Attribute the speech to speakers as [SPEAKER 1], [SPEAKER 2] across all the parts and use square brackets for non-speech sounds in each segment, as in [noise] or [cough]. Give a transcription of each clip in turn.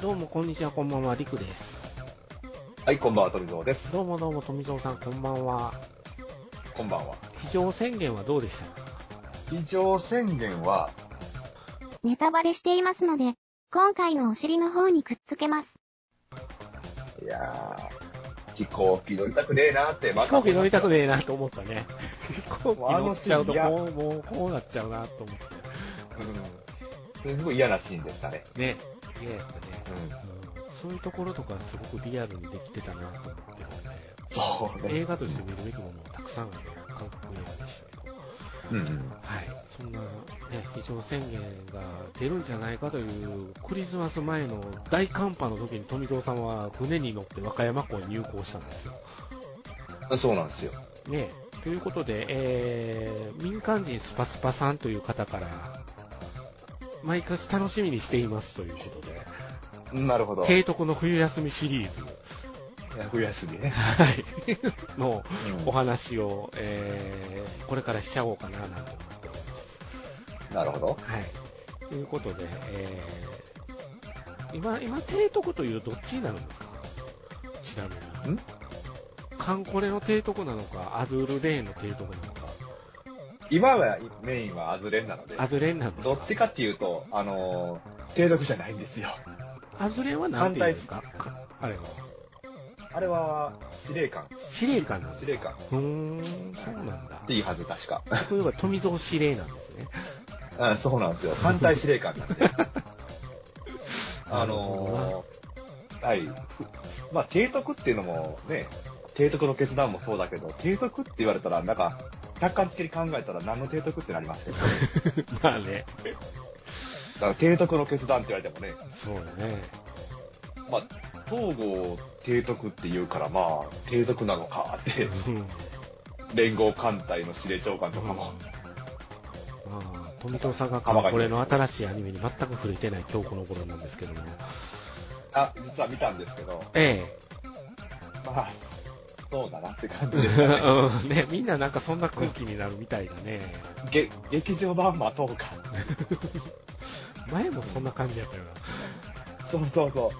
[SPEAKER 1] どうも、こんにちは、こんばんは、りくです。
[SPEAKER 2] はい、こんばんは、富蔵です。
[SPEAKER 1] どうもどうも、富蔵さん、こんばんは。
[SPEAKER 2] こんばんは。
[SPEAKER 1] 非常宣言はどうでした
[SPEAKER 2] 非常宣言は、
[SPEAKER 3] ネタバレしていますので、今回のお尻の方にくっつけます。
[SPEAKER 2] いやー、飛行機乗りたくねえなって、ま
[SPEAKER 1] 飛行機乗りたく
[SPEAKER 2] え。
[SPEAKER 1] ねえなと思ったね。飛行機乗っちゃうと、
[SPEAKER 2] あのシーン
[SPEAKER 1] もう、もう、こうなっちゃうなと思っ
[SPEAKER 2] うん。すごい嫌なシーンでしたね。
[SPEAKER 1] て。ね。ねやったね、
[SPEAKER 2] うん。
[SPEAKER 1] うん。そういうところとか、すごくリアルにできてたなと思ってる
[SPEAKER 2] そう
[SPEAKER 1] ので、映
[SPEAKER 2] ね。
[SPEAKER 1] 画として見るべきものもたくさんある韓国映画でしたけど。
[SPEAKER 2] うん。
[SPEAKER 1] はい、そんな、ね、非常宣言が出るんじゃないかというクリスマス前の大寒波の時に富蔵さんは船に乗って和歌山港に入港したんですよ。
[SPEAKER 2] そうなんですよ。
[SPEAKER 1] ね、ということで、えー民間人スパスパさんという方から、毎年楽しみにしていますということで、
[SPEAKER 2] なるほど。
[SPEAKER 1] 提督の冬休みシリーズ、
[SPEAKER 2] 冬休みね。
[SPEAKER 1] はい、 [laughs] のお
[SPEAKER 2] お
[SPEAKER 1] 話を、えーこれからしちゃおうかななんて思っております。
[SPEAKER 2] なるほど。
[SPEAKER 1] はい。ということで、えー、今、今、提督というどっちになるんですかちなみに。
[SPEAKER 2] ん
[SPEAKER 1] カンコレの提督なのか、アズールレーンの提督なのか、
[SPEAKER 2] 今は、メインはアズレンなので、
[SPEAKER 1] アズレンなの
[SPEAKER 2] ど
[SPEAKER 1] か
[SPEAKER 2] っ、ちかっていうと、あのー、低毒じゃないんですよ。
[SPEAKER 1] アズレンは何て言うんですかあれは。
[SPEAKER 2] あれは、司令官。
[SPEAKER 1] 司令官なんです
[SPEAKER 2] 司
[SPEAKER 1] か
[SPEAKER 2] 令官。
[SPEAKER 1] うーん、そうなんだ
[SPEAKER 2] っ。ていいはず、確か。
[SPEAKER 1] ということは富蔵司令なん [laughs] ですね。
[SPEAKER 2] うん、そうなんですよ。反対司令官なんで。あのー、はい。まあ、提督っていうのもね、提督の決断もそうだけど、提督って言われたら、なんか、客観的に考えたら何の提督ってなりますけど、だ
[SPEAKER 1] まあね、
[SPEAKER 2] から提督の決断って言われてもね、
[SPEAKER 1] そうだね。
[SPEAKER 2] まあ、東郷提督って言うから、まあ、提督なのかって、
[SPEAKER 1] うん
[SPEAKER 2] 連合艦隊の司令長官とかも、
[SPEAKER 1] まあ、富蔵さんがこれの新しいアニメに全く触れてない今日この頃なんですけども。
[SPEAKER 2] あ、実は見たんですけど、
[SPEAKER 1] え
[SPEAKER 2] まあ、そうだなって感じ
[SPEAKER 1] え。
[SPEAKER 2] でした
[SPEAKER 1] [laughs]
[SPEAKER 2] ね。
[SPEAKER 1] うんね、みんななんかそんな空気になるみたいだね。
[SPEAKER 2] げ劇場版待とうか。
[SPEAKER 1] 前もそんな感じやったよな。
[SPEAKER 2] そうそうそ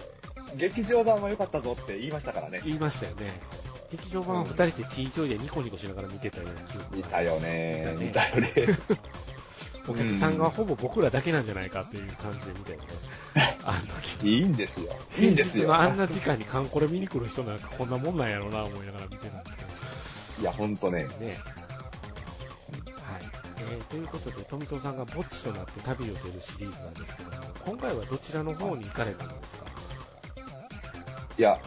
[SPEAKER 2] う。劇場版は良かったぞって言いましたからね。
[SPEAKER 1] 言いましたよね。劇場版を二人で T 上でニコニコしながら見てたような記憶が
[SPEAKER 2] 見た。よね。
[SPEAKER 1] 見
[SPEAKER 2] 見
[SPEAKER 1] た
[SPEAKER 2] たよね。
[SPEAKER 1] お客さんがほぼ僕らだけなんじゃないかっていう感じで見たよ
[SPEAKER 2] [laughs]
[SPEAKER 1] ね。あの時。
[SPEAKER 2] いいんですよ。いいんですよ。
[SPEAKER 1] あんな時間にカンコレ見に来る人なんかこんなもんなんやろうな思いながら見てたんですけど。
[SPEAKER 2] いや、ほんとね。
[SPEAKER 1] ね。はい。えーということで、富蔵さんがぼっちとなって旅を出るシリーズなんですけども、今回はどちらの方に行かれたんですか
[SPEAKER 2] いや、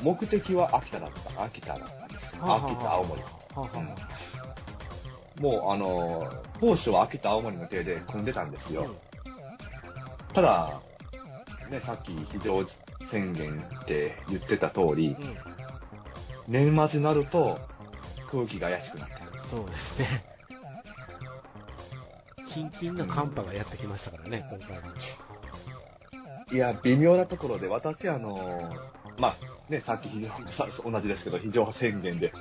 [SPEAKER 2] 目的は秋田だった。秋田だったんですよ。秋田、青森。
[SPEAKER 1] はあはあは
[SPEAKER 2] もう、あのー、当初は秋田、青森の手で組んでたんです
[SPEAKER 1] あ
[SPEAKER 2] よ。ただ、ね、さっき非常事態宣言って言ってた通り
[SPEAKER 1] う、ん、うん
[SPEAKER 2] 年末になると空気が怪しくなってくる。
[SPEAKER 1] そうですね。キンキンな寒波がやってきましたからね、今回は。
[SPEAKER 2] いや、微妙なところで、私、あのまあ、ね、さっき非常さ [laughs] 同じですけど、非常宣言で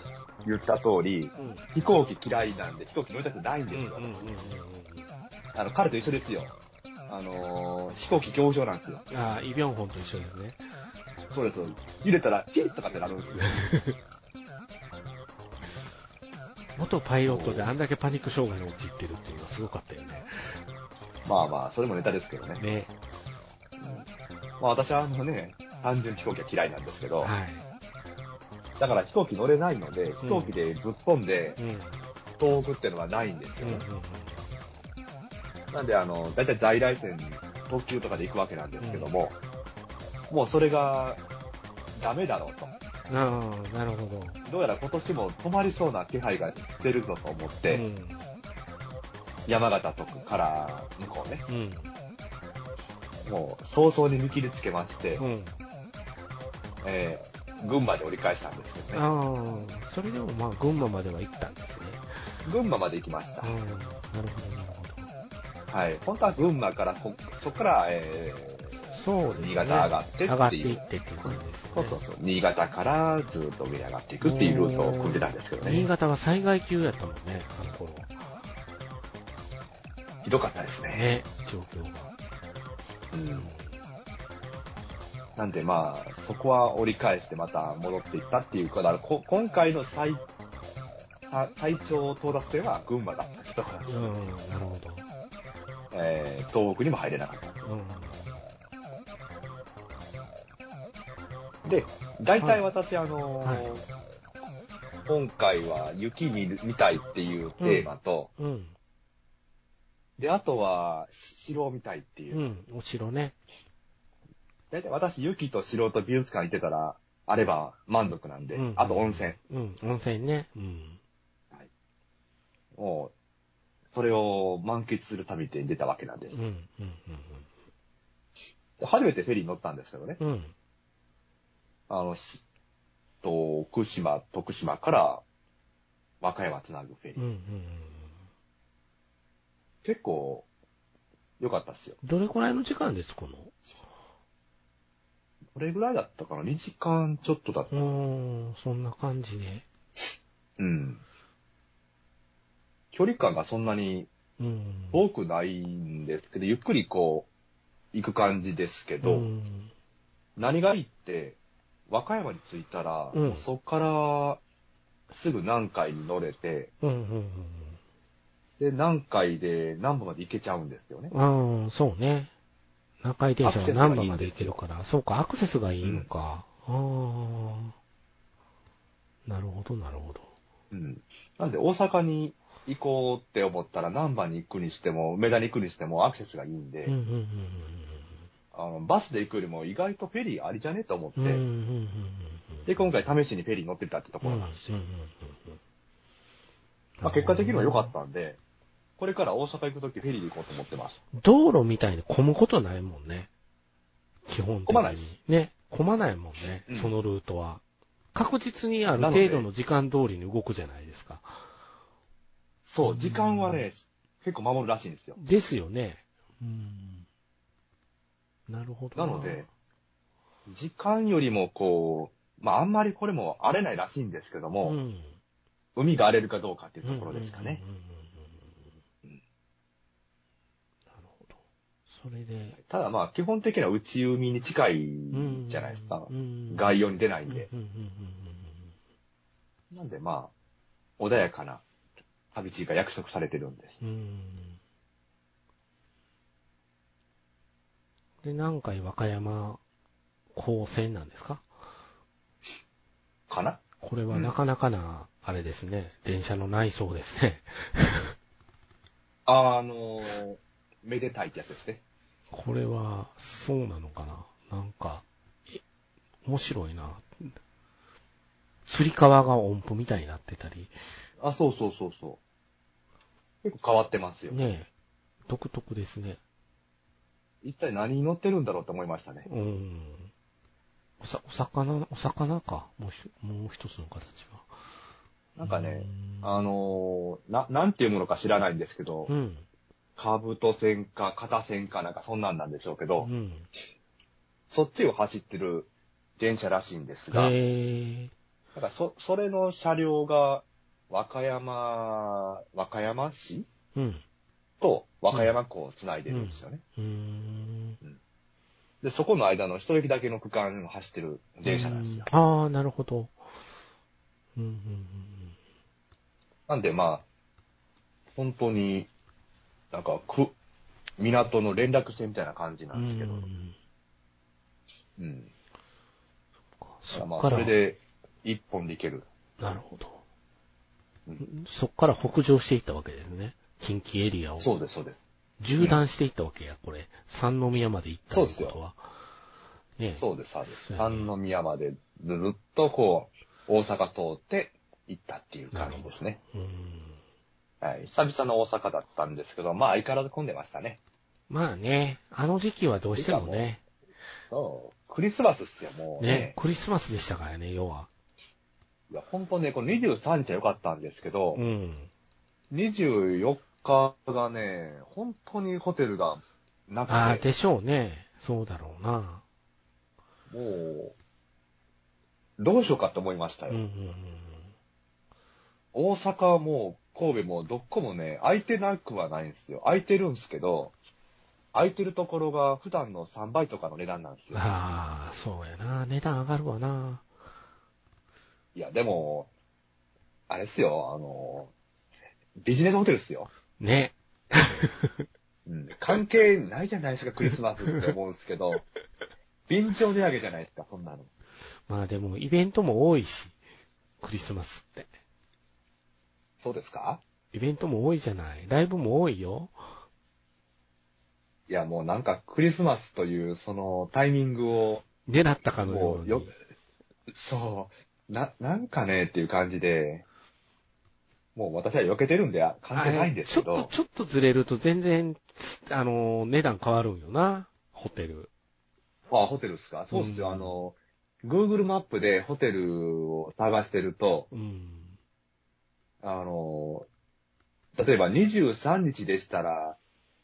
[SPEAKER 2] 言った通り、
[SPEAKER 1] うん。
[SPEAKER 2] 飛行機嫌いなんで、飛行機乗りたくないんです
[SPEAKER 1] うんうん
[SPEAKER 2] よ。
[SPEAKER 1] うんうんうん。
[SPEAKER 2] あの、彼と一緒ですよ。あのー飛行機行場なんですよ。
[SPEAKER 1] ああ、イ・ビョンホンと一緒ですね。
[SPEAKER 2] そうです。揺れたら、ヒッとかってなるん
[SPEAKER 1] [laughs]
[SPEAKER 2] ですよ。
[SPEAKER 1] 元パイロットであんだけパニック障害に陥ってるっていうのはすごかったよね。
[SPEAKER 2] まあまあ、それもネタですけどね。
[SPEAKER 1] ね。
[SPEAKER 2] まあ、私はあのね、単純に飛行機は嫌いなんですけど、
[SPEAKER 1] は
[SPEAKER 2] だから飛行機乗れないので、飛行機でぶっ飛んで
[SPEAKER 1] い。うん。うん
[SPEAKER 2] 東北っていうのはないんですよ
[SPEAKER 1] うんう
[SPEAKER 2] ね
[SPEAKER 1] ん。
[SPEAKER 2] なんで、あの、だいたい在来線、特急とかで行くわけなんですけども、もうそれが、ダメだろうと。
[SPEAKER 1] ああ、なるほど。
[SPEAKER 2] どうやら今年も止まりそうな気配が出るぞと思って、
[SPEAKER 1] うん
[SPEAKER 2] 山形とかから向こうね、
[SPEAKER 1] うん。
[SPEAKER 2] もう早々に見切りつけまして、
[SPEAKER 1] うん。
[SPEAKER 2] えー群馬で折り返したんですけどね。
[SPEAKER 1] ああ、それでもまあ、群馬までは行ったんですね。
[SPEAKER 2] 群馬まで行きまし
[SPEAKER 1] あ
[SPEAKER 2] た
[SPEAKER 1] あ。、なるほど、なるほど。
[SPEAKER 2] はい。本当は群馬からこ、そこから、え
[SPEAKER 1] そうですね。
[SPEAKER 2] 新潟上がってっていう
[SPEAKER 1] 上がっていってっていう感じですよ
[SPEAKER 2] ー
[SPEAKER 1] ね。
[SPEAKER 2] そうそうそう、新潟からずっと上に上がっていくっていうルートを組んでたんですけど
[SPEAKER 1] 新
[SPEAKER 2] ね。
[SPEAKER 1] 潟は災害級やったもんね、あの頃。
[SPEAKER 2] ひどかったですね。
[SPEAKER 1] ね、状況が。
[SPEAKER 2] うんなんでまあ、そこは折り返してまた戻っていったっていうか、だからこ今回の最、あ最長到達点は群馬だったけど、
[SPEAKER 1] うん、なるほど。
[SPEAKER 2] えー東北にも入れなかった。
[SPEAKER 1] う
[SPEAKER 2] で、大体私、あのー
[SPEAKER 1] はい
[SPEAKER 2] 今回は雪見る見たいっていうテーマと、
[SPEAKER 1] ん。うん。
[SPEAKER 2] で、あとは、し城を見たいっていう。
[SPEAKER 1] うん。お城ね。
[SPEAKER 2] 大体私、雪と城と美術館行ってたら、あれば満足なんで、
[SPEAKER 1] うん
[SPEAKER 2] あと温泉。
[SPEAKER 1] うん。温泉ね。うん。
[SPEAKER 2] もう、それを満喫する旅って出たわけなんで
[SPEAKER 1] うん。う、ん。うん。
[SPEAKER 2] 初めてフェリーに乗ったんですけどね。
[SPEAKER 1] うん。うん。
[SPEAKER 2] あの、しと、奥島、徳島から、和歌山つなぐフェリー。
[SPEAKER 1] うん。うん。
[SPEAKER 2] 結構、良かったっすよ。
[SPEAKER 1] どれくらいの時間です、この。
[SPEAKER 2] これぐらいだったかな ?2 時間ちょっとだった。
[SPEAKER 1] うーん、そんな感じね。
[SPEAKER 2] うん。距離感がそんなに
[SPEAKER 1] うん。
[SPEAKER 2] 多くないんですけど、ゆっくりこう、行く感じですけど、
[SPEAKER 1] うん。
[SPEAKER 2] 何がいいって、和歌山に着いたら、
[SPEAKER 1] うん
[SPEAKER 2] そっから、すぐ南海に乗れて、
[SPEAKER 1] うん。うん。
[SPEAKER 2] で、南海で南部まで行けちゃうんですよね。
[SPEAKER 1] うん。うん、そうね。南海電車は南波まで行けるから。そうか、アクセスがいいのか。ああ。なるほど、なるほど。
[SPEAKER 2] うん。なんで、大阪に行こうって思ったら、南波に行くにしても、梅田に行くにしても、アクセスがいいんで、
[SPEAKER 1] うん。うん。
[SPEAKER 2] あのバスで行くよりも意外とフェリーありじゃねと思って、
[SPEAKER 1] うん。うん。うん。うん。
[SPEAKER 2] で、今回試しにフェリー乗ってみたってところなんですよ。まあ、
[SPEAKER 1] 結
[SPEAKER 2] 結果
[SPEAKER 1] 果
[SPEAKER 2] 的
[SPEAKER 1] 的
[SPEAKER 2] に
[SPEAKER 1] に
[SPEAKER 2] は
[SPEAKER 1] は
[SPEAKER 2] 良
[SPEAKER 1] 良
[SPEAKER 2] か
[SPEAKER 1] か
[SPEAKER 2] っ
[SPEAKER 1] った
[SPEAKER 2] んで、これから大阪行くときフェリーで行こうと思ってます。
[SPEAKER 1] た。道路みたいに混むことないもんね。基本的に。
[SPEAKER 2] 混まない
[SPEAKER 1] ね。混まないもんね
[SPEAKER 2] うん。
[SPEAKER 1] そのルートは。確実にある
[SPEAKER 2] なので
[SPEAKER 1] 程度の時間通りに動くじゃないですか。
[SPEAKER 2] そう、時間はね、結構守るらしいんですよ。
[SPEAKER 1] ですよね。うん。なるほど。
[SPEAKER 2] なので、時間よりもこう、まああんまりこれも荒れないらしいんですけど
[SPEAKER 1] う
[SPEAKER 2] も、
[SPEAKER 1] ん。
[SPEAKER 2] 海が荒れるかどうかっていうところですかね。
[SPEAKER 1] うんうんうんうんうん。なるほど。それで、
[SPEAKER 2] ただまあ基本的には内海に近い
[SPEAKER 1] うん
[SPEAKER 2] じゃないですか。
[SPEAKER 1] うん
[SPEAKER 2] 概要に出ないんで。
[SPEAKER 1] うんうんうんうん
[SPEAKER 2] なんでまあ、穏やかな旅路が約束されてるんです。
[SPEAKER 1] うんうん。で、南海和歌山高専なんですか
[SPEAKER 2] かな
[SPEAKER 1] これはなかなかな、あれですね、電車の内装ですね。
[SPEAKER 2] あのー、めでたいってやつですね。
[SPEAKER 1] これは、そうなのかななんか、え面白いな。つり革が音符みたいになってたり、
[SPEAKER 2] あ、そうそうそうそう。結構変わってますよ。
[SPEAKER 1] ねえ、独特ですね。
[SPEAKER 2] 一体何に乗ってるんだろうと思いましたね。
[SPEAKER 1] うん。おさ、お魚、お魚か。もうひ、もう一つの形は。
[SPEAKER 2] なんかね、
[SPEAKER 1] うん
[SPEAKER 2] あのー、な、なんていうものか知らないんですけど
[SPEAKER 1] う、ん。
[SPEAKER 2] カブト線か、肩線かなんかそんなんなんでしょうけ
[SPEAKER 1] う
[SPEAKER 2] ど、
[SPEAKER 1] ん。
[SPEAKER 2] そっちを走ってる電車らしいんですが、
[SPEAKER 1] え
[SPEAKER 2] なんかそ、それの車両が、和歌山、和歌山市
[SPEAKER 1] ー、うん。
[SPEAKER 2] と和歌山港をつないでるんですよね。
[SPEAKER 1] うーん。
[SPEAKER 2] で、そこの間の一駅だけの区間を走ってる電車なんですよ。
[SPEAKER 1] うんああ、なるほど。うん、うん、
[SPEAKER 2] なんでまあ、本当に、なんか、く、港の連絡船みたいな感じな
[SPEAKER 1] うんうん。
[SPEAKER 2] んですけど、
[SPEAKER 1] う
[SPEAKER 2] うん。
[SPEAKER 1] うんん
[SPEAKER 2] だから
[SPEAKER 1] そ
[SPEAKER 2] ま
[SPEAKER 1] っ
[SPEAKER 2] あ、
[SPEAKER 1] か
[SPEAKER 2] そ
[SPEAKER 1] ら
[SPEAKER 2] れで、一本で行ける。
[SPEAKER 1] なるほど
[SPEAKER 2] う。
[SPEAKER 1] そっから北上していったわけですね。近畿エリアを。
[SPEAKER 2] そうです、そうです。
[SPEAKER 1] 縦断していったわけや、これ。三宮まで行ったとい
[SPEAKER 2] そうで
[SPEAKER 1] う
[SPEAKER 2] すよ
[SPEAKER 1] ことは。ねえ
[SPEAKER 2] そうです、そうです。
[SPEAKER 1] そうやね
[SPEAKER 2] 三宮までずっとこう、大阪通って行ったっていう感じですね。
[SPEAKER 1] うん。
[SPEAKER 2] はい。久々の大阪だったんですけど、まあ相変わらず混んでましたね。
[SPEAKER 1] まあね、あの時期はどうしてもね、
[SPEAKER 2] そう。クリスマスっすよ、もうね。
[SPEAKER 1] ね、クリスマスでしたからね、要は。
[SPEAKER 2] いや、本当ね、この23日は良かったんですけど
[SPEAKER 1] う、ん。
[SPEAKER 2] 24日がね、本当にホテルがな
[SPEAKER 1] ああ、
[SPEAKER 2] くて、
[SPEAKER 1] でしょうね。そうだろうな。
[SPEAKER 2] もう、どうしようかと思いました
[SPEAKER 1] う
[SPEAKER 2] よ。
[SPEAKER 1] んうん
[SPEAKER 2] 大阪はもう、神戸もどこもね、空いてなくはないんですよ。空いてるんですけど、空いてるところが普段の3倍とかの値段なんですよ。
[SPEAKER 1] ああ、そうやな。値段上がるわな。
[SPEAKER 2] いや、でも、あれっすよ、あの、ビジネスホテルっすよ。
[SPEAKER 1] ね。 [laughs]
[SPEAKER 2] うん、関係ないじゃないですか、クリスマスって思うんです
[SPEAKER 1] [laughs]
[SPEAKER 2] けど、便乗値上げじゃないですか、そんなの。
[SPEAKER 1] まあでも、イベントも多いし、クリスマスって。
[SPEAKER 2] そうですか
[SPEAKER 1] イベントも多いじゃない。ライブも多いよ。
[SPEAKER 2] いや、もうなんかクリスマスというそのタイミングを、
[SPEAKER 1] 狙ったかのよ
[SPEAKER 2] も
[SPEAKER 1] う
[SPEAKER 2] う
[SPEAKER 1] に
[SPEAKER 2] よ。、そう、な、なんかねっていう感じで、もう私は避けてるんであ関係ないんですけ
[SPEAKER 1] あれちょっ
[SPEAKER 2] ど
[SPEAKER 1] と、、ちょっとずれると全然、あの、値段変わるんよな。ホテル。
[SPEAKER 2] あ、ホテルですかそうっすよ、
[SPEAKER 1] うん
[SPEAKER 2] あの、Google マップでホテルを探してると、
[SPEAKER 1] うん。
[SPEAKER 2] あの、例えば23日でしたら、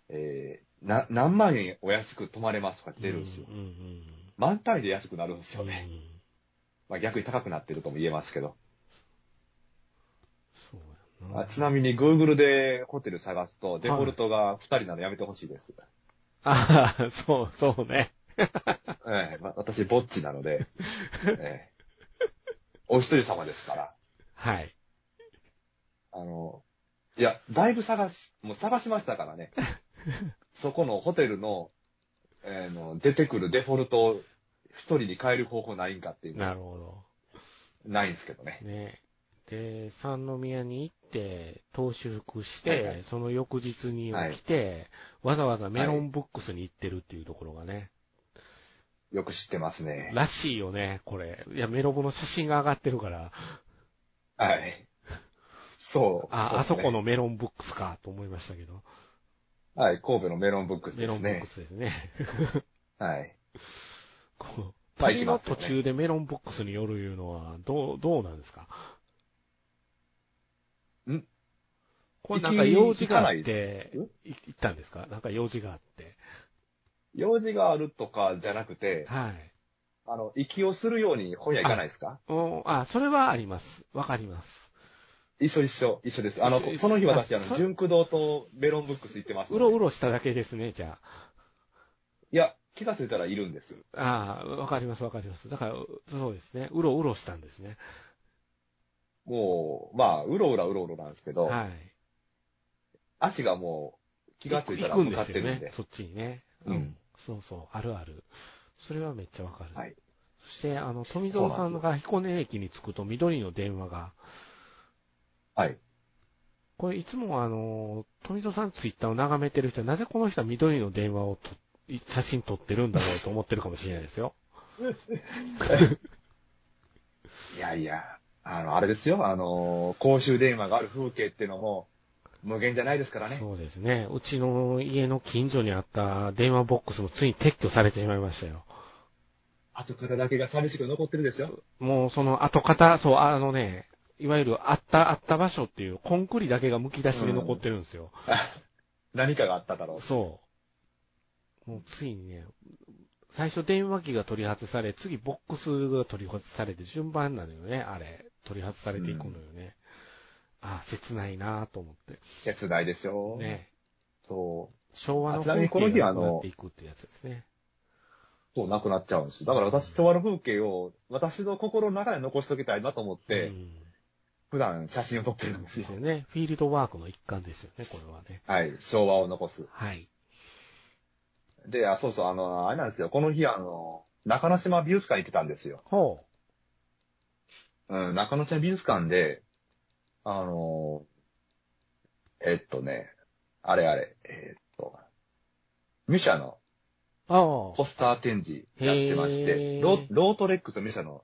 [SPEAKER 2] えーな、何万円お安く泊まれますとかって出るんですよ。
[SPEAKER 1] うんうん。
[SPEAKER 2] 満単位で安くなるんです
[SPEAKER 1] う
[SPEAKER 2] よ
[SPEAKER 1] ん
[SPEAKER 2] ね。まあ逆に高くなってるとも言えますけど。
[SPEAKER 1] そうや
[SPEAKER 2] あ
[SPEAKER 1] な。
[SPEAKER 2] ちなみに Google でホテル探すと、デフォルトが2人なのやめてほしいです。
[SPEAKER 1] ああ、そう、そうね。
[SPEAKER 2] ええま私、ぼっちなので、ええお一人様ですから。
[SPEAKER 1] はい。
[SPEAKER 2] あの、いや、だいぶ探し、もう探しましたか
[SPEAKER 1] [laughs]
[SPEAKER 2] らね。そこのホテルの、えーの出てくるデフォルトを一人に変える方法ないんかっていうのは
[SPEAKER 1] なるほど。
[SPEAKER 2] ないんですけどね。
[SPEAKER 1] ね。で、三宮に行って、投宿して、
[SPEAKER 2] はいはい
[SPEAKER 1] その翌日に起きて、わざわざメロンブックスに行ってるっていうところがね、
[SPEAKER 2] よく知ってますね。
[SPEAKER 1] らしいよね、これ。いや、メロボの写真が上がってるから、
[SPEAKER 2] はい。そう。
[SPEAKER 1] あ、
[SPEAKER 2] う
[SPEAKER 1] あ
[SPEAKER 2] です
[SPEAKER 1] そ
[SPEAKER 2] ね
[SPEAKER 1] こ。のメロンブックスかと思いましたけど、
[SPEAKER 2] はい、神戸のメロンブックス
[SPEAKER 1] メ
[SPEAKER 2] で
[SPEAKER 1] ロ
[SPEAKER 2] す
[SPEAKER 1] ンブッ
[SPEAKER 2] ね
[SPEAKER 1] ク。スですね。
[SPEAKER 2] はい。
[SPEAKER 1] こう
[SPEAKER 2] まあ行
[SPEAKER 1] 旅
[SPEAKER 2] き
[SPEAKER 1] の
[SPEAKER 2] ますよ
[SPEAKER 1] 途
[SPEAKER 2] ね
[SPEAKER 1] 中でメロンブックスに寄るいうのは、どう、どうなんですか
[SPEAKER 2] ん
[SPEAKER 1] これなんか用事があっ
[SPEAKER 2] 行き行かない
[SPEAKER 1] て
[SPEAKER 2] です、
[SPEAKER 1] い行ったんですかなんか用事があって。
[SPEAKER 2] 用事があるとかじゃなくて、
[SPEAKER 1] はい。
[SPEAKER 2] あの、行きをするように本屋行かないですか
[SPEAKER 1] おあ、それはあります。わかります。
[SPEAKER 2] 一緒一緒、一緒です。あの
[SPEAKER 1] 一緒、
[SPEAKER 2] その日私、あ
[SPEAKER 1] あそ
[SPEAKER 2] の、純駆堂とメロンブックス行ってます
[SPEAKER 1] う
[SPEAKER 2] ので。
[SPEAKER 1] ろうろしただけですね、じゃ
[SPEAKER 2] いや、気がついたらいるんです。
[SPEAKER 1] あ。ああ、わかります、わかります。だから、そうですね。うろうろしたんですね。
[SPEAKER 2] もう、まあ、うろうらうろうろなんですけど、
[SPEAKER 1] はい。
[SPEAKER 2] 足がもう、気がついたら
[SPEAKER 1] 行くん
[SPEAKER 2] 向
[SPEAKER 1] で
[SPEAKER 2] かっ
[SPEAKER 1] す
[SPEAKER 2] て
[SPEAKER 1] よ
[SPEAKER 2] るんで。
[SPEAKER 1] ね。そっちにね。
[SPEAKER 2] うん。
[SPEAKER 1] そうそう、あるある。それはめっちゃわかる。
[SPEAKER 2] はい
[SPEAKER 1] そして、あの、富蔵さんが彦根駅に着くと緑の電話が、
[SPEAKER 2] はい。
[SPEAKER 1] これいつもあの、富蔵さんツイッターを眺めてる人は、なぜこの人は緑の電話をと写真撮ってるんだろうと思ってるかもしれないですよ。
[SPEAKER 2] いやいや、あの、あれですよ、あの、公衆電話がある風景っていうのも、無限じゃないですからね。
[SPEAKER 1] そうですね。うちの家の近所にあった電話ボックスもついに撤去されてしまいましたよ。
[SPEAKER 2] 後からだけが寂しく残ってるでしょ。
[SPEAKER 1] もうその跡形、そう、あのね、いわゆるあった、あった場所っていう、コンクリだけが剥き出しで残ってるんですよ。
[SPEAKER 2] 何かがあっただろう。
[SPEAKER 1] そう。もうついにね、最初電話機が取り外され、次ボックスが取り外されて、順番なのよね、あれ。取り外されていくのよね。ああ、切ないなぁと思って。
[SPEAKER 2] 切ないでしょ。
[SPEAKER 1] ね。
[SPEAKER 2] そう。
[SPEAKER 1] 昭和の
[SPEAKER 2] あちなみにこの
[SPEAKER 1] 風
[SPEAKER 2] 日
[SPEAKER 1] 景
[SPEAKER 2] は
[SPEAKER 1] が
[SPEAKER 2] あの
[SPEAKER 1] なくなっていくってやつですね。
[SPEAKER 2] そう、なくなっちゃうんですよ。だから私、昭和の風景を、私の心の中で残しておきたいなと思って、
[SPEAKER 1] うん
[SPEAKER 2] 普段写真を撮ってるんです
[SPEAKER 1] で
[SPEAKER 2] よ
[SPEAKER 1] す。よね。フィールドワークの一環ですよね、これはね。
[SPEAKER 2] はい、昭和を残す。
[SPEAKER 1] はい。
[SPEAKER 2] で、あ、そうそう、あの、あれなんですよ。この日、あの、中之島美術館行ってたんですよ。
[SPEAKER 1] ほ
[SPEAKER 2] うん、中之島美術館で、あの、えっとね、あれあれ、えっと、ミシャの
[SPEAKER 1] う。ああ。
[SPEAKER 2] ポスター展示やってまし
[SPEAKER 1] へ
[SPEAKER 2] て
[SPEAKER 1] ー、
[SPEAKER 2] ロロートレックとミシャの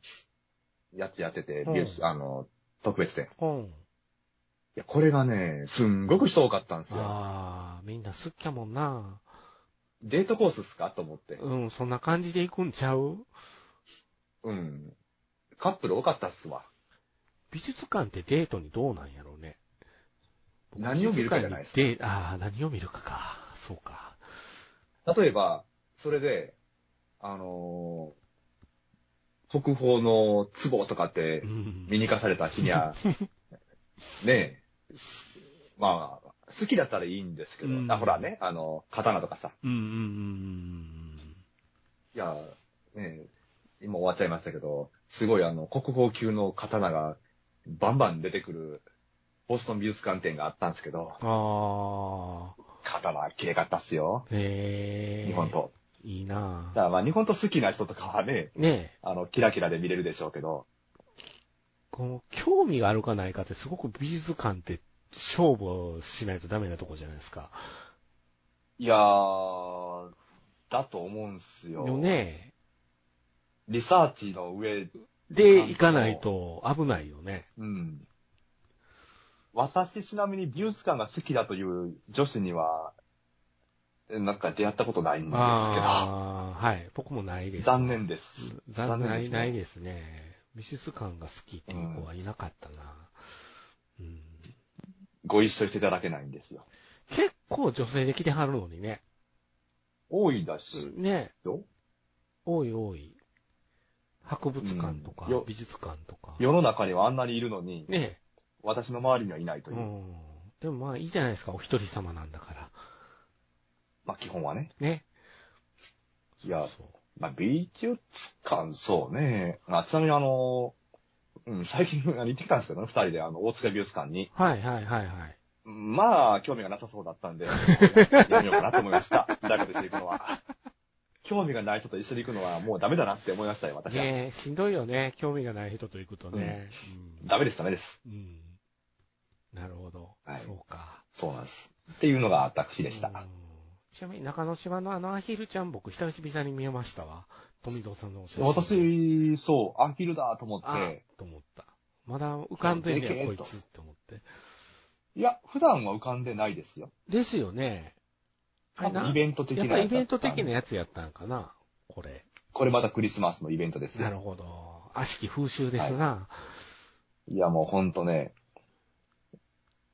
[SPEAKER 2] やってやってて、
[SPEAKER 1] うん
[SPEAKER 2] 美術、あの、特別展。
[SPEAKER 1] うん。
[SPEAKER 2] いや、これがね、すんごく人多かったんですよ。
[SPEAKER 1] ああ、みんな好きやもんな
[SPEAKER 2] デートコースっすかと思って。
[SPEAKER 1] うん、そんな感じで行くんちゃう
[SPEAKER 2] うん。カップル多かったっすわ。
[SPEAKER 1] 美術館ってデートにどうなんやろうね。
[SPEAKER 2] 何を見るかじゃないですか
[SPEAKER 1] 美術館にデーああ、何を見るかか。そうか。
[SPEAKER 2] 例えば、それで、あのー国宝の壺とかって
[SPEAKER 1] うん。 [laughs]
[SPEAKER 2] 見に行かされた日には、ねえ、まあ、好きだったらいいんですけど、
[SPEAKER 1] うん
[SPEAKER 2] あ、ほらね、あの、刀とかさ、
[SPEAKER 1] うんうんうん
[SPEAKER 2] いや、ねえ、今終わっちゃいましたけど、すごいあの、国宝級の刀がバンバン出てくる、ボストン美術館展があったんですけど、
[SPEAKER 1] うんうん。ああ。
[SPEAKER 2] 刀綺麗かったっすよ。
[SPEAKER 1] へえ。
[SPEAKER 2] 日本刀。
[SPEAKER 1] いいな
[SPEAKER 2] だか
[SPEAKER 1] ぁ
[SPEAKER 2] らまあ日本刀好きな人とかはね、
[SPEAKER 1] ねえ、
[SPEAKER 2] あの、キラキラで見れるでしょうけど、
[SPEAKER 1] この興味があるかないかってすごく美術館って勝負しないとダメなとこじゃないですか。
[SPEAKER 2] いやー、だと思うんすよ。
[SPEAKER 1] よね。
[SPEAKER 2] リサーチの上、
[SPEAKER 1] で、行かないと危ないよね。
[SPEAKER 2] うん。私ちなみに美術館が好きだという女子には、なんか出会ったことないんですけど、
[SPEAKER 1] ああ、はい。僕もないです。
[SPEAKER 2] 残念です。
[SPEAKER 1] 残念
[SPEAKER 2] 残念
[SPEAKER 1] な
[SPEAKER 2] で
[SPEAKER 1] い
[SPEAKER 2] すね
[SPEAKER 1] ないですね。美術館が好きっていう子はいなかったな。うん、
[SPEAKER 2] ご一緒していただけないんですよ。
[SPEAKER 1] 結構女性で来てはるのにね。
[SPEAKER 2] 多いだし、
[SPEAKER 1] ね。
[SPEAKER 2] よ
[SPEAKER 1] 多い多い。博物館とか
[SPEAKER 2] うんよ、
[SPEAKER 1] 美術館とか。
[SPEAKER 2] 世の中にはあんなにいるのに、
[SPEAKER 1] ね。
[SPEAKER 2] 私の周りにはいないと
[SPEAKER 1] う
[SPEAKER 2] いう。
[SPEAKER 1] ん。でもまあいいじゃないですか。お一人様なんだから。
[SPEAKER 2] まあ基本はね。
[SPEAKER 1] ね。
[SPEAKER 2] いや
[SPEAKER 1] そうそ
[SPEAKER 2] まあ美術館、そうね。あちなみにあの、うん、最近あの行ってきたんですけどね、二人であの、大塚美術館に。
[SPEAKER 1] うはいはいはいはい。
[SPEAKER 2] まあ、興味がなさそうだった
[SPEAKER 1] [laughs]
[SPEAKER 2] んで、やめようかなと思いました。だけでしていくのは。興味がない人と一緒に行くのはもうダメだなって思いましたよ、私は。
[SPEAKER 1] ねえ、しんどいよね。興味がない人と行くとね。うん
[SPEAKER 2] ダメです、ダメです。
[SPEAKER 1] うん。なるほど。
[SPEAKER 2] はい
[SPEAKER 1] そうか。
[SPEAKER 2] そうなんです。っていうのが私でした
[SPEAKER 1] うん。ちなみに中之島のあのアヒルちゃん僕久々に見えましたわ。富蔵さんのお写真。
[SPEAKER 2] 私、そう、アヒルだと思っ
[SPEAKER 1] あ
[SPEAKER 2] て、
[SPEAKER 1] と思った。まだ浮かんでん
[SPEAKER 2] そうで
[SPEAKER 1] ね
[SPEAKER 2] け
[SPEAKER 1] や、
[SPEAKER 2] え
[SPEAKER 1] こといつって思って。
[SPEAKER 2] いや、普段は浮かんでないですよ。
[SPEAKER 1] ですよね。あれな、
[SPEAKER 2] イベント的
[SPEAKER 1] やっ
[SPEAKER 2] な
[SPEAKER 1] ぱ
[SPEAKER 2] や
[SPEAKER 1] イ
[SPEAKER 2] つだ
[SPEAKER 1] ベ
[SPEAKER 2] っ
[SPEAKER 1] ント
[SPEAKER 2] たんで
[SPEAKER 1] 的なやつやったんかなこれ。
[SPEAKER 2] これまたクリスマスのイベントです
[SPEAKER 1] なる
[SPEAKER 2] よ。
[SPEAKER 1] ほど。悪しき風習ですな。
[SPEAKER 2] いや、もうほんとね、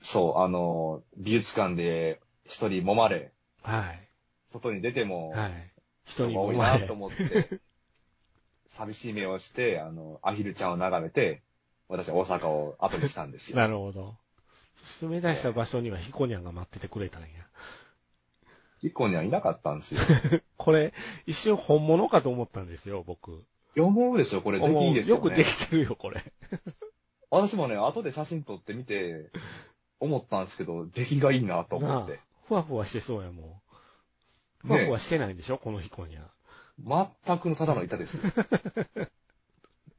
[SPEAKER 2] そう、あの、美術館で一人揉まれ、
[SPEAKER 1] はい。
[SPEAKER 2] 外に出ても、
[SPEAKER 1] はい。人
[SPEAKER 2] 人
[SPEAKER 1] に
[SPEAKER 2] が多
[SPEAKER 1] も
[SPEAKER 2] いな
[SPEAKER 1] 前
[SPEAKER 2] と。思って、 [laughs] 寂しい目をして、あの、アヒルちゃんを眺めて、私は大阪を後にしたんですよ。
[SPEAKER 1] [laughs] なるほど。そして目指した場所にはヒコニャンが待っててくれたんや。
[SPEAKER 2] 一個にはいなかったんですよ。
[SPEAKER 1] これ、一瞬本物かと思ったんですよ、僕。
[SPEAKER 2] 思うでしょ、これ。できいいですよ、ね。
[SPEAKER 1] くできてるよ、これ。
[SPEAKER 2] 私もね、後で写真撮ってみて、思ったんですけど、出来がいいなと思って
[SPEAKER 1] なあ。ふわふわしてそうやもん。ふわ
[SPEAKER 2] ね
[SPEAKER 1] ふわしてないんでしょ、このヒコニャン。
[SPEAKER 2] 全くのただの板 [laughs] です。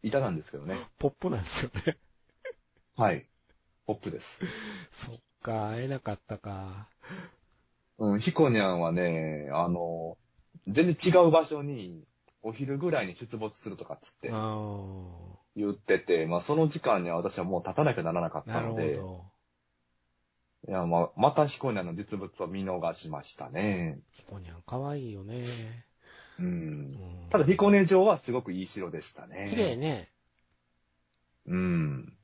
[SPEAKER 2] 板なんですけどね。
[SPEAKER 1] ポップなんですよね。 [laughs]
[SPEAKER 2] はい。ポップです。
[SPEAKER 1] そっか、会えなかったか。
[SPEAKER 2] うん、ヒコニャンはね、あの、全然違う場所に、お昼ぐらいに出没するとかっつって
[SPEAKER 1] あ。ー
[SPEAKER 2] 言ってて、まあその時間には私はもう立たなきゃならなかった
[SPEAKER 1] なる
[SPEAKER 2] の
[SPEAKER 1] ほ
[SPEAKER 2] で、
[SPEAKER 1] ど。
[SPEAKER 2] いやまあ、また彦根の実物を見逃しましたね。
[SPEAKER 1] ヒコニャン可愛いよね。う
[SPEAKER 2] う。
[SPEAKER 1] んん
[SPEAKER 2] ただ彦根城はすごくいい城でしたね。
[SPEAKER 1] 綺麗ね。
[SPEAKER 2] うん。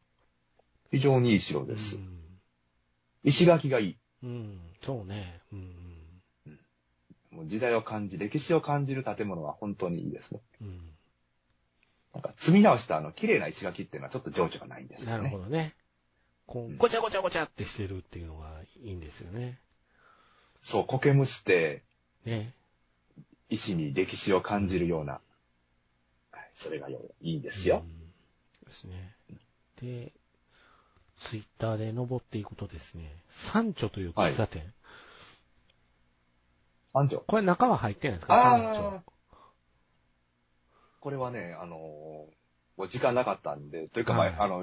[SPEAKER 2] 非常にいい城
[SPEAKER 1] う
[SPEAKER 2] です。
[SPEAKER 1] ん。
[SPEAKER 2] 石垣がいい。
[SPEAKER 1] うん、そうね。うん。
[SPEAKER 2] もう時代を感じ、歴史を感じる建物は本当にいいですね。
[SPEAKER 1] うん。
[SPEAKER 2] なんか積み直したあの綺麗な石垣っていうのはちょっと情緒がないんですよね。
[SPEAKER 1] なるほ
[SPEAKER 2] ど。
[SPEAKER 1] どね。こ
[SPEAKER 2] う
[SPEAKER 1] うんごちゃごちゃごちゃってしてるっていうのがいいんですよね。
[SPEAKER 2] そう、苔むして
[SPEAKER 1] ね。
[SPEAKER 2] 石に歴史を感じるような、はいそれがよいいんですよ
[SPEAKER 1] う。んですね。で、ツイッターで登っていくとですね、サンチョという喫茶店。
[SPEAKER 2] 安城。
[SPEAKER 1] これ中は入ってないんですか
[SPEAKER 2] あ
[SPEAKER 1] サンチ
[SPEAKER 2] あ
[SPEAKER 1] ョ。
[SPEAKER 2] これはね、あのーもう時間なかったんで、というか、
[SPEAKER 1] はい
[SPEAKER 2] まあ、あの、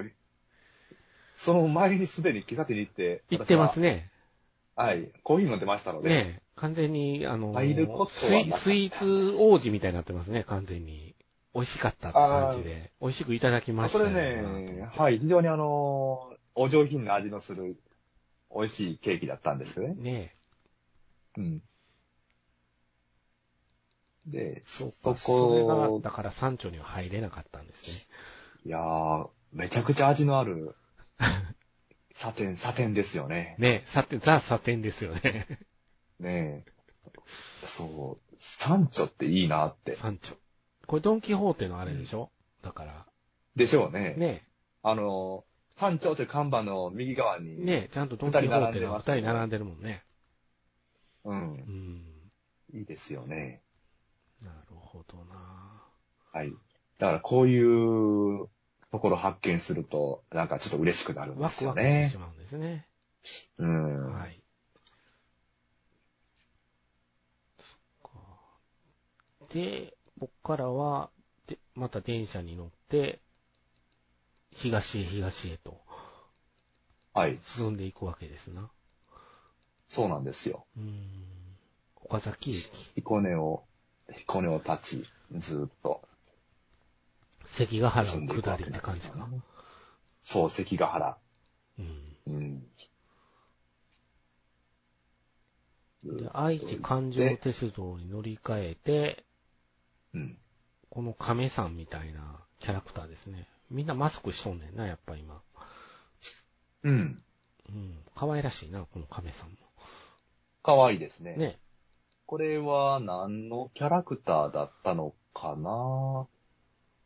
[SPEAKER 2] その前にすでに喫茶店に行って、
[SPEAKER 1] 行ってます
[SPEAKER 2] ね。
[SPEAKER 1] ね。
[SPEAKER 2] はい、コーヒー飲んでましたので、
[SPEAKER 1] ねえ完全に、あの
[SPEAKER 2] 入ることはなかった
[SPEAKER 1] スイ、スイーツ王子みたいになってますね、完全に。美味しかったって感じで。美味しくいただきました
[SPEAKER 2] こ
[SPEAKER 1] よ
[SPEAKER 2] れね、はい、非常にあのーお上品な味のする、美味しいケーキだったんですよね。
[SPEAKER 1] ね
[SPEAKER 2] うん。で、
[SPEAKER 1] え。そう
[SPEAKER 2] こ
[SPEAKER 1] か。それが、だから山頂には入れなかったんですね。
[SPEAKER 2] いやー、めちゃくちゃ味の
[SPEAKER 1] [laughs]
[SPEAKER 2] ある、サテン、サテンですよね。
[SPEAKER 1] ねえ、サテン、ザ・サテンですよね。
[SPEAKER 2] ねえ。そう、サンチョっていいなって。
[SPEAKER 1] 山頂。これドンキホーテのあれでしょ、だから。
[SPEAKER 2] でしょうね。
[SPEAKER 1] ね
[SPEAKER 2] あの、館長という看板の右側に、
[SPEAKER 1] ねちゃんとドンキホーテが二
[SPEAKER 2] 二人並んでます
[SPEAKER 1] 人並んでるもんね。
[SPEAKER 2] うん
[SPEAKER 1] う、ん。
[SPEAKER 2] いいですよね。
[SPEAKER 1] なるほどな
[SPEAKER 2] はい。だからこういうところ発見すると、なんかちょっと嬉しくなるんで
[SPEAKER 1] ワ
[SPEAKER 2] す
[SPEAKER 1] ク
[SPEAKER 2] よ
[SPEAKER 1] ワクして
[SPEAKER 2] ね
[SPEAKER 1] し。まうんですね。
[SPEAKER 2] うん。
[SPEAKER 1] はい。そっか。で、僕からは、で、また電車に乗って、東へ東へと
[SPEAKER 2] はい。
[SPEAKER 1] 進んでいくわけですな。
[SPEAKER 2] そうなんですよ。
[SPEAKER 1] うーん。岡崎駅、
[SPEAKER 2] 彦根を、彦根を立ち、ずーっと
[SPEAKER 1] 関ヶ原
[SPEAKER 2] 進んで
[SPEAKER 1] を
[SPEAKER 2] いく
[SPEAKER 1] 下
[SPEAKER 2] わ
[SPEAKER 1] り
[SPEAKER 2] け
[SPEAKER 1] って
[SPEAKER 2] なん
[SPEAKER 1] 感
[SPEAKER 2] で
[SPEAKER 1] じ
[SPEAKER 2] すよ
[SPEAKER 1] か。
[SPEAKER 2] ね。そう、関ヶ原。
[SPEAKER 1] うん。
[SPEAKER 2] うん。
[SPEAKER 1] で、愛知環状鉄道に乗り換えて、
[SPEAKER 2] うん。
[SPEAKER 1] この亀さんみたいなキャラクターですね。みんなマスクしとんねんな、やっぱ今。
[SPEAKER 2] うん。
[SPEAKER 1] うん。可愛らしいな、この亀さんも。
[SPEAKER 2] かわいいですね。
[SPEAKER 1] ね。
[SPEAKER 2] これは何のキャラクターだったのかな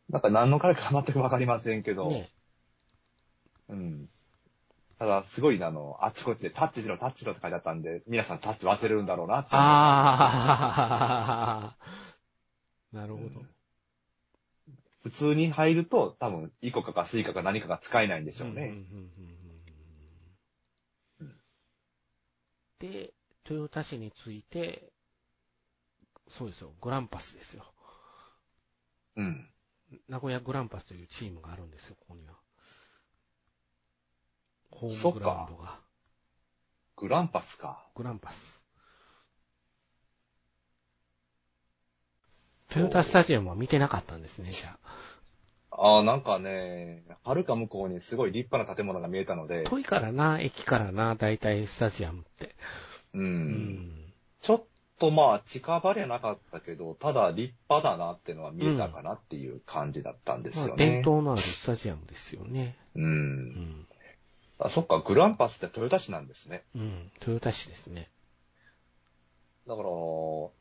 [SPEAKER 2] なんか何のキャラか全くわかりませんけど。
[SPEAKER 1] ね。
[SPEAKER 2] うん。ただ、すごいなあの、あっちこっちでタッチしろ、タッチしろって書いてあったんで、皆さんタッチ忘れるんだろうなって。
[SPEAKER 1] ああ、 [laughs] なるほど。
[SPEAKER 2] 普通に入ると、多分、イコカかスイカか何かが使えないんでしょう
[SPEAKER 1] うんうん
[SPEAKER 2] ね。
[SPEAKER 1] うんうんうんで、豊田市について、そうですよ、グランパスですよ。
[SPEAKER 2] うん。
[SPEAKER 1] 名古屋グランパスというチームがあるんですよ、ここには。ホー
[SPEAKER 2] そっ
[SPEAKER 1] ム
[SPEAKER 2] か
[SPEAKER 1] グラウンドが。
[SPEAKER 2] グランパスか。
[SPEAKER 1] グランパス。豊田スタジアムは見てなかったんですね、じゃあ。
[SPEAKER 2] ああ、なんかね、はるか向こうにすごい立派な建物が見えたので、
[SPEAKER 1] 遠いからな、駅からな、大体スタジアムって。
[SPEAKER 2] うん。
[SPEAKER 1] うん
[SPEAKER 2] ちょっとまあ、近場ではなかったけど、ただ立派だなっていうのは見えたかなっていう感じだったんです
[SPEAKER 1] まあ
[SPEAKER 2] よ
[SPEAKER 1] 伝
[SPEAKER 2] ね。
[SPEAKER 1] 統のあるスタジアムですよね。
[SPEAKER 2] う。
[SPEAKER 1] うんん。
[SPEAKER 2] あ、そっか、グランパスって豊田市なんですね。
[SPEAKER 1] うん。豊田市ですね。
[SPEAKER 2] だから、ト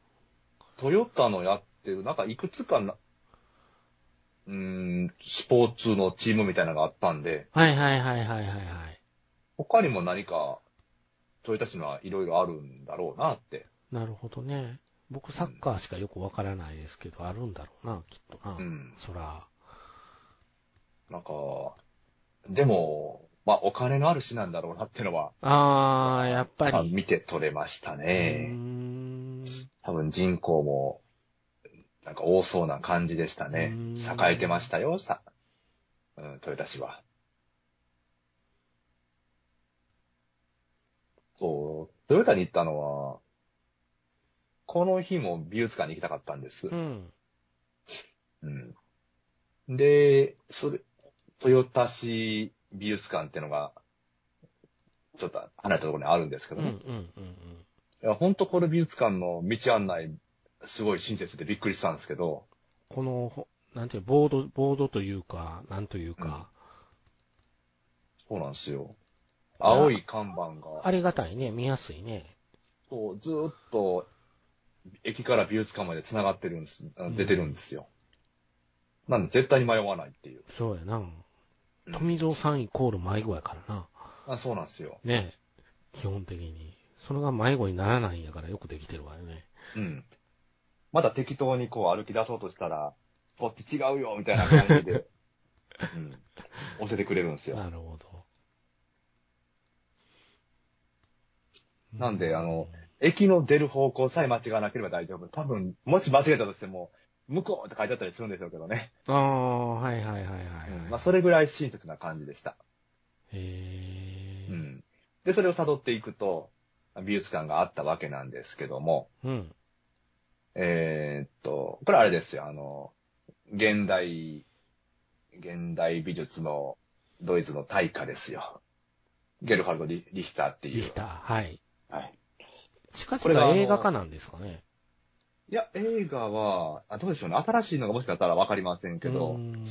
[SPEAKER 2] ヨタのやってる、なんかいくつかな、うーん、スポーツのチームみたいなのがあったんで、
[SPEAKER 1] はいはいはいはいはいはい。
[SPEAKER 2] 他にも何か、トヨタ市のはいろいろあるんだろうなって。
[SPEAKER 1] なるほどね。僕サッカーしかよくわからないですけど、あるんだろうな、きっとな。
[SPEAKER 2] うん。
[SPEAKER 1] そら。
[SPEAKER 2] なんか、でも、まあお金のある市なんだろうなってのは、
[SPEAKER 1] あー、やっぱ
[SPEAKER 2] まあ
[SPEAKER 1] り。
[SPEAKER 2] 見て取れました
[SPEAKER 1] うー
[SPEAKER 2] ね。
[SPEAKER 1] ん。
[SPEAKER 2] 多分人口も、なんか多そうな感じでしたね
[SPEAKER 1] うん。
[SPEAKER 2] 栄えてましたよ、さ、うん、豊田市は。そう、豊田に行ったのは、この日も美術館に行きたかったんです
[SPEAKER 1] う。ん。
[SPEAKER 2] うん。で、それ、豊田市美術館ってのが、ちょっと離れたところにあるんですけ
[SPEAKER 1] うんう
[SPEAKER 2] ど
[SPEAKER 1] んう
[SPEAKER 2] ね。
[SPEAKER 1] ん
[SPEAKER 2] いや、ほんとこの美術館の道案内、すごい親切でびっくりしたんですけど、
[SPEAKER 1] うん。この、ほなんていう、ボード、ボードというか、なんというか、
[SPEAKER 2] そうなんですよ。青い看板
[SPEAKER 1] あ
[SPEAKER 2] が、
[SPEAKER 1] りがたいね、見やすいね。
[SPEAKER 2] こうずーっと、駅から美術館まで繋がってるんです、あ出てるんですよ。なんで絶対に迷わないっていう。
[SPEAKER 1] そうやな。
[SPEAKER 2] うん
[SPEAKER 1] 富蔵さんイコール迷子やからな。
[SPEAKER 2] あそうなんですよ。
[SPEAKER 1] ね基本的に。それが迷子にならないんやからよくできてるわよね。
[SPEAKER 2] うん。まだ適当にこう歩き出そうとしたら、こっち違うよ、みたいな感
[SPEAKER 1] [laughs]
[SPEAKER 2] じで、うん。教えてくれるんですよ。
[SPEAKER 1] なるほど。
[SPEAKER 2] なんであの、駅の出る方向さえ間違わなければ大丈夫。多分、もし間違えたとしても、向こうって書いてあったりするんでしょうけどね。
[SPEAKER 1] ああ、はいはいはいはい、はい
[SPEAKER 2] まあ、それぐらい親切な感じでした。
[SPEAKER 1] へえ。
[SPEAKER 2] うん。で、それを辿っていくと、美術館があったわけなんですけども、
[SPEAKER 1] うん。
[SPEAKER 2] えーっと、これあれですよ、あの、現代、現代美術のドイツの大家ですよ。ゲルハルド・リリヒターってい
[SPEAKER 1] で
[SPEAKER 2] う
[SPEAKER 1] き。た。はい。
[SPEAKER 2] はい。
[SPEAKER 1] 近
[SPEAKER 2] これがあ
[SPEAKER 1] 々
[SPEAKER 2] の
[SPEAKER 1] 映画化なんですかね。
[SPEAKER 2] いや、映画は、あどうでしょうね。新しいのがもしかしたらわかりませんけど、
[SPEAKER 1] うん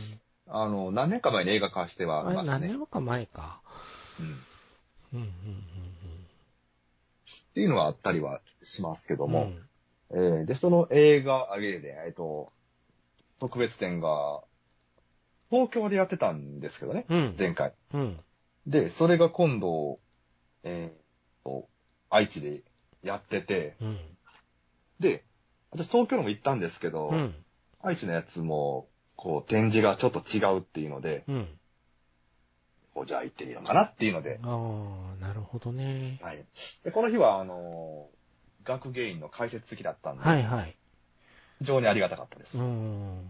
[SPEAKER 2] あの、何年か前に映画化しては
[SPEAKER 1] あ
[SPEAKER 2] い
[SPEAKER 1] れ、
[SPEAKER 2] ます
[SPEAKER 1] 何
[SPEAKER 2] ね。
[SPEAKER 1] 年か前か。
[SPEAKER 2] うん、っ
[SPEAKER 1] うん、うん、うん。
[SPEAKER 2] ていうのはあったりはしますけど
[SPEAKER 1] うん。
[SPEAKER 2] も、えーで、その映画、あれで、えっと、特別展が、東京でやってたんですけどね、
[SPEAKER 1] うん。
[SPEAKER 2] 前回。
[SPEAKER 1] うん。
[SPEAKER 2] で、それが今度、えーと、愛知でやってて、
[SPEAKER 1] うん。
[SPEAKER 2] で、私東京にも行ったんですけど、
[SPEAKER 1] うん。
[SPEAKER 2] 愛知のやつも、こう、展示がちょっと違うっていうので、
[SPEAKER 1] うん。
[SPEAKER 2] こうじゃあ行ってみようかなっていうので、
[SPEAKER 1] ああ、なるほどね。
[SPEAKER 2] はい。で、この日は、あのー学芸員の解説付きだったんで、
[SPEAKER 1] はいはい。
[SPEAKER 2] 非常にありがたかったです
[SPEAKER 1] う。ん。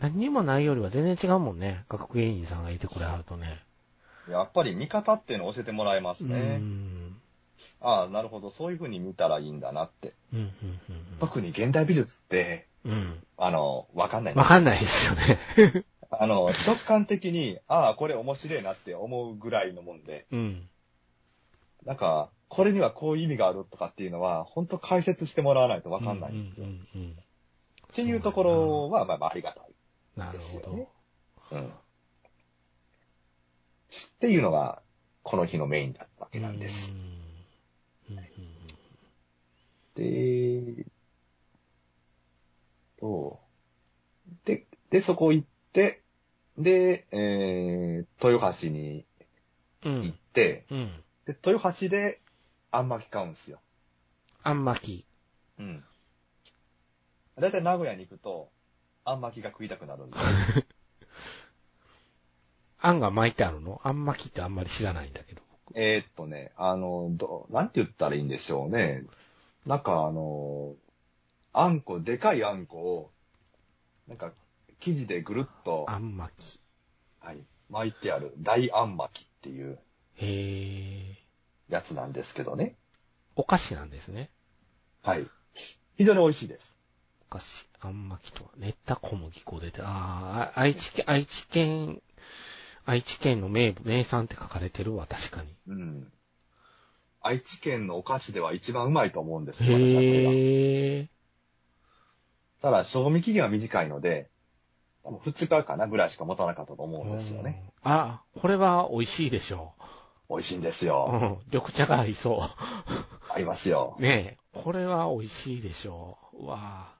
[SPEAKER 1] 何にもないよりは全然違うもんね。学芸員さんがいてくれはるとね。
[SPEAKER 2] やっぱり見方っていうのを教えてもらえます
[SPEAKER 1] うん。う
[SPEAKER 2] ね。
[SPEAKER 1] ん。
[SPEAKER 2] ああ、なるほど。そういう風に見たらいいんだなって。
[SPEAKER 1] うん。うん
[SPEAKER 2] 特に現代美術って、
[SPEAKER 1] うん。うん。
[SPEAKER 2] あの、わかんない
[SPEAKER 1] わ
[SPEAKER 2] な。
[SPEAKER 1] かんないですよね。
[SPEAKER 2] あの、直感的に、ああ、これ面白いなって思うぐらいのもんで、
[SPEAKER 1] うん。
[SPEAKER 2] なんか、これにはこういう意味があるとかっていうのは、本当解説してもらわないとわかんない。
[SPEAKER 1] う
[SPEAKER 2] っ
[SPEAKER 1] んうんうん。
[SPEAKER 2] ていうところは、まあまあありがたい。
[SPEAKER 1] なるほど。
[SPEAKER 2] うん。っていうのが、この日のメインだったわけなんです。
[SPEAKER 1] うん。うん
[SPEAKER 2] で、と、で、で、そこ行って、で、えー、豊橋に
[SPEAKER 1] うんう
[SPEAKER 2] 行っ
[SPEAKER 1] ん。
[SPEAKER 2] て、
[SPEAKER 1] うん。
[SPEAKER 2] で、豊橋で、あんまき買うんですよ。
[SPEAKER 1] あんまき。
[SPEAKER 2] うん。だいたい名古屋に行くと、あんまきが食いたくなる
[SPEAKER 1] [laughs]
[SPEAKER 2] んで。
[SPEAKER 1] あんが巻いてあるのあんまきってあんまり知らないんだけど。
[SPEAKER 2] えーっとね、あの、ど、なんて言ったらいいんでしょうね。なんかあの、あんこ、でかいあんこを、なんか、生地でぐるっと、
[SPEAKER 1] あんまき。
[SPEAKER 2] はい、巻いてある大あん巻きっていう
[SPEAKER 1] へえ。
[SPEAKER 2] やつなんですけどね。
[SPEAKER 1] お菓子なんですね。
[SPEAKER 2] はい。非常に美味しいです。
[SPEAKER 1] お菓子。あんまきとは。練った小麦粉でて、ああ、愛知県、愛知県、愛知県の名、名産って書かれてるわ、確かに。
[SPEAKER 2] うん。愛知県のお菓子では一番うまいと思うんですよ、私はこれが。
[SPEAKER 1] へえ。
[SPEAKER 2] ただ、賞味期限は短いので、多分2日かなぐらいしか持たなかったと思うんですよね。
[SPEAKER 1] うんあ、これは美味しいでしょ
[SPEAKER 2] 美味しいんです
[SPEAKER 1] う。う
[SPEAKER 2] よ。
[SPEAKER 1] ん。緑茶が合いそ
[SPEAKER 2] ありますよ
[SPEAKER 1] う。。 [laughs] ねえ。これは美味しいでしょう。うわあ。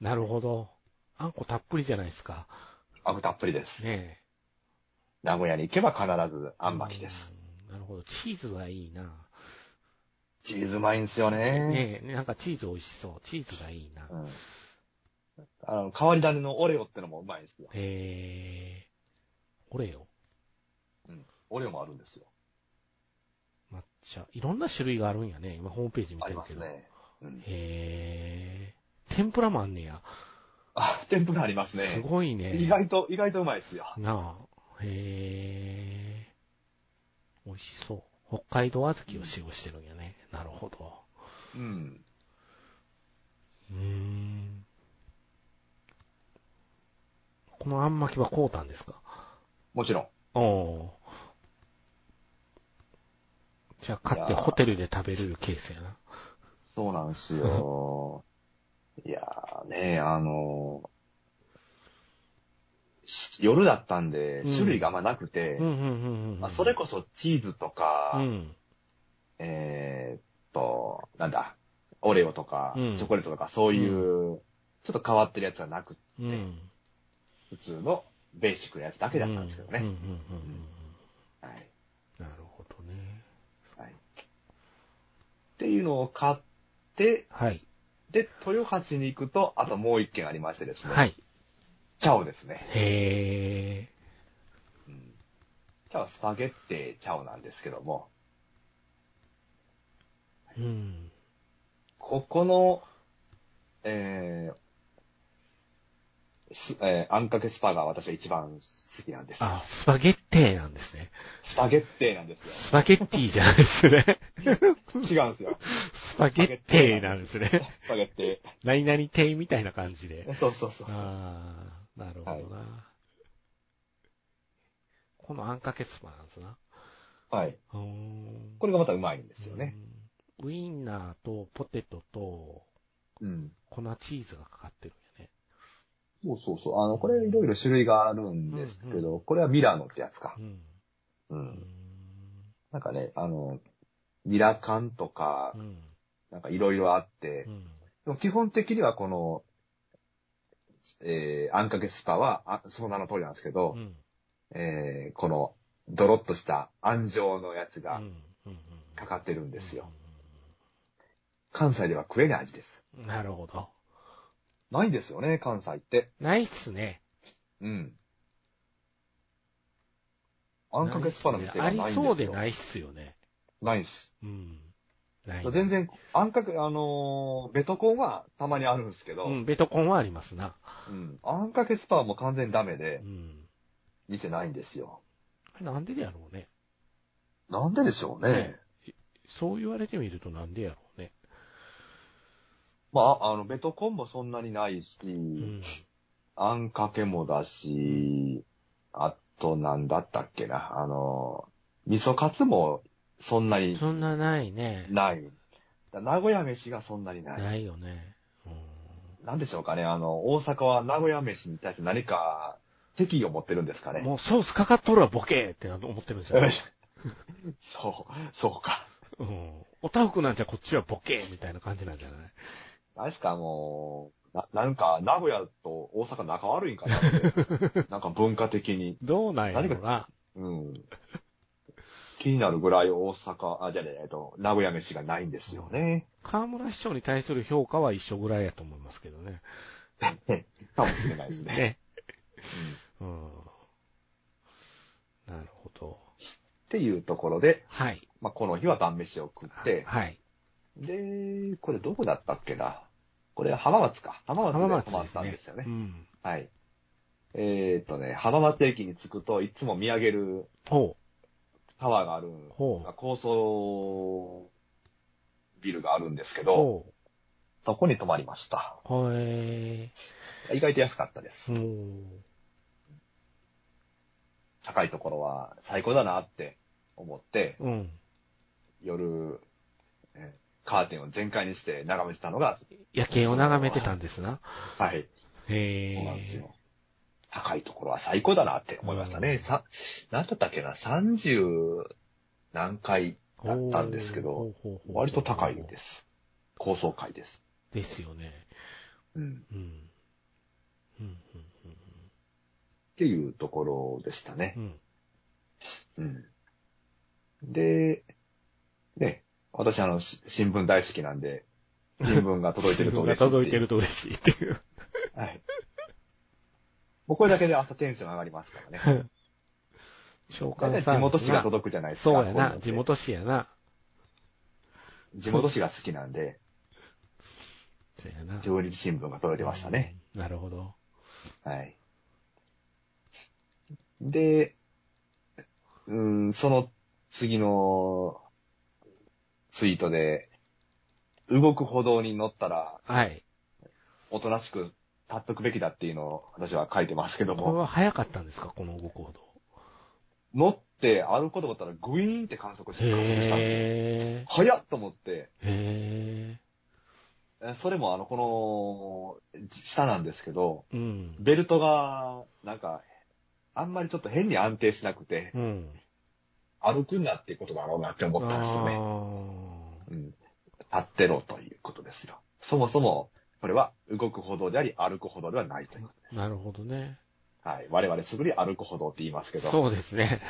[SPEAKER 1] なるほど。あんこたっぷりじゃないですか。
[SPEAKER 2] あくたっぷりです。
[SPEAKER 1] ねえ。
[SPEAKER 2] 名古屋に行けば必ずあんまきです。
[SPEAKER 1] うん。なるほど。チーズはいいな。
[SPEAKER 2] チーズうまいんですよね。
[SPEAKER 1] ねえ、なんかチーズ美味しそう。チーズがいいな。
[SPEAKER 2] うん。あの、変わり種のオレオってのもうまいんですよ。
[SPEAKER 1] へえ。オレオ
[SPEAKER 2] うん。オレオもあるんですよ。
[SPEAKER 1] 抹茶。いろんな種類があるんやね。今ホームページ見
[SPEAKER 2] あ
[SPEAKER 1] て
[SPEAKER 2] り
[SPEAKER 1] る
[SPEAKER 2] ま
[SPEAKER 1] け
[SPEAKER 2] す
[SPEAKER 1] ど。
[SPEAKER 2] ね。うん。
[SPEAKER 1] へえ。天ぷらもあんねや。
[SPEAKER 2] あ、天ぷらありますね。
[SPEAKER 1] すごいね。
[SPEAKER 2] 意外と、意外とうまいですよ。
[SPEAKER 1] なあ。へえ。美味しそう。北海道小豆を使用してるんやね。なるほど。
[SPEAKER 2] うん。
[SPEAKER 1] うーん。このあん巻きはこうたんですか
[SPEAKER 2] もちろん。
[SPEAKER 1] おおー。じゃあ、買ってホテルで食べれるケースやな。
[SPEAKER 2] そうなんですよ。 [laughs] いやーね、あのし夜だったんで、
[SPEAKER 1] うん
[SPEAKER 2] 種類があんまなくて、
[SPEAKER 1] うんうんうんうん。
[SPEAKER 2] まあ、それこそチーズとか、
[SPEAKER 1] うん。
[SPEAKER 2] えーっと、なんだ、オレオとか、
[SPEAKER 1] うん
[SPEAKER 2] チョコレートとか、そういう、ちょっと変わってるやつはなく、
[SPEAKER 1] うん。
[SPEAKER 2] 普通のベーシックなやつだけだったんですけど
[SPEAKER 1] うんうん
[SPEAKER 2] ね。
[SPEAKER 1] うんうんうん。
[SPEAKER 2] はい
[SPEAKER 1] なるほどね。
[SPEAKER 2] はい、っていうのを買って、
[SPEAKER 1] はい。
[SPEAKER 2] で、豊橋に行くと、あともう一軒ありましてですね、
[SPEAKER 1] はい。
[SPEAKER 2] チャオですね。
[SPEAKER 1] へ
[SPEAKER 2] うんチャオスパゲッテチャオなんですけども、
[SPEAKER 1] ー。うん。
[SPEAKER 2] ここの、えーすえーあんかけスパが私は一番好きなんです。
[SPEAKER 1] あ、スパゲッティなんですね。
[SPEAKER 2] スパゲッテなんです
[SPEAKER 1] スパゲッティじゃないです
[SPEAKER 2] [laughs]
[SPEAKER 1] ね。
[SPEAKER 2] よ。違うんですよ。
[SPEAKER 1] スパゲッティなんですね。
[SPEAKER 2] スパゲッテ。
[SPEAKER 1] 何々亭みたいな感じで。
[SPEAKER 2] [laughs] そうそうそう。
[SPEAKER 1] ああ、なるほどな。このあんかけスパなんですな。
[SPEAKER 2] はい。
[SPEAKER 1] うーん。
[SPEAKER 2] これがまたうまいんで
[SPEAKER 1] です
[SPEAKER 2] よね。。
[SPEAKER 1] ウインナーとポテトと
[SPEAKER 2] うん。
[SPEAKER 1] 粉チーズがかかってるんやね。
[SPEAKER 2] そうそうそう。あの、これいろいろ種類があるんですけ
[SPEAKER 1] うん
[SPEAKER 2] ど、これはミラノってやつか
[SPEAKER 1] う。ん。う
[SPEAKER 2] う。
[SPEAKER 1] んん
[SPEAKER 2] なんかね、あの、ミラカンとか
[SPEAKER 1] う、ん。
[SPEAKER 2] なんかいろいろあって
[SPEAKER 1] う、ん。
[SPEAKER 2] でも基本的にはこの、えー、あんかけスパは、あその名の通りなんですけど、
[SPEAKER 1] うん。
[SPEAKER 2] えー、この、ドロッとした安城のやつ
[SPEAKER 1] う
[SPEAKER 2] が
[SPEAKER 1] んうんうん
[SPEAKER 2] かかってるんですよ。
[SPEAKER 1] う
[SPEAKER 2] 関西では食えない味です。
[SPEAKER 1] んうんなるほど。
[SPEAKER 2] ないんですよね、関西って。
[SPEAKER 1] ないっすね。
[SPEAKER 2] うん。あんかけスパの店が
[SPEAKER 1] あ
[SPEAKER 2] ないん
[SPEAKER 1] り
[SPEAKER 2] ですよ。
[SPEAKER 1] そうで
[SPEAKER 2] い。
[SPEAKER 1] ないっすよね。
[SPEAKER 2] ないです。
[SPEAKER 1] うん。ない。
[SPEAKER 2] 全然、あんかけ、あのーベトコンはたまにあるんですけど、
[SPEAKER 1] うん、ベトコンはありますな。
[SPEAKER 2] うんあんかけスパはもう完全にダメ
[SPEAKER 1] う
[SPEAKER 2] で、
[SPEAKER 1] ん。
[SPEAKER 2] 店ないんですよ。
[SPEAKER 1] あれなんででやろうね。
[SPEAKER 2] なんででしょうね。
[SPEAKER 1] ねそう言われてみるとなんでやろうね。
[SPEAKER 2] まあ、あの、ベトコンもそんなにないし、
[SPEAKER 1] うん。
[SPEAKER 2] あんかけもだし、あとなんだったっけな、あの、味噌カツもそんなに
[SPEAKER 1] そんなないね。
[SPEAKER 2] ない。だ名古屋飯がそんなにない。
[SPEAKER 1] ないよね。うん
[SPEAKER 2] なんでしょうかね、あの、大阪は名古屋飯に対して何か敵意を持ってるんですかね。
[SPEAKER 1] もうソースかかっとるわ、ボケーって思ってるんじゃない
[SPEAKER 2] [laughs] そう、そうか。
[SPEAKER 1] うん。おたふくなんじゃこっちはボケーみたいな感じなんじゃない
[SPEAKER 2] 何ですか、もう、な、なんか、名古屋と大阪仲悪いんか
[SPEAKER 1] [laughs]
[SPEAKER 2] なって。なんか文化的に。
[SPEAKER 1] どうなんやろうな。
[SPEAKER 2] うん。気になるぐらい大阪、あ、じゃねえ、えっと、名古屋飯がないんですよね。 [laughs]
[SPEAKER 1] 河村市長に対する評価は一緒ぐらいやと思いますけどね。
[SPEAKER 2] かもしれないですね。
[SPEAKER 1] ね。
[SPEAKER 2] うん
[SPEAKER 1] う
[SPEAKER 2] っ
[SPEAKER 1] ん。なるほど。
[SPEAKER 2] ていうところで、
[SPEAKER 1] はい。
[SPEAKER 2] まあ、この日は晩飯を食って、
[SPEAKER 1] はい。
[SPEAKER 2] で、これどこだったっけな。これ浜松か。浜松で
[SPEAKER 1] 浜松
[SPEAKER 2] 泊ま
[SPEAKER 1] で
[SPEAKER 2] っ
[SPEAKER 1] す
[SPEAKER 2] たん
[SPEAKER 1] ね
[SPEAKER 2] ですよね。
[SPEAKER 1] うん。
[SPEAKER 2] はい。えーっとね、浜松駅に着くといつも見上げる
[SPEAKER 1] ほ
[SPEAKER 2] タワーがあるん
[SPEAKER 1] う。ほう。
[SPEAKER 2] 高層ビルがあるんですけど、
[SPEAKER 1] ほう。
[SPEAKER 2] そこに泊まりました。
[SPEAKER 1] ほえ
[SPEAKER 2] 意外と安かったです。
[SPEAKER 1] ー。も
[SPEAKER 2] 高いところは最高だなって思って、
[SPEAKER 1] う。うん。
[SPEAKER 2] 夜、えカーテンを全開にして眺めてたのが、
[SPEAKER 1] 夜景を眺めてたんですな。
[SPEAKER 2] はい、
[SPEAKER 1] へえ。
[SPEAKER 2] そうなんですよ。高いところは最高だなって思いましたね。
[SPEAKER 1] うん
[SPEAKER 2] さ、なんだったっけな、30何階だったんですけ
[SPEAKER 1] ほ
[SPEAKER 2] ど、
[SPEAKER 1] うほうほうほう
[SPEAKER 2] 割と高いです。高層階です。
[SPEAKER 1] ですよね。
[SPEAKER 2] うん。
[SPEAKER 1] うん。うん、うん、
[SPEAKER 2] っていうところでしたね。
[SPEAKER 1] うんうん。
[SPEAKER 2] うんで、ね、私あの、し新聞大好きなんで、新聞が届いてると
[SPEAKER 1] 自分が
[SPEAKER 2] 嬉しいってう
[SPEAKER 1] 届いてる。と嬉しいっていう。
[SPEAKER 2] はい。もうこれだけで朝テンション上がりますからね。
[SPEAKER 1] [laughs] 召
[SPEAKER 2] 大
[SPEAKER 1] 喚
[SPEAKER 2] 体
[SPEAKER 1] さ
[SPEAKER 2] 地元紙が
[SPEAKER 1] 届
[SPEAKER 2] 届くじゃないですか。
[SPEAKER 1] そうや
[SPEAKER 2] こいの
[SPEAKER 1] な。
[SPEAKER 2] って
[SPEAKER 1] 地。元市やな。
[SPEAKER 2] 地元紙が好きなんで、
[SPEAKER 1] そうやな。
[SPEAKER 2] 上日新聞が届いてましたね。
[SPEAKER 1] うん。なるほど。
[SPEAKER 2] はい。で、うん、その次のツイートで、動く歩道に乗ったら、
[SPEAKER 1] はい。
[SPEAKER 2] おとなしく立っとくべきだっていうのを私は書いてますけど
[SPEAKER 1] これ
[SPEAKER 2] も、
[SPEAKER 1] は早かったんですかこの動くほど。
[SPEAKER 2] 乗って歩こうと思ったらグイーンって観測して、観測したんで、
[SPEAKER 1] へ
[SPEAKER 2] 早っと思って、
[SPEAKER 1] え。へ
[SPEAKER 2] えそれもあの、この、下なんですけど、
[SPEAKER 1] え。うん。
[SPEAKER 2] ベルトが、なんか、あんまりちょっと変に安定しなくて、
[SPEAKER 1] うん。
[SPEAKER 2] 歩くんなってことだろうなって思ったんですよね。うん、立ってろということですよ。そもそも、これは動く歩道であり歩く歩道ではないということ
[SPEAKER 1] あー
[SPEAKER 2] で
[SPEAKER 1] なるほどね。
[SPEAKER 2] す。はい。我々すぐに歩く歩道って言いますけど、
[SPEAKER 1] そうですね。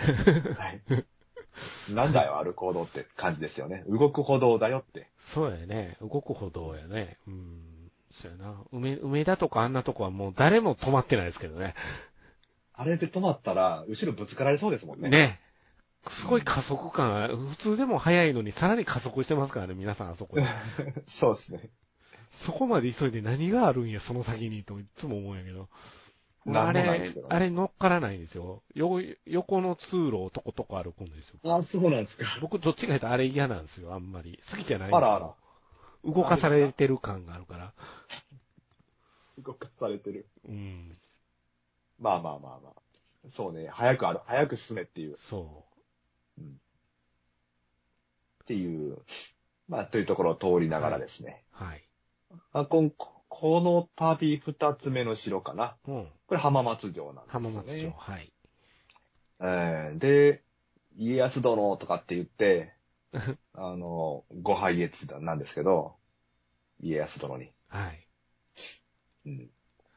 [SPEAKER 2] はい。なんだよ、歩く歩道って感じですよね。動く歩道だよって。
[SPEAKER 1] そうやね。動く歩道やね。うん。そうやな。梅、梅田とかあんなとこはもう誰も止まってないですけどね。
[SPEAKER 2] あれで止まったら、後ろぶつかられそうですもんね。
[SPEAKER 1] ね。すごい加速感、普通でも速いのにさらに加速してますからね、皆さんあそこで。
[SPEAKER 2] そうですね。
[SPEAKER 1] そこまで急いで何があるんや、その先にといつも思うんやけど。
[SPEAKER 2] なん
[SPEAKER 1] あ
[SPEAKER 2] もない
[SPEAKER 1] れ
[SPEAKER 2] ですけど、ね
[SPEAKER 1] あれ乗っからないんですよ。よ、横の通路をとことこ歩くんですよ。
[SPEAKER 2] あ、そうなんですか。
[SPEAKER 1] 僕どっちか言うとあれ嫌なんですよ、あんまり。好きじゃないんですよ。
[SPEAKER 2] あらあら。
[SPEAKER 1] 動かされてる感があるから。
[SPEAKER 2] 動かされてる。
[SPEAKER 1] うん。
[SPEAKER 2] まあまあまあまあ。そうね。早くある、早く進めっていう、っ
[SPEAKER 1] そ
[SPEAKER 2] ていう、まあ、というところを通りながらですね。
[SPEAKER 1] う。はい。
[SPEAKER 2] あこんこの旅二つ目の城かな。
[SPEAKER 1] うん。
[SPEAKER 2] これ浜松城なんですよね。
[SPEAKER 1] 浜松城、はい。
[SPEAKER 2] えーで、家康殿とかって言
[SPEAKER 1] [laughs]
[SPEAKER 2] って、あの、ご拝謁なんですけど、家康殿に。
[SPEAKER 1] はい。
[SPEAKER 2] うん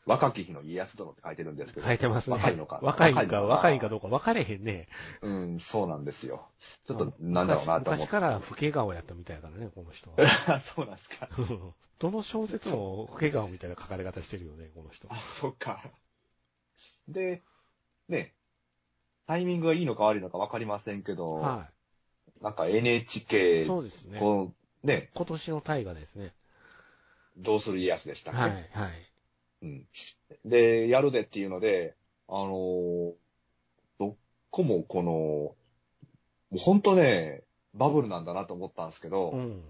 [SPEAKER 2] 若き日の家康殿って書いてるんですけど。
[SPEAKER 1] 書いてますね。
[SPEAKER 2] 若いのか。
[SPEAKER 1] 若いのか、若いのか
[SPEAKER 2] ど
[SPEAKER 1] どうか分かれへんね。
[SPEAKER 2] うん、そうなんですよ。ちょっと、なんだろうなと
[SPEAKER 1] 昔
[SPEAKER 2] 思
[SPEAKER 1] 昔
[SPEAKER 2] って。
[SPEAKER 1] から不景顔やったみたいだからね、この人は。 [laughs]
[SPEAKER 2] [laughs] そうなんですか。
[SPEAKER 1] うんどの小説も不景顔みたいな書かれ方してるよね、この人。
[SPEAKER 2] あ、そっか。で、ね、タイミングがいいのか悪いのかわかりませんけど、
[SPEAKER 1] は
[SPEAKER 2] なんか
[SPEAKER 1] い。
[SPEAKER 2] NHK、
[SPEAKER 1] そうですね。
[SPEAKER 2] この、ね、
[SPEAKER 1] 今年の大河ですね。
[SPEAKER 2] どうする家康でしたっけ、
[SPEAKER 1] はい、はい。
[SPEAKER 2] うん。で、やるでっていうので、あのーどっこもこの、もうほんとね、バブルなんだなと思ったんですけど、
[SPEAKER 1] うん。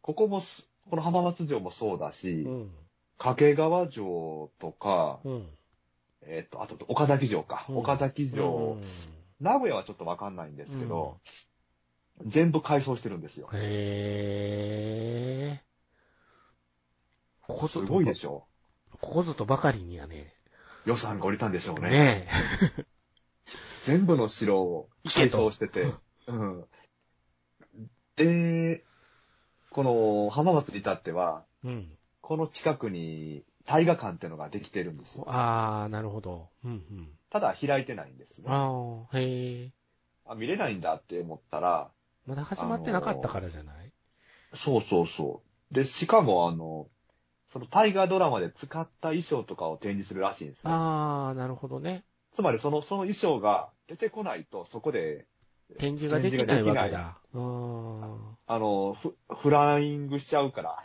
[SPEAKER 2] ここもす、この浜松城もそうだし、
[SPEAKER 1] うん。
[SPEAKER 2] 掛川城とか、
[SPEAKER 1] うん。
[SPEAKER 2] えっ、と、あと岡崎城か。
[SPEAKER 1] うん
[SPEAKER 2] 岡崎城、
[SPEAKER 1] うん
[SPEAKER 2] 名古屋はちょっとわかんないんですけど、全部改装してるんですよ。
[SPEAKER 1] へえ。ここ
[SPEAKER 2] す
[SPEAKER 1] ぞ
[SPEAKER 2] ごいで
[SPEAKER 1] と、
[SPEAKER 2] しょ。
[SPEAKER 1] ここぞとばかりにはね。
[SPEAKER 2] 予算が下りたんでしょうね。
[SPEAKER 1] ね
[SPEAKER 2] 全部の城を改装してて。うん、で、この浜松に至っては、
[SPEAKER 1] え。うん。
[SPEAKER 2] この近くに大河館ってのができてるんですよ。
[SPEAKER 1] ああ、なるほど。うんうん。
[SPEAKER 2] ただ開いてないんですね。
[SPEAKER 1] ああ、へえ。
[SPEAKER 2] あ見れないんだって思ったら、
[SPEAKER 1] まだ始まってなかったからじゃない、
[SPEAKER 2] そうそうそう。で、しかもあの、その大河ドラマで使った衣装とかを展示するらしいんですよ。
[SPEAKER 1] ああ、なるほどね。
[SPEAKER 2] つまりその、その衣装が出てこないと、そこで、
[SPEAKER 1] 展示ができないわ
[SPEAKER 2] 展
[SPEAKER 1] け
[SPEAKER 2] 示ができない
[SPEAKER 1] だ。ああ
[SPEAKER 2] あの、フフライングしちゃうから、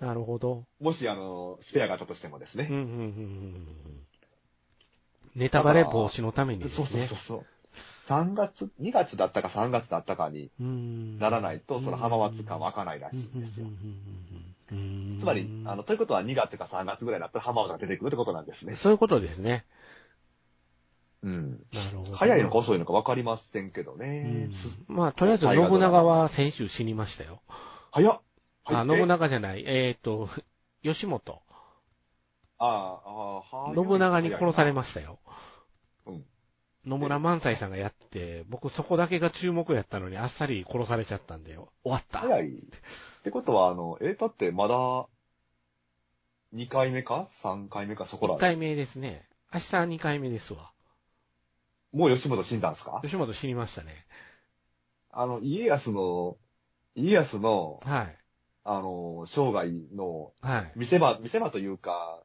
[SPEAKER 1] ー、なるほど。
[SPEAKER 2] もしあの、スペアがあったとしてもです
[SPEAKER 1] うん
[SPEAKER 2] ね。
[SPEAKER 1] うんうんうんうん。ネタバレ防止のためにです
[SPEAKER 2] そ
[SPEAKER 1] ね。
[SPEAKER 2] うそうそうそう。3月、2月だったか3月だったかに
[SPEAKER 1] うん。
[SPEAKER 2] ならないと、その浜松館
[SPEAKER 1] は
[SPEAKER 2] 湧かないらしいんですよ。
[SPEAKER 1] つ
[SPEAKER 2] つまり、あの、、ということは2月か3月ぐらいになったら浜松が出てくるってことなんですね。
[SPEAKER 1] そういうことですね。
[SPEAKER 2] うん。
[SPEAKER 1] なるほど。
[SPEAKER 2] 早いのか遅いのかわかりませんけど
[SPEAKER 1] う
[SPEAKER 2] ね
[SPEAKER 1] ん。まあ、とりあえず信長は先週死にましたよ。
[SPEAKER 2] 早っ
[SPEAKER 1] あ、信長じゃない。えっ、と、吉本。
[SPEAKER 2] ああ、ああ、
[SPEAKER 1] 信長に殺され
[SPEAKER 2] ま
[SPEAKER 1] ましたよ。
[SPEAKER 2] うん
[SPEAKER 1] 野村萬斎さんがやって、僕そこだけが注目やったのにあっさり殺されちゃったんで、終わった。
[SPEAKER 2] 早い。ってことは、あの、えー、だってまだ、2回目か ?3 回目かそこ
[SPEAKER 1] 1
[SPEAKER 2] ら。
[SPEAKER 1] 回目ですね。明日2回目ですわ。
[SPEAKER 2] もう吉本死んだんすか
[SPEAKER 1] 吉本死にましたね。
[SPEAKER 2] あの、家康の、家康の、
[SPEAKER 1] はい。
[SPEAKER 2] あの、生涯の
[SPEAKER 1] はい。
[SPEAKER 2] 見せ場、見せ場というか、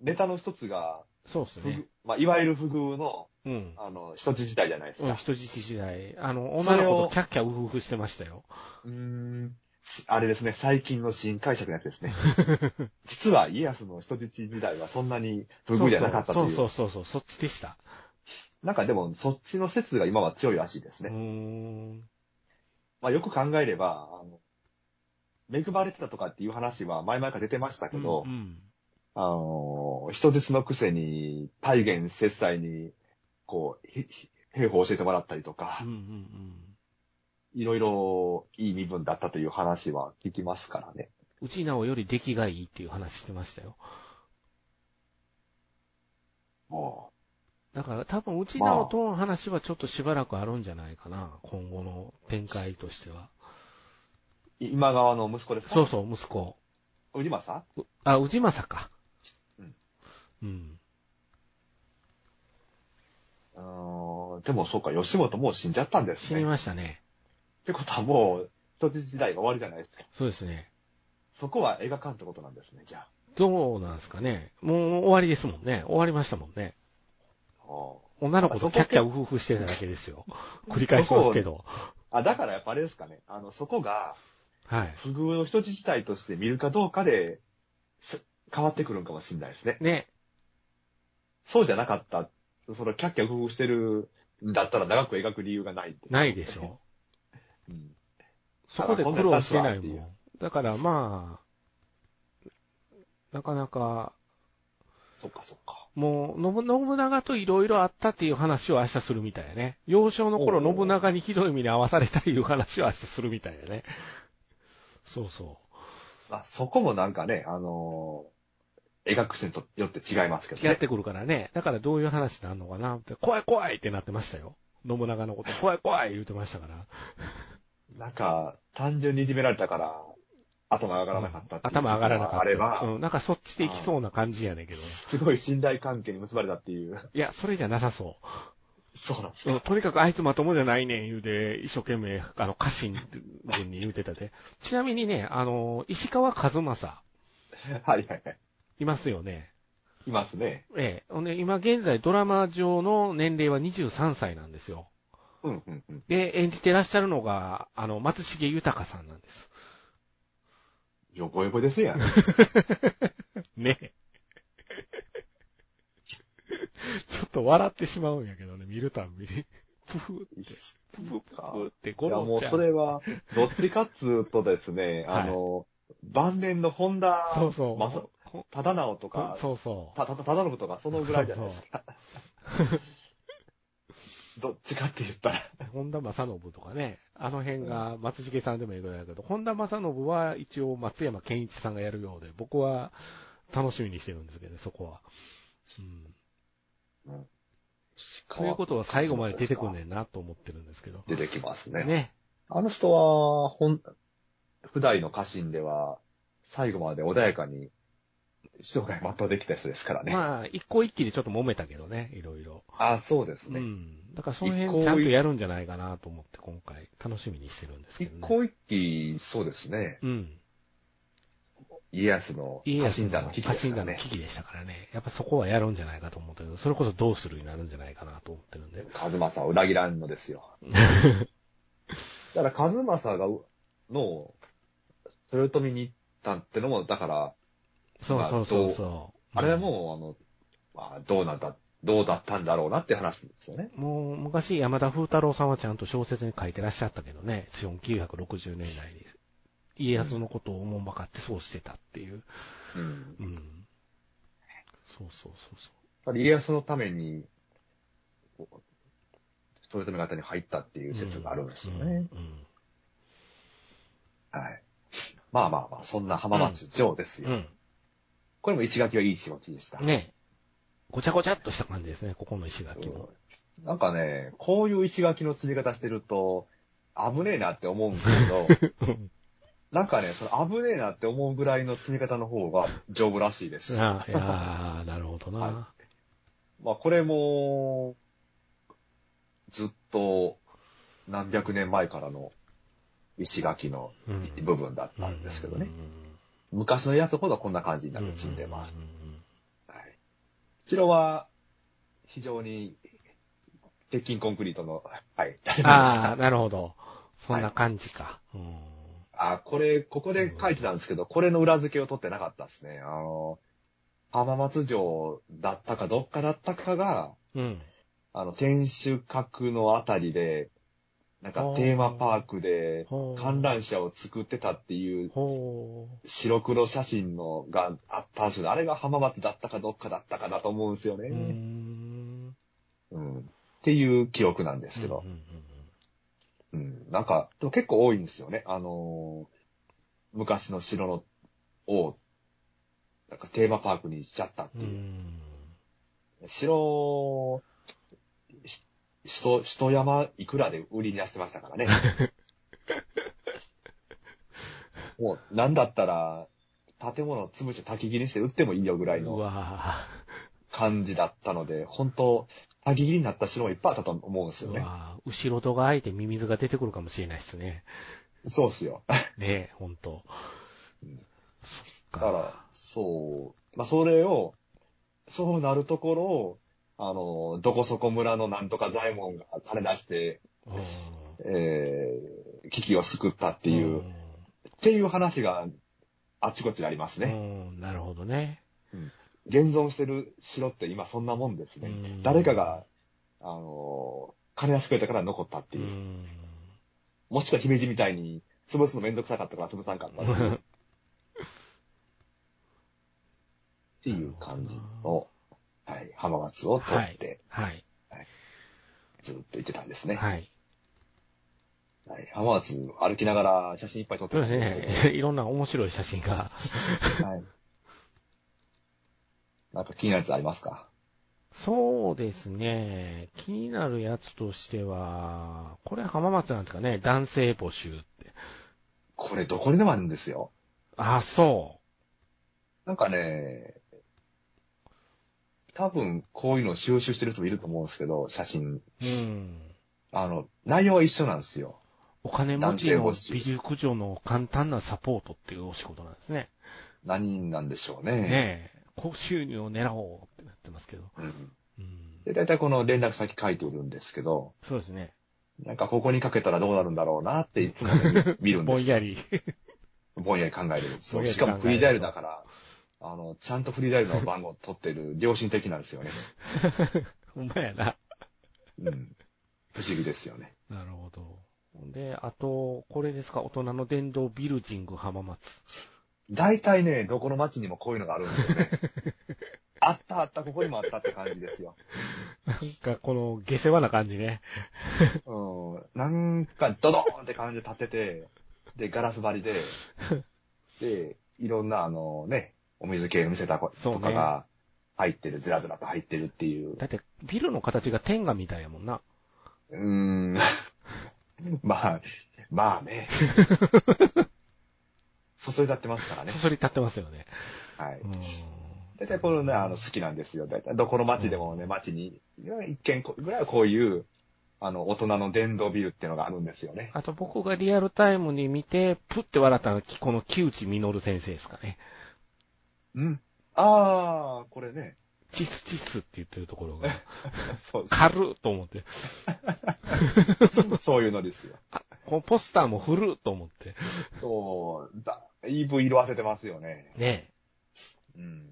[SPEAKER 2] ネタの一つが、
[SPEAKER 1] そうです
[SPEAKER 2] 不
[SPEAKER 1] ね
[SPEAKER 2] 遇。まあ、いわゆる不遇の、
[SPEAKER 1] うん。
[SPEAKER 2] あの、人質時代じゃないです
[SPEAKER 1] うん、
[SPEAKER 2] か。
[SPEAKER 1] 人質時代。あの、
[SPEAKER 2] そ
[SPEAKER 1] 女
[SPEAKER 2] れ
[SPEAKER 1] の
[SPEAKER 2] を
[SPEAKER 1] 子とキャッキャウフフしてましたよ。
[SPEAKER 2] うーん。あれですね、最近の新解釈のやつで
[SPEAKER 1] [laughs]
[SPEAKER 2] すね。実は家康の人質時代はそんなに不遇じゃなかったという。
[SPEAKER 1] そうそうそうそう、そっちでした。
[SPEAKER 2] なんかでも、そっちの説が今は強いらしいです
[SPEAKER 1] う
[SPEAKER 2] ね。
[SPEAKER 1] ーん。
[SPEAKER 2] まあよく考えれば、あの、恵まれてたとかっていう話は前々から出てましたけど、
[SPEAKER 1] うん。
[SPEAKER 2] あの、人質のくせに、体現切際に、こう、ひひ兵法を教えてもらったりとか
[SPEAKER 1] うんう、ん
[SPEAKER 2] いろいろいい身分だったという話は聞きますからね。
[SPEAKER 1] うん。うちなおより出来がいいっていう話してましたよ。
[SPEAKER 2] も
[SPEAKER 1] だから多分うちなおとの話はちょっとしばらくあるんじゃないかな。今後の展開としては。
[SPEAKER 2] う、い今川の息子ですか
[SPEAKER 1] そうそう、息子。
[SPEAKER 2] う。氏政
[SPEAKER 1] うあ、宇治政か。
[SPEAKER 2] うん。
[SPEAKER 1] うん。
[SPEAKER 2] うーん、でもそうか、吉本もう死んじゃったんです
[SPEAKER 1] 死に
[SPEAKER 2] ね。っ
[SPEAKER 1] ましたね。
[SPEAKER 2] てことはもう、人質時代が終わるじゃないですか。
[SPEAKER 1] そうですね。
[SPEAKER 2] そこは描かんってことなんですね、じゃあ。
[SPEAKER 1] どうなんですかね。もう終わりですもんね。終わりましたもんね。女の子とキャッキャウフフしてただけですよ。繰り返しますけど。
[SPEAKER 2] あ、だからやっぱあれですかね。あの、そこが、
[SPEAKER 1] はい。
[SPEAKER 2] 不遇の人質自体として見るかどうかで、す変わってくるんかもしれないですね。
[SPEAKER 1] ね。
[SPEAKER 2] そうじゃなかった。その、キャッキャ工夫してるんだったら長く描く理由がないって。
[SPEAKER 1] ないでしょ。
[SPEAKER 2] うん
[SPEAKER 1] [laughs] そこで苦労してないもん。だからまあ、なかなか、
[SPEAKER 2] そっかそっか。
[SPEAKER 1] もう、信信長といろいろあったっていう話を明日するみたいやね。幼少の頃、
[SPEAKER 2] おう
[SPEAKER 1] 信長にひどい目に遭わされたいう話を明日するみたいやね。そうそ
[SPEAKER 2] まあ、そこもなんかね、あのー描く人にとよって違いますけ
[SPEAKER 1] う。
[SPEAKER 2] ど
[SPEAKER 1] やっ
[SPEAKER 2] ね。
[SPEAKER 1] てくるからね。だからどういう話なんのかなって、怖い怖いってなってましたよ。信長の
[SPEAKER 2] [laughs]
[SPEAKER 1] こと、怖い怖い言ってましたから。
[SPEAKER 2] なんか、単純にいじめられたから、頭上がらなかったっていう
[SPEAKER 1] 頭上がらなかった。
[SPEAKER 2] あれば、
[SPEAKER 1] うん、なんかそっちで行きそうな感じやねんけど。
[SPEAKER 2] すごい信頼関係に結ばれたっていう。
[SPEAKER 1] いや、それじゃなさそう。
[SPEAKER 2] そうなんです [laughs]
[SPEAKER 1] うんとにかくあいつまともじゃないねん言うて、一生懸命、あの、家臣軍に言うてたで。ちなみにね、あの、石川和正、
[SPEAKER 2] はいはいはい。
[SPEAKER 1] いますよね。
[SPEAKER 2] いますね。
[SPEAKER 1] ええ。ほんで、今現在ドラマ上の年齢は23歳なんですよ。
[SPEAKER 2] うんうんうん。
[SPEAKER 1] で、演じてらっしゃるのが、あの、松重豊さんなんです。
[SPEAKER 2] よぼよぼですや
[SPEAKER 1] [laughs]
[SPEAKER 2] ん。
[SPEAKER 1] ねえ。ちょっと笑ってしまうんやけどね、見るたんびに。プフって、プフプフって、
[SPEAKER 2] い
[SPEAKER 1] ゴ
[SPEAKER 2] や、
[SPEAKER 1] ロ
[SPEAKER 2] もう
[SPEAKER 1] ちゃん。
[SPEAKER 2] それは、どっちかっつうとですね、
[SPEAKER 1] [laughs] はい
[SPEAKER 2] あの、晩年の本田、
[SPEAKER 1] そうそう。
[SPEAKER 2] まさ
[SPEAKER 1] ほん
[SPEAKER 2] 忠直と
[SPEAKER 1] ほん
[SPEAKER 2] か、
[SPEAKER 1] そうそう。
[SPEAKER 2] た、た、忠信とか、そのぐらいじゃないですか。 [laughs] どっちかって言ったら、
[SPEAKER 1] 本田正信とかね、あの辺が松重さんでもいいぐらいだけど、本田正信は一応松山健一さんがやるようで、僕は楽しみにしてるんですけどね、そこは。うん。ということは最後まで出てこねえなと思ってるんですけど。
[SPEAKER 2] 出てきますね。
[SPEAKER 1] ね。
[SPEAKER 2] あの人は、本、普代の家臣では、最後まで穏やかに、生涯全うできた人ですからね。
[SPEAKER 1] まあ、一個一気でちょっと揉めたけどね、いろいろ。
[SPEAKER 2] あ、そうです
[SPEAKER 1] う
[SPEAKER 2] ね。
[SPEAKER 1] ん。だからその辺ちゃんとやるんじゃないかなと思って今回楽しみにしてるんですけ
[SPEAKER 2] 一
[SPEAKER 1] どね。
[SPEAKER 2] 向一揆、そうですね。
[SPEAKER 1] うん。
[SPEAKER 2] 家康の
[SPEAKER 1] 家
[SPEAKER 2] 家
[SPEAKER 1] 康
[SPEAKER 2] 臣
[SPEAKER 1] の
[SPEAKER 2] 団の
[SPEAKER 1] 家
[SPEAKER 2] 危機です
[SPEAKER 1] 臣
[SPEAKER 2] から
[SPEAKER 1] 団の
[SPEAKER 2] ね。
[SPEAKER 1] 危機でしたからね。やっぱそこはやるんじゃないかと思ったけど、それこそどうするになるんじゃないかなと思ってるんで。
[SPEAKER 2] 和正を裏切らんの
[SPEAKER 1] [laughs]
[SPEAKER 2] ですよ。だから和正がう、の、豊臣に行ったってのも、だから、
[SPEAKER 1] そうそうそうそう。
[SPEAKER 2] あれはもう、あの、まあ、どうなんだ、どうだったんだろうなって話ですよね。
[SPEAKER 1] うん、もう昔山田風太郎さんはちゃんと小説に書いてらっしゃったけどね、1960年代に家康のことを思うばかってそうしてたっていう。
[SPEAKER 2] うん。
[SPEAKER 1] うん。そうそうそうそう。
[SPEAKER 2] だから家康のために、こう豊臣方に入ったっていう説があるんですよね。
[SPEAKER 1] うんうん
[SPEAKER 2] はい。まあまあまあ、そんな浜松城ですよ。
[SPEAKER 1] うん。
[SPEAKER 2] これも石垣はいい仕事でした。
[SPEAKER 1] ねごちゃごちゃっとした感じですね、ここの石垣も。
[SPEAKER 2] うんなんかね、こういう石垣の積み方してると、危ねえなって思うんですけど、
[SPEAKER 1] [laughs]
[SPEAKER 2] なんかね、その危ねえなって思うぐらいの積み方の方が丈夫らしいです。
[SPEAKER 1] ああ、いやーなるほどな。
[SPEAKER 2] はまあこれも、ずっと何百年前からの石垣の
[SPEAKER 1] うん
[SPEAKER 2] 部分だったんですけどね。
[SPEAKER 1] うん
[SPEAKER 2] 昔のやつほどこんな感じになって積んでます。はい。城は、非常に、鉄筋コンクリートの、はい、建物でした
[SPEAKER 1] ああ、なるほど。そんな感じか。うん
[SPEAKER 2] あ、これ、ここで書いてたんですけど、これの裏付けを取ってなかったですね。あの、浜松城だったかどっかだったかが、
[SPEAKER 1] うん。
[SPEAKER 2] あの、天守閣のあたりで、なんか
[SPEAKER 1] あー
[SPEAKER 2] テーマパークで
[SPEAKER 1] ほう
[SPEAKER 2] 観覧車を作ってたっていう
[SPEAKER 1] ほ
[SPEAKER 2] 白黒写真のがあったんですけど、あれが浜松だったかどっかだったかだと思うんですよ
[SPEAKER 1] う。
[SPEAKER 2] ね。
[SPEAKER 1] うーん。
[SPEAKER 2] うんっていう記憶なんですけど
[SPEAKER 1] うん、うんうん
[SPEAKER 2] うんなんか、でも結構多いんですよね。あのー昔の城のを、なんかテーマパークにしちゃったって
[SPEAKER 1] うんう
[SPEAKER 2] いう。
[SPEAKER 1] ん。
[SPEAKER 2] 城、ひ人、人山いくらで売りに出してました
[SPEAKER 1] [laughs]
[SPEAKER 2] からね。もう、なんだったら、建物潰して焚き切りして売ってもいいよぐらいうの
[SPEAKER 1] わ
[SPEAKER 2] 感じだったので、本当焚き切りになった城もいっぱいあったと思うんです
[SPEAKER 1] ー
[SPEAKER 2] よ
[SPEAKER 1] う
[SPEAKER 2] ね。
[SPEAKER 1] わー後ろ戸が開いてミミズが出てくるかもしれないですね。
[SPEAKER 2] そうっすよ。
[SPEAKER 1] ねえ、ほんと。そ
[SPEAKER 2] だ
[SPEAKER 1] っ
[SPEAKER 2] から、そう。まあ、それを、そうなるところを、あの、どこそこ村のなんとか左衛門が金出して、
[SPEAKER 1] うん
[SPEAKER 2] えー、危機を救ったっていう、
[SPEAKER 1] ん
[SPEAKER 2] っていう話があちこちでありますね。
[SPEAKER 1] うんなるほどね。
[SPEAKER 2] 現存してる城って今そんなもんですね。
[SPEAKER 1] うん
[SPEAKER 2] 誰かが、あの、金出してくれたから残ったって
[SPEAKER 1] う
[SPEAKER 2] いう。
[SPEAKER 1] ん。
[SPEAKER 2] もしくは姫路みたいに、潰すのめんどくさかったから潰さんかったっていうっていう感じの、はい、浜松を取って、
[SPEAKER 1] はい。
[SPEAKER 2] ずっと行ってたんですね。はい。
[SPEAKER 1] はい。
[SPEAKER 2] 浜松歩きながら写真いっぱい撮って
[SPEAKER 1] そう
[SPEAKER 2] たんですけど、
[SPEAKER 1] ですね。 [laughs] いろんな面白い写真が。
[SPEAKER 2] はい。なんか気になるやつありますか
[SPEAKER 1] そうですね。気になるやつとしては、これ浜松なんですかね。男性募集って。
[SPEAKER 2] これどこにでもあるんですよ。
[SPEAKER 1] あ、そ
[SPEAKER 2] なんかね、多分こういうのを収集してる人もいると思うんですけど、写真。
[SPEAKER 1] う。うん。
[SPEAKER 2] あの、内容は一緒なんですよ。
[SPEAKER 1] お金持ち
[SPEAKER 2] 男性
[SPEAKER 1] の
[SPEAKER 2] 欲しい
[SPEAKER 1] 美熟女の簡単なサポートっていうお仕事なんですね。
[SPEAKER 2] 何なんでしょうね。
[SPEAKER 1] ねえ、高収入を狙おうってなってますけど。
[SPEAKER 2] うん、
[SPEAKER 1] うん。
[SPEAKER 2] で、大体この連絡先書いておるんですけど、
[SPEAKER 1] そうですね。
[SPEAKER 2] なんかここにかけたらどうなるんだろうなっていつもね見るん
[SPEAKER 1] ぼ
[SPEAKER 2] で
[SPEAKER 1] ん
[SPEAKER 2] す。
[SPEAKER 1] やり。 [laughs]
[SPEAKER 2] ぼんやり考えてるんです
[SPEAKER 1] ぼん
[SPEAKER 2] よ。
[SPEAKER 1] やり
[SPEAKER 2] しかもフリーダイヤルだから、あの、ちゃんとフリーダイヤルの番号を取ってる良心的なんですよね。
[SPEAKER 1] ほんまやな。
[SPEAKER 2] うん。不思議ですよね。
[SPEAKER 1] なるほど。で、あと、これですか、大人の電動ビルジング浜松。
[SPEAKER 2] 大体ね、どこの街にもこういうのがあるんですよ
[SPEAKER 1] [laughs]
[SPEAKER 2] ね。あったあった、ここにもあったって感じですよ。
[SPEAKER 1] なんか、この、下世話な感じね。
[SPEAKER 2] うん。なんか、ドドーンって感じで立てて、で、ガラス
[SPEAKER 1] [laughs]
[SPEAKER 2] 張りで、で、いろんな、あのね、お水系の店だと
[SPEAKER 1] そう
[SPEAKER 2] か
[SPEAKER 1] ね
[SPEAKER 2] が入ってる、ずらずらと入ってるっていう。
[SPEAKER 1] だって、ビルの形が天下みたいやもんな。
[SPEAKER 2] うーん。 [laughs] まあ、まあ
[SPEAKER 1] [laughs]
[SPEAKER 2] ね。そそり立ってますからね
[SPEAKER 1] そ。そり立ってますよね。
[SPEAKER 2] はい。
[SPEAKER 1] うん。
[SPEAKER 2] 大体このね、あの、好きなんですよ。大体、どこの町でもね、町に、一軒ぐらいはこういう、あの、大人の電動ビルっていうのがあるんですよね。
[SPEAKER 1] あと、僕がリアルタイムに見て、プって笑ったのは、この木内実先生ですかね。
[SPEAKER 2] うん。ああ、これね。
[SPEAKER 1] チスチスって言ってるところが、
[SPEAKER 2] [laughs] そうそ
[SPEAKER 1] 軽っと思って、
[SPEAKER 2] うそういうのですよ。
[SPEAKER 1] このポスターも振るっと思って。
[SPEAKER 2] そう、だいぶ色あせてますよね。
[SPEAKER 1] ね
[SPEAKER 2] うん。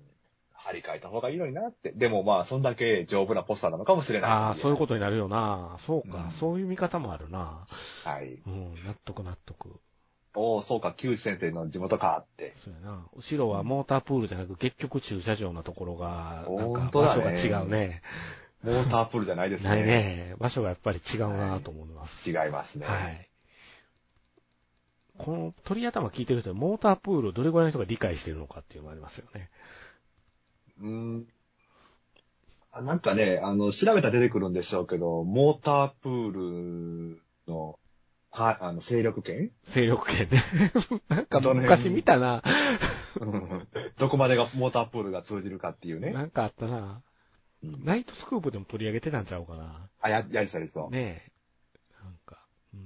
[SPEAKER 2] 張り替えた方がいいのになって。でもまあ、そんだけ丈夫なポスターなのかもしれ
[SPEAKER 1] え。
[SPEAKER 2] ない。
[SPEAKER 1] ああ、そういう
[SPEAKER 2] こ
[SPEAKER 1] ことになるよな。そうか、
[SPEAKER 2] うん
[SPEAKER 1] そういう見方もあるな。
[SPEAKER 2] と。はい。
[SPEAKER 1] うん、納得納得。
[SPEAKER 2] おお、そうか、木内先生の地元かって。
[SPEAKER 1] そうやな。後ろはモータープールじゃなく、結局駐車場のところが、なんか
[SPEAKER 2] 本当
[SPEAKER 1] 場
[SPEAKER 2] だ
[SPEAKER 1] 所
[SPEAKER 2] ね
[SPEAKER 1] が違うね。
[SPEAKER 2] モータープールじゃないですね。
[SPEAKER 1] ないね。場所がやっぱり違うなと思います。
[SPEAKER 2] 違いますね。
[SPEAKER 1] はい。この鳥頭聞いてる人は、モータープールをどれぐらいの人が理解してるのかっていうのもありますよね。
[SPEAKER 2] うんあなんかね、あの、調べたら出てくるんでしょうけど、モータープールの、は、あの、勢力圏
[SPEAKER 1] 勢力圏
[SPEAKER 2] [laughs]
[SPEAKER 1] で。なんか
[SPEAKER 2] どの辺
[SPEAKER 1] 昔見たな。
[SPEAKER 2] どこまでがモータープールが通じるかっていうね。
[SPEAKER 1] なんかあったな。
[SPEAKER 2] うん
[SPEAKER 1] ナイトスクープでも取り上げてたんちゃうかな。
[SPEAKER 2] あ、や、やりそうやりそう。
[SPEAKER 1] ねえ。なんか。うん。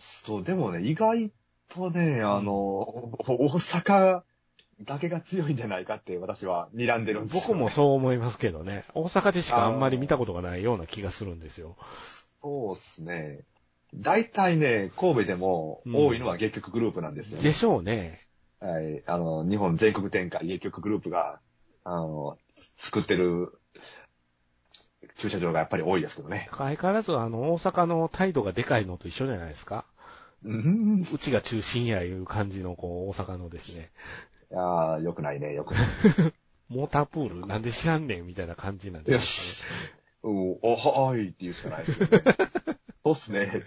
[SPEAKER 2] そう、でもね、意外とね、あの、大阪だけが強いんじゃないかって私は睨んでるんですよ
[SPEAKER 1] 僕もそう思いますけどね。大阪でしかあんまり見たことがないような気がするんですよ。
[SPEAKER 2] そうですね。大体ね、神戸でも多いのは劇曲グループなんですよね。
[SPEAKER 1] でしょうね。
[SPEAKER 2] はい、あの、日本全国展開、家局グループが、あの、作ってる駐車場がやっぱり多いですけどね。
[SPEAKER 1] 相変わらず、あの、大阪の態度がでかいのと一緒じゃないですか。
[SPEAKER 2] うん。
[SPEAKER 1] うちが中心やいう感じの、こう、大阪のですね、
[SPEAKER 2] ああ、よくないね、よくない。
[SPEAKER 1] モータープールなんで知らんねんみたいな感じなん
[SPEAKER 2] よ
[SPEAKER 1] です
[SPEAKER 2] し
[SPEAKER 1] かね。。
[SPEAKER 2] うん、おはーいって言うしかないですよ
[SPEAKER 1] [laughs]
[SPEAKER 2] ね。そうっすね。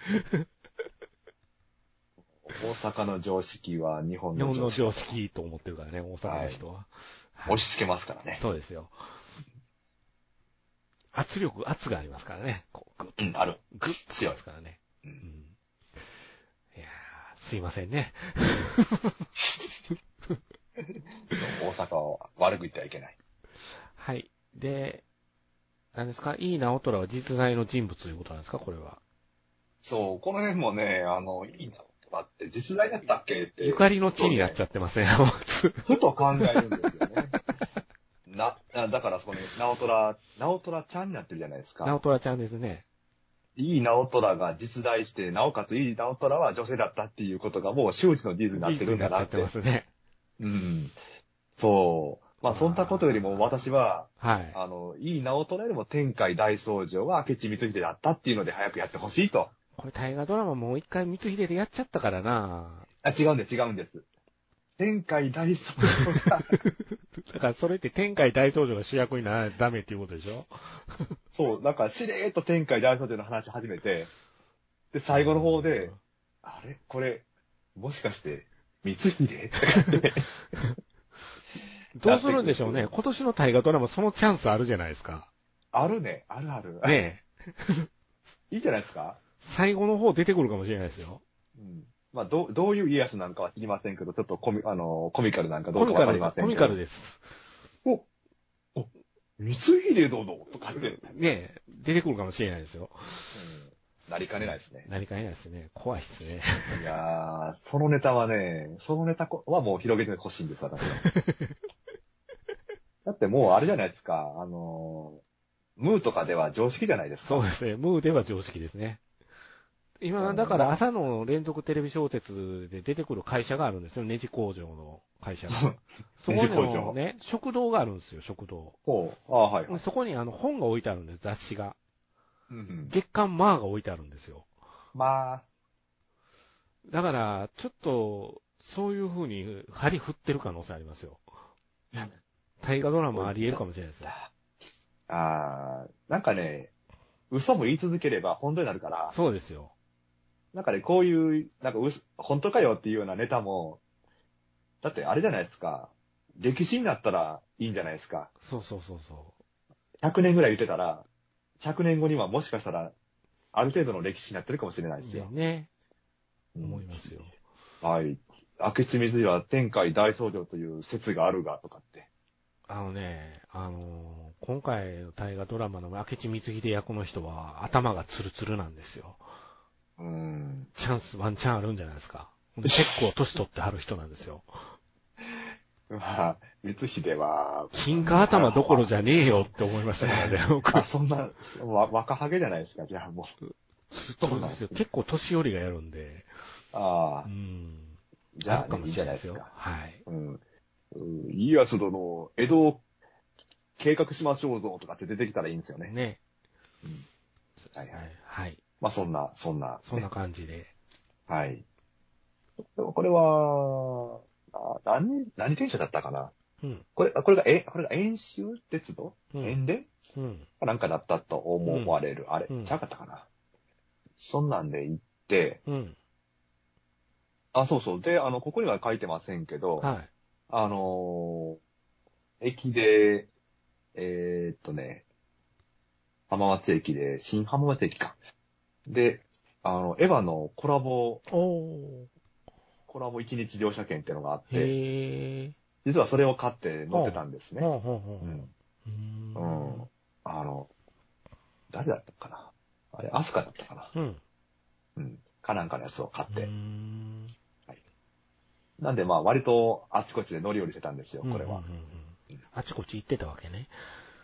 [SPEAKER 2] 大阪の常識は日本
[SPEAKER 1] 日
[SPEAKER 2] の
[SPEAKER 1] 本の常
[SPEAKER 2] 常識。
[SPEAKER 1] 識と思ってるからね、大阪の人は。
[SPEAKER 2] 押し付けますからね。
[SPEAKER 1] そうですよ。圧力、圧がありますからね。こうグッ、
[SPEAKER 2] うん、ある。
[SPEAKER 1] グッとしますからね。
[SPEAKER 2] う
[SPEAKER 1] うんんいやーすいません
[SPEAKER 2] [laughs]
[SPEAKER 1] ね。
[SPEAKER 2] 大阪は悪く言ってはいけない。
[SPEAKER 1] はい。で、何ですかいい直虎は実在の人物ということなんですかこれは。
[SPEAKER 2] そう、この辺もね、あの、いいな、だって、実在だったっけって。
[SPEAKER 1] ゆかりの地になっちゃってま
[SPEAKER 2] [laughs]
[SPEAKER 1] せん、浜松。
[SPEAKER 2] ふと考えるんですよ
[SPEAKER 1] [laughs]
[SPEAKER 2] ね。な、あだからそこに、ナオトラ、ナオトラちゃんになってるじゃないです
[SPEAKER 1] 直
[SPEAKER 2] か。
[SPEAKER 1] 虎ちゃんですね。
[SPEAKER 2] いいナオトラが実在して、なおかついいナオトラは女性だったっていうことがもう周知の事実になってるんだ
[SPEAKER 1] 事実になっ
[SPEAKER 2] なって。
[SPEAKER 1] ちゃってますね。
[SPEAKER 2] うん。そう。まあそんなことよりも私は、
[SPEAKER 1] はい。
[SPEAKER 2] あの、いいナオトラよりも天海大僧正は明智光秀だったっていうので早くやってほしいと。
[SPEAKER 1] これ大河ドラマもう一回光秀でやっちゃったからな
[SPEAKER 2] あ、違うんです、違うんです。天海大僧
[SPEAKER 1] [laughs]
[SPEAKER 2] 正が、
[SPEAKER 1] だからそれって天海大僧正が主役にならないとダメっていうことでしょ
[SPEAKER 2] そう、なんかしれーっと天海大僧正の話始めて、で、最後の方で、あれこれ、もしかして、光秀
[SPEAKER 1] どうするんでしょうね。今年の大河ドラマそのチャンスあるじゃないですか。
[SPEAKER 2] あるね、あるある。
[SPEAKER 1] ねえ。
[SPEAKER 2] いいんじゃないですか
[SPEAKER 1] 最後の方出てくるかもしれないですよ。
[SPEAKER 2] うん。まあ、どう、どういう家康なんかは知りませんけど、ちょっとコミ、あの、コミカルなんかど
[SPEAKER 1] コミ
[SPEAKER 2] うかわ
[SPEAKER 1] カ
[SPEAKER 2] か
[SPEAKER 1] ル
[SPEAKER 2] りま
[SPEAKER 1] です。
[SPEAKER 2] せん
[SPEAKER 1] コ
[SPEAKER 2] け
[SPEAKER 1] ミ
[SPEAKER 2] ど。
[SPEAKER 1] カルです。
[SPEAKER 2] お、お、光秀殿とかって、
[SPEAKER 1] ねえ出てくるかもしれないですよ。
[SPEAKER 2] なりかねないですね。
[SPEAKER 1] 何かいないですね。怖いですね。
[SPEAKER 2] いやー、そのネタはね、そのネタこはもう広げてほしいんです、私は。だってもうあれじゃないですか、あのームーとかでは常識じゃないですか。
[SPEAKER 1] そうですね。ムーでは常識ですね。今、だから朝の連続テレビ小説で出てくる会社があるんですよ。ネジ工場の会社
[SPEAKER 2] [laughs]
[SPEAKER 1] が。そこ
[SPEAKER 2] ネジ工
[SPEAKER 1] の
[SPEAKER 2] 場
[SPEAKER 1] ね、食堂があるんですよ、食堂。
[SPEAKER 2] ほう。ああ、はい。
[SPEAKER 1] そこにあの本が置いてあるんです、雑誌が。
[SPEAKER 2] うんうん
[SPEAKER 1] 月刊マーが置いてあるんですよ。
[SPEAKER 2] まあ、
[SPEAKER 1] だから、ちょっと、そういう風に針振ってる可能性ありますよ。大河ドラマあり得るかもしれないですよ。
[SPEAKER 2] あーなんかね、嘘も言い続ければ本当になるから、
[SPEAKER 1] そうですよ。
[SPEAKER 2] なんかね、こういう、なんか嘘、本当かよっていうようなネタも、だってあれじゃないですか、歴史になったらいいんじゃないですか。
[SPEAKER 1] そうそうそうそ
[SPEAKER 2] 100年ぐらい言ってたら、100年後にはもしかしたら、ある程度の歴史になってるかもしれな
[SPEAKER 1] う。
[SPEAKER 2] いです
[SPEAKER 1] いや
[SPEAKER 2] よ。
[SPEAKER 1] ね、
[SPEAKER 2] うん
[SPEAKER 1] 思いますよ。
[SPEAKER 2] はい。明智光秀は天海大僧侶という説があるが、とかって。
[SPEAKER 1] あのね、あのー今回の大河ドラマの明智光秀役の人は頭がツルツルなんですよ。
[SPEAKER 2] うーん。 [laughs]
[SPEAKER 1] チャンス、ワンチャンあるんじゃないですか。結構年取ってはる人なんですよ。
[SPEAKER 2] まあ、光秀は、
[SPEAKER 1] 金貨頭どころじゃねえよって思いましたからね、僕。
[SPEAKER 2] [laughs] あ、そんな、わ若ハゲじゃないですか、じゃあもう。
[SPEAKER 1] ツルツルですよ。結構年寄りがやるんで。
[SPEAKER 2] あ
[SPEAKER 1] う
[SPEAKER 2] あ、
[SPEAKER 1] ん。
[SPEAKER 2] じゃ
[SPEAKER 1] る
[SPEAKER 2] あ、
[SPEAKER 1] か
[SPEAKER 2] い
[SPEAKER 1] も
[SPEAKER 2] い
[SPEAKER 1] し
[SPEAKER 2] じゃ
[SPEAKER 1] れ
[SPEAKER 2] な
[SPEAKER 1] ないいで
[SPEAKER 2] で
[SPEAKER 1] すすよ。
[SPEAKER 2] か。
[SPEAKER 1] はい。
[SPEAKER 2] うん。うん家康殿、江戸を計画しましょうぞ、とかって出てきたらいいんですよね。
[SPEAKER 1] ね。
[SPEAKER 2] うんはいはい。
[SPEAKER 1] はい。
[SPEAKER 2] まあ、そんな、そんな、
[SPEAKER 1] そんな感じで。
[SPEAKER 2] はい。でもこれは、あ何、何電車だったかな
[SPEAKER 1] うん。
[SPEAKER 2] これ、あこれが、え、これが遠州鉄道
[SPEAKER 1] うん。
[SPEAKER 2] 遠電
[SPEAKER 1] うん。
[SPEAKER 2] なんかだったと思われる。あれ、
[SPEAKER 1] うん
[SPEAKER 2] ちゃうかったかなそんなんで行って、
[SPEAKER 1] うん。
[SPEAKER 2] あ、そうそう。で、あの、ここには書いてませんけど、
[SPEAKER 1] はい。
[SPEAKER 2] あのー駅で、えーっとね、浜松駅で、新浜松駅か。で、あの、エヴァのコラボ、
[SPEAKER 1] おー。
[SPEAKER 2] コラボ一日乗車券ってのがあって、
[SPEAKER 1] へ
[SPEAKER 2] 実はそれを買って乗ってたんです
[SPEAKER 1] ー。
[SPEAKER 2] ね。
[SPEAKER 1] ほうほうほ
[SPEAKER 2] う
[SPEAKER 1] う。
[SPEAKER 2] ん。
[SPEAKER 1] うん
[SPEAKER 2] うん。あの、誰だったかなあれ、アスカだったかな
[SPEAKER 1] うん。
[SPEAKER 2] うん。かなんかのやつを買っ
[SPEAKER 1] う
[SPEAKER 2] て。
[SPEAKER 1] ん。
[SPEAKER 2] なんでまあ割とあちこちで乗り降りしてたんですよ、こ
[SPEAKER 1] うん。
[SPEAKER 2] れは
[SPEAKER 1] うんうんうん。あちこち行ってたわけね。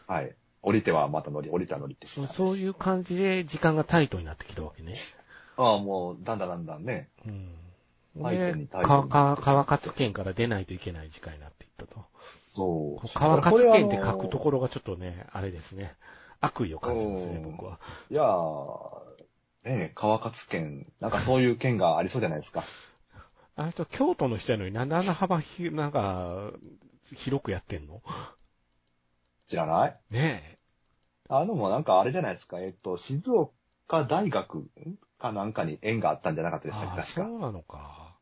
[SPEAKER 2] はい。降りてはまた乗り、降りては乗りってしまう
[SPEAKER 1] そういう感じで時間がタイトになってきたわけね。
[SPEAKER 2] ああ、もう、だんだんだんだんね。
[SPEAKER 1] うん。
[SPEAKER 2] タイト
[SPEAKER 1] で、
[SPEAKER 2] にタイト
[SPEAKER 1] か
[SPEAKER 2] に
[SPEAKER 1] か川勝県から出ないといけない時間になっていったと。
[SPEAKER 2] そ
[SPEAKER 1] 川勝県って書くと
[SPEAKER 2] こ
[SPEAKER 1] ころがちょっとね、あれですね。悪意を感じますね、
[SPEAKER 2] うん
[SPEAKER 1] 僕は。
[SPEAKER 2] れはあのいやー、ねえ、川勝県、なんかそういう県がありそうじゃないですか。 [laughs]
[SPEAKER 1] あの人、京都の人やのに、なんであんな幅ひ、なんか、広くやってんの
[SPEAKER 2] 知らない
[SPEAKER 1] ねえ。
[SPEAKER 2] あのもうなんかあれじゃないですか。えっと、静岡大学んかなんかに縁があったんじゃなかったでしたっ
[SPEAKER 1] あ
[SPEAKER 2] け
[SPEAKER 1] あ、
[SPEAKER 2] 確
[SPEAKER 1] そ
[SPEAKER 2] か。
[SPEAKER 1] うなのか。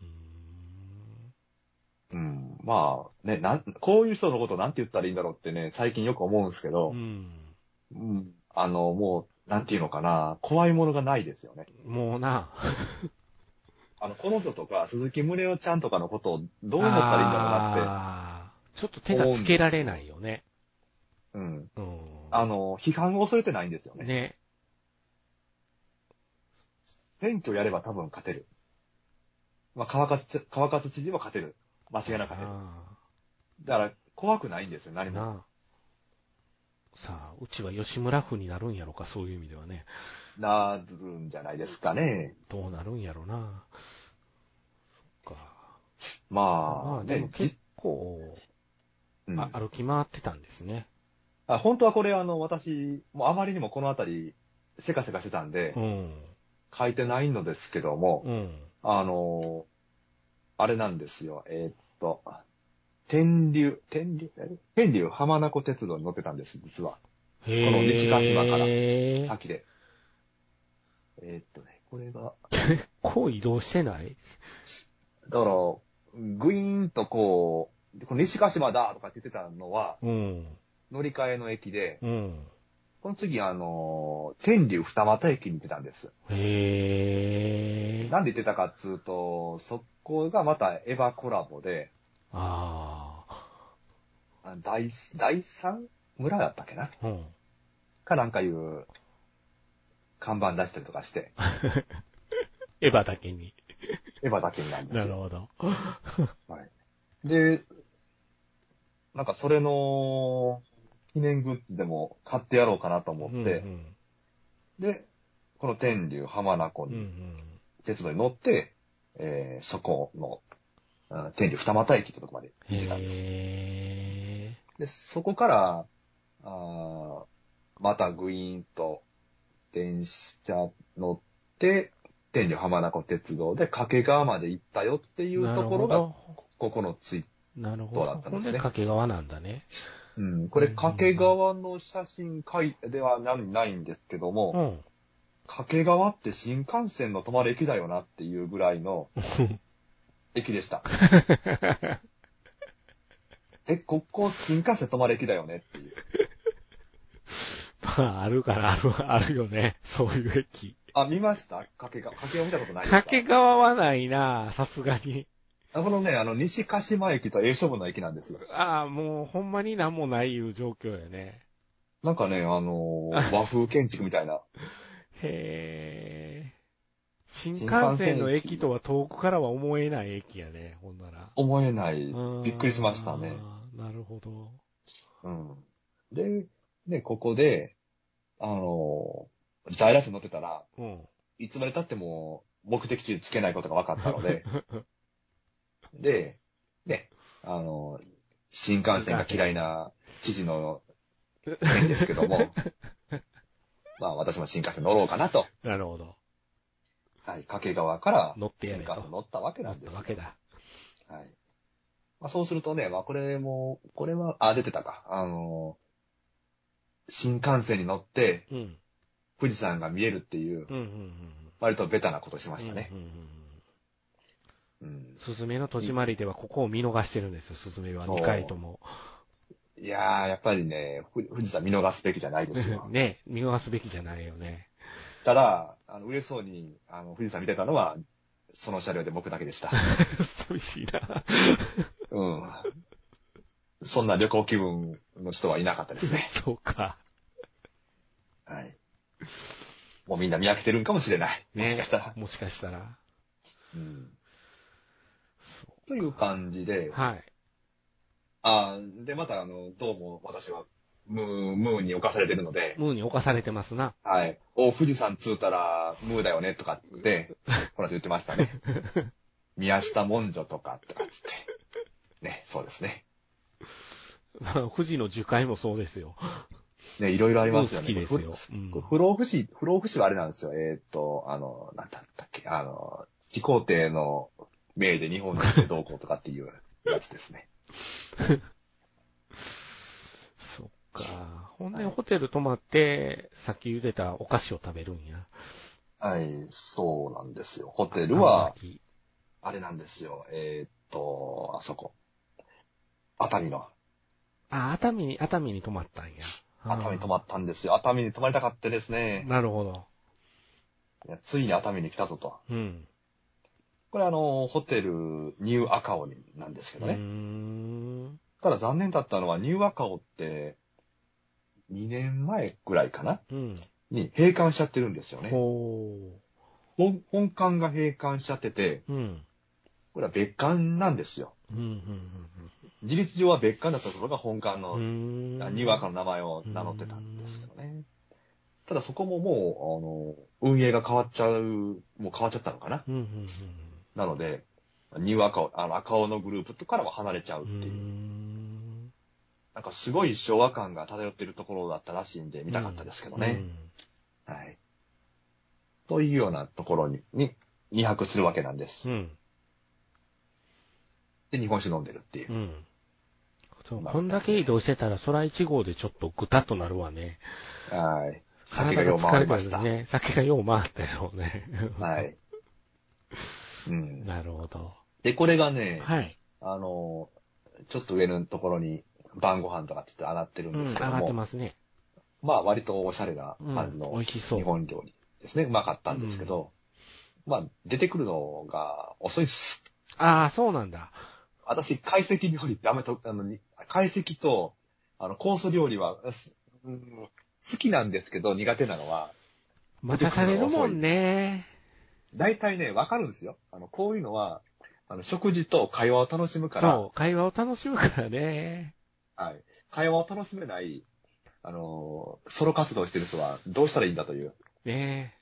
[SPEAKER 1] うーん。
[SPEAKER 2] うん。まあ、ね、なん、こういう人のことなんて言ったらいいんだろうってね、最近よく思うんですけど
[SPEAKER 1] う、ん。
[SPEAKER 2] うん。あの、もう、なんていうのかな、怖いものがないですよね。
[SPEAKER 1] もうな。
[SPEAKER 2] あの、この人とか、鈴木宗男ちゃんとかのことをどう思ったらいいんだろうなって、
[SPEAKER 1] あーちょっと手がつけられないよね。
[SPEAKER 2] うん。
[SPEAKER 1] うん。
[SPEAKER 2] あの、批判を恐れてないんですよね。
[SPEAKER 1] ね。
[SPEAKER 2] 選挙やれば多分勝てる。まあ、川勝知、川勝知事は勝てる。間違いなく勝てる。
[SPEAKER 1] あ
[SPEAKER 2] だから、怖くないんですよ、
[SPEAKER 1] あ
[SPEAKER 2] 何も。
[SPEAKER 1] なあ。さあ、うちは吉村府になるんやろか、そういう意味ではね。
[SPEAKER 2] なるんじゃないですかね。
[SPEAKER 1] どうなるんやろな。そっか。ま
[SPEAKER 2] まあ、
[SPEAKER 1] あ、で
[SPEAKER 2] ね
[SPEAKER 1] も、結構、
[SPEAKER 2] じうん
[SPEAKER 1] あ歩き回ってたんですね。
[SPEAKER 2] あ本当はこれ、あの、私、もうあまりにもこのあたり、せかせかしてたんで
[SPEAKER 1] う、ん。
[SPEAKER 2] 書いてないのですけども、
[SPEAKER 1] うん。
[SPEAKER 2] あのーあれなんですよ、えーっと、天竜、天竜、え天竜浜名湖鉄道に乗ってたんです、実は。
[SPEAKER 1] へ
[SPEAKER 2] この西川島から
[SPEAKER 1] 結
[SPEAKER 2] 先で。えーっとね、これが、
[SPEAKER 1] 構移動してない
[SPEAKER 2] だから、グイーンとこう、この西鹿島だとかって言ってたのは、
[SPEAKER 1] うん。
[SPEAKER 2] 乗り換えの駅で、
[SPEAKER 1] うん。
[SPEAKER 2] その次、あの、天竜二俣駅に出たんです。
[SPEAKER 1] へえ。
[SPEAKER 2] なんで出たかっつうと、そこがまたエヴァコラボで、
[SPEAKER 1] ああ。
[SPEAKER 2] あの第、第三村だったっけな
[SPEAKER 1] うん。
[SPEAKER 2] かなんかいう、看板出したりとかして、
[SPEAKER 1] エヴァだけに。
[SPEAKER 2] エヴァだけになんです
[SPEAKER 1] な
[SPEAKER 2] よ。
[SPEAKER 1] るほど。
[SPEAKER 2] はい。で、なんかそれの、記念グッズでも買ってやろうかなと思って、
[SPEAKER 1] うん
[SPEAKER 2] で、この天竜浜名湖
[SPEAKER 1] うん。うんう
[SPEAKER 2] に
[SPEAKER 1] ん。
[SPEAKER 2] 鉄道に乗って、えー、そこの、うん天竜二俣駅ってとこまで行ってたんで
[SPEAKER 1] へ
[SPEAKER 2] す。
[SPEAKER 1] え。
[SPEAKER 2] で、そこから、あーまたグイーンと電車乗って、天竜浜名湖鉄道で掛川まで行ったよっていうところ
[SPEAKER 1] なる
[SPEAKER 2] が、
[SPEAKER 1] ほ
[SPEAKER 2] ここのツイ
[SPEAKER 1] ど。なるほ
[SPEAKER 2] ど
[SPEAKER 1] ど。
[SPEAKER 2] うだったん
[SPEAKER 1] ほ
[SPEAKER 2] で
[SPEAKER 1] ん
[SPEAKER 2] す
[SPEAKER 1] で
[SPEAKER 2] ね
[SPEAKER 1] 掛川なんだね。
[SPEAKER 2] うん、これ、掛川の写真書いではなんないんですけど
[SPEAKER 1] う
[SPEAKER 2] も、
[SPEAKER 1] ん。
[SPEAKER 2] 掛川って新幹線の止まる駅だよなっていうぐら
[SPEAKER 1] [laughs]
[SPEAKER 2] いの駅でした。え、ここ新幹線止まる駅だよねっていう。
[SPEAKER 1] まあ、あるから、ある、あるよね。そういう駅。
[SPEAKER 2] あ、見ました掛川。掛川見たことないですか
[SPEAKER 1] 掛川はないなさすがに。
[SPEAKER 2] あこのね、あの、西鹿島駅と A 勝負の駅なんですよ。
[SPEAKER 1] ああ、もう、ほんまになんもないいう状況やね。
[SPEAKER 2] なんかね、あの [laughs] ー和風建築みたいな。
[SPEAKER 1] へえ。新
[SPEAKER 2] 幹線
[SPEAKER 1] 幹線の駅とは遠くからは思えない駅やね、ほんなら。
[SPEAKER 2] 思えない。
[SPEAKER 1] うん
[SPEAKER 2] びっくりしましたね。
[SPEAKER 1] なるほど。
[SPEAKER 2] うん。で、ね、ここで、あのー在来線乗ってたら、
[SPEAKER 1] うん。
[SPEAKER 2] いつまで経っても目的地につけないことが分かったので、で、ね、あの、新幹線が嫌いな知事の件ですけど
[SPEAKER 1] [laughs]
[SPEAKER 2] も、まあ私も新幹線乗ろうかなと、
[SPEAKER 1] なるほど。
[SPEAKER 2] はい、掛川から
[SPEAKER 1] 乗って
[SPEAKER 2] 新
[SPEAKER 1] やれ
[SPEAKER 2] 幹
[SPEAKER 1] と。
[SPEAKER 2] 線乗ったわけ
[SPEAKER 1] な
[SPEAKER 2] な
[SPEAKER 1] っ
[SPEAKER 2] んで
[SPEAKER 1] た
[SPEAKER 2] す
[SPEAKER 1] わけだ。
[SPEAKER 2] はい。まあそうするとね、まあこれも、これは、あ、出てたか。あの、新幹線に乗って
[SPEAKER 1] うん。
[SPEAKER 2] 富士山が見えるってい
[SPEAKER 1] う
[SPEAKER 2] う、
[SPEAKER 1] んうんうん。
[SPEAKER 2] 割とベタなことしましたね
[SPEAKER 1] う。んうんうん。
[SPEAKER 2] うん
[SPEAKER 1] すずめの戸締まりではここを見逃してるんですよ、すずめは。
[SPEAKER 2] そう
[SPEAKER 1] 2回とも。。
[SPEAKER 2] いやー、やっぱりね、ふ富士山見逃すべきじゃないです
[SPEAKER 1] [laughs]
[SPEAKER 2] よ
[SPEAKER 1] ね、見逃すべきじゃないよね。
[SPEAKER 2] ただ、あの、嬉しそうに、あの、富士山見てたのは、その車両で僕だけ
[SPEAKER 1] [laughs]
[SPEAKER 2] でした。
[SPEAKER 1] 寂しいな。
[SPEAKER 2] うん。そんな旅行気分の人はいなかったですね。
[SPEAKER 1] [laughs] そうか。
[SPEAKER 2] はい。もうみんな見飽きてるんかもしれない。
[SPEAKER 1] ね
[SPEAKER 2] もしかしたら。
[SPEAKER 1] もしかしたら。
[SPEAKER 2] うん。
[SPEAKER 1] そ
[SPEAKER 2] という感じで
[SPEAKER 1] う、はい。
[SPEAKER 2] あーで、また、あの、どうも私は、ムー、ムーに侵されてるので、
[SPEAKER 1] ムーに侵されてますな。 [laughs]
[SPEAKER 2] はい。お、富士山つうたら、ムーだよね、とかって、ほらと言ってまし
[SPEAKER 1] [laughs]
[SPEAKER 2] たね。宮下文書とか、とかっつって。ね、そうですね。
[SPEAKER 1] 富士の樹海もそうですよ。
[SPEAKER 2] ね、いろいろあり
[SPEAKER 1] ム
[SPEAKER 2] ま
[SPEAKER 1] ー
[SPEAKER 2] すよ
[SPEAKER 1] 好き
[SPEAKER 2] ね。
[SPEAKER 1] ですよ。うん
[SPEAKER 2] これ。不老不死、不老不死はあれなんですよ。えーっ、と、あの、なんだったっけ、あの、始皇帝の命で日本に来てどうこうとかっていうやつですね。
[SPEAKER 1] そっか。ほんで、ホテル泊まって、さっき茹でたお菓子を食べるんや。
[SPEAKER 2] はい、そうなんですよ。ホテ
[SPEAKER 1] ル
[SPEAKER 2] ルは、あれなんですよ。えーっ、と、あそこ。熱海の。
[SPEAKER 1] あ、熱海に、熱海に泊まったんや。
[SPEAKER 2] 熱海に泊
[SPEAKER 1] っ
[SPEAKER 2] まったんですよ。熱海に泊まりたかったですね。
[SPEAKER 1] なるほど。
[SPEAKER 2] いやついに熱海に来たぞと。
[SPEAKER 1] うん。
[SPEAKER 2] これあの、ホテルニューアカオになんですけ
[SPEAKER 1] う
[SPEAKER 2] ど
[SPEAKER 1] ー
[SPEAKER 2] ね。
[SPEAKER 1] ん。
[SPEAKER 2] ただ残念だったのはニューアカオって、2年前ぐらいかな
[SPEAKER 1] うん。
[SPEAKER 2] に閉館しちゃってるんですよね。
[SPEAKER 1] ほ
[SPEAKER 2] 本本館が閉館しちゃってて、
[SPEAKER 1] う。うん。
[SPEAKER 2] これは別館なんですよ。
[SPEAKER 1] うん。うん
[SPEAKER 2] 事実上は別館だったところが本館
[SPEAKER 1] うんうん。
[SPEAKER 2] の、
[SPEAKER 1] うーん。
[SPEAKER 2] ニューアカオの名前を名乗ってたんですけどね。ただそこももう、あの、運営が変わっちゃう、もう変わっちゃったのかな
[SPEAKER 1] うんうん
[SPEAKER 2] なので、ニューアカオ、あの、アカオのグループとからは離れちゃう
[SPEAKER 1] う
[SPEAKER 2] って
[SPEAKER 1] ん。うー
[SPEAKER 2] いう。
[SPEAKER 1] ん。
[SPEAKER 2] なんかすごい昭和感が漂ってるところだったらしいんで、見たかったですけどね。はい。というようなところに、に、2泊するわけなんです
[SPEAKER 1] う。ん。うん。
[SPEAKER 2] で、日本酒飲んでるっていうう。
[SPEAKER 1] ん。そう、
[SPEAKER 2] まあ
[SPEAKER 1] こんだけ移動してたら、空一号でちょっとぐたっとなるわね。
[SPEAKER 2] はい。
[SPEAKER 1] 体
[SPEAKER 2] 酒が
[SPEAKER 1] が
[SPEAKER 2] よう
[SPEAKER 1] 疲
[SPEAKER 2] 回
[SPEAKER 1] れ
[SPEAKER 2] り
[SPEAKER 1] て
[SPEAKER 2] ま
[SPEAKER 1] る
[SPEAKER 2] した。
[SPEAKER 1] ね。酒がよう回ったやろうね。 [laughs]
[SPEAKER 2] はい。うん。
[SPEAKER 1] なるほど。
[SPEAKER 2] で、これがね、
[SPEAKER 1] はい。
[SPEAKER 2] あの、ちょっと上のところに晩ご飯とかつって上がってるん
[SPEAKER 1] うん、
[SPEAKER 2] です
[SPEAKER 1] 上
[SPEAKER 2] けど
[SPEAKER 1] がって
[SPEAKER 2] も、
[SPEAKER 1] ますね。
[SPEAKER 2] まあ割とおしゃれな感
[SPEAKER 1] う
[SPEAKER 2] じ
[SPEAKER 1] ん
[SPEAKER 2] の
[SPEAKER 1] 美味しそう
[SPEAKER 2] 日本料理ですね。うまかったんですけど、まあ出てくるのが遅いです。
[SPEAKER 1] ああ、そうなんだ。
[SPEAKER 2] 私、解析料理ってあんまりと、あの、に解析と、あの、コース料理は、すうん好きなんですけど苦手なのは、
[SPEAKER 1] 待たされるもんね。
[SPEAKER 2] 大体ね、わかるんですよ。あの、こういうのは、あの、食事と会話を楽しむから、
[SPEAKER 1] そう、会話を楽しむからね。
[SPEAKER 2] はい。会話を楽しめない、あのー、ソロ活動してる人はどうしたらいいんだという。
[SPEAKER 1] ね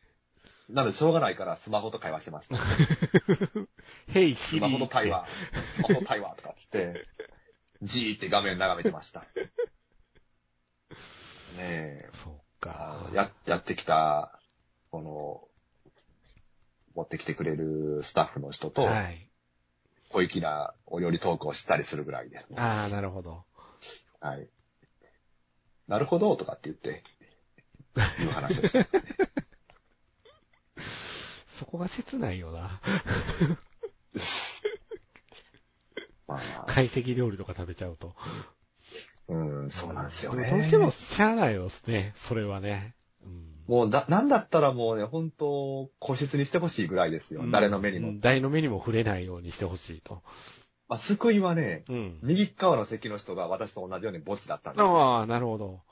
[SPEAKER 2] なので、しょうがないからスマホと会話してました。
[SPEAKER 1] え。ヘイ、
[SPEAKER 2] ス
[SPEAKER 1] シリ
[SPEAKER 2] マホ
[SPEAKER 1] ー
[SPEAKER 2] と
[SPEAKER 1] って
[SPEAKER 2] 対話、スマホと対話とかっつって、じーって画面眺めてました。ねえ、
[SPEAKER 1] そう
[SPEAKER 2] あ
[SPEAKER 1] か。
[SPEAKER 2] のや、やってきた、この、持ってきてくれるスタッフの人と、
[SPEAKER 1] はい。
[SPEAKER 2] 小粋なお料理トークをしたりするぐらいですね。
[SPEAKER 1] ああ、なるほど。
[SPEAKER 2] はい。なるほど、とかって言って、いう話
[SPEAKER 1] [laughs]
[SPEAKER 2] をして。
[SPEAKER 1] そこが切ないよな。
[SPEAKER 2] まあ、
[SPEAKER 1] [laughs] 懐石料理とか食べちゃうと。
[SPEAKER 2] うん、そうなんですよ
[SPEAKER 1] で
[SPEAKER 2] ね。
[SPEAKER 1] もどうしてもしゃあないよね、それはね。うん
[SPEAKER 2] もうだ、なんだったらもうね、本当個室にしてほしいぐらいですよ。誰の目にも。
[SPEAKER 1] うん誰の目にも触れないようにしてほしいと。
[SPEAKER 2] まあ、救いはね、
[SPEAKER 1] うん。
[SPEAKER 2] 右側の席の人が私と同じようにボスだったんですよ。
[SPEAKER 1] ああ、なるほど。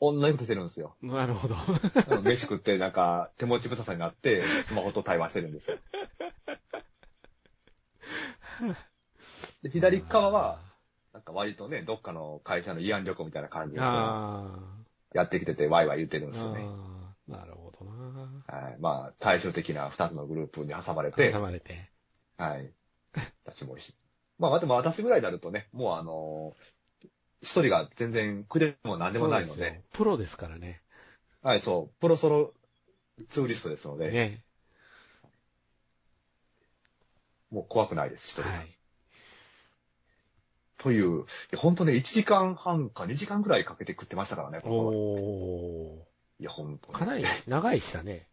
[SPEAKER 2] 同じことしてるんですよ。
[SPEAKER 1] なるほど。
[SPEAKER 2] うん飯食って、なんか、手持ちぶたさになって、スマホと対話してるんですよ。で左側は、なんか割とね、どっかの会社の慰安旅行みたいな感じ
[SPEAKER 1] あー、[laughs]
[SPEAKER 2] で、
[SPEAKER 1] あ
[SPEAKER 2] やってきてて、ワイワイ言ってるんですよね。
[SPEAKER 1] あー、なるほどな。
[SPEAKER 2] はい、まあ、対照的な二つのグループに挟まれて
[SPEAKER 1] 挟、まれて。
[SPEAKER 2] はい。私もし。まあ、でも私ぐらいになるとね、もうあのー一人が全然くれも何でもないの
[SPEAKER 1] そう
[SPEAKER 2] で、
[SPEAKER 1] すよプロですからね。
[SPEAKER 2] はい、そう、プロソロツーリストですので、
[SPEAKER 1] ね。
[SPEAKER 2] もう怖くないです、一人
[SPEAKER 1] は
[SPEAKER 2] が。
[SPEAKER 1] い。
[SPEAKER 2] という、いや本当ね、1時間半か2時間ぐらいかけて食ってましたからね、この頃
[SPEAKER 1] お
[SPEAKER 2] いや、本当
[SPEAKER 1] ー。かなり長いしたね。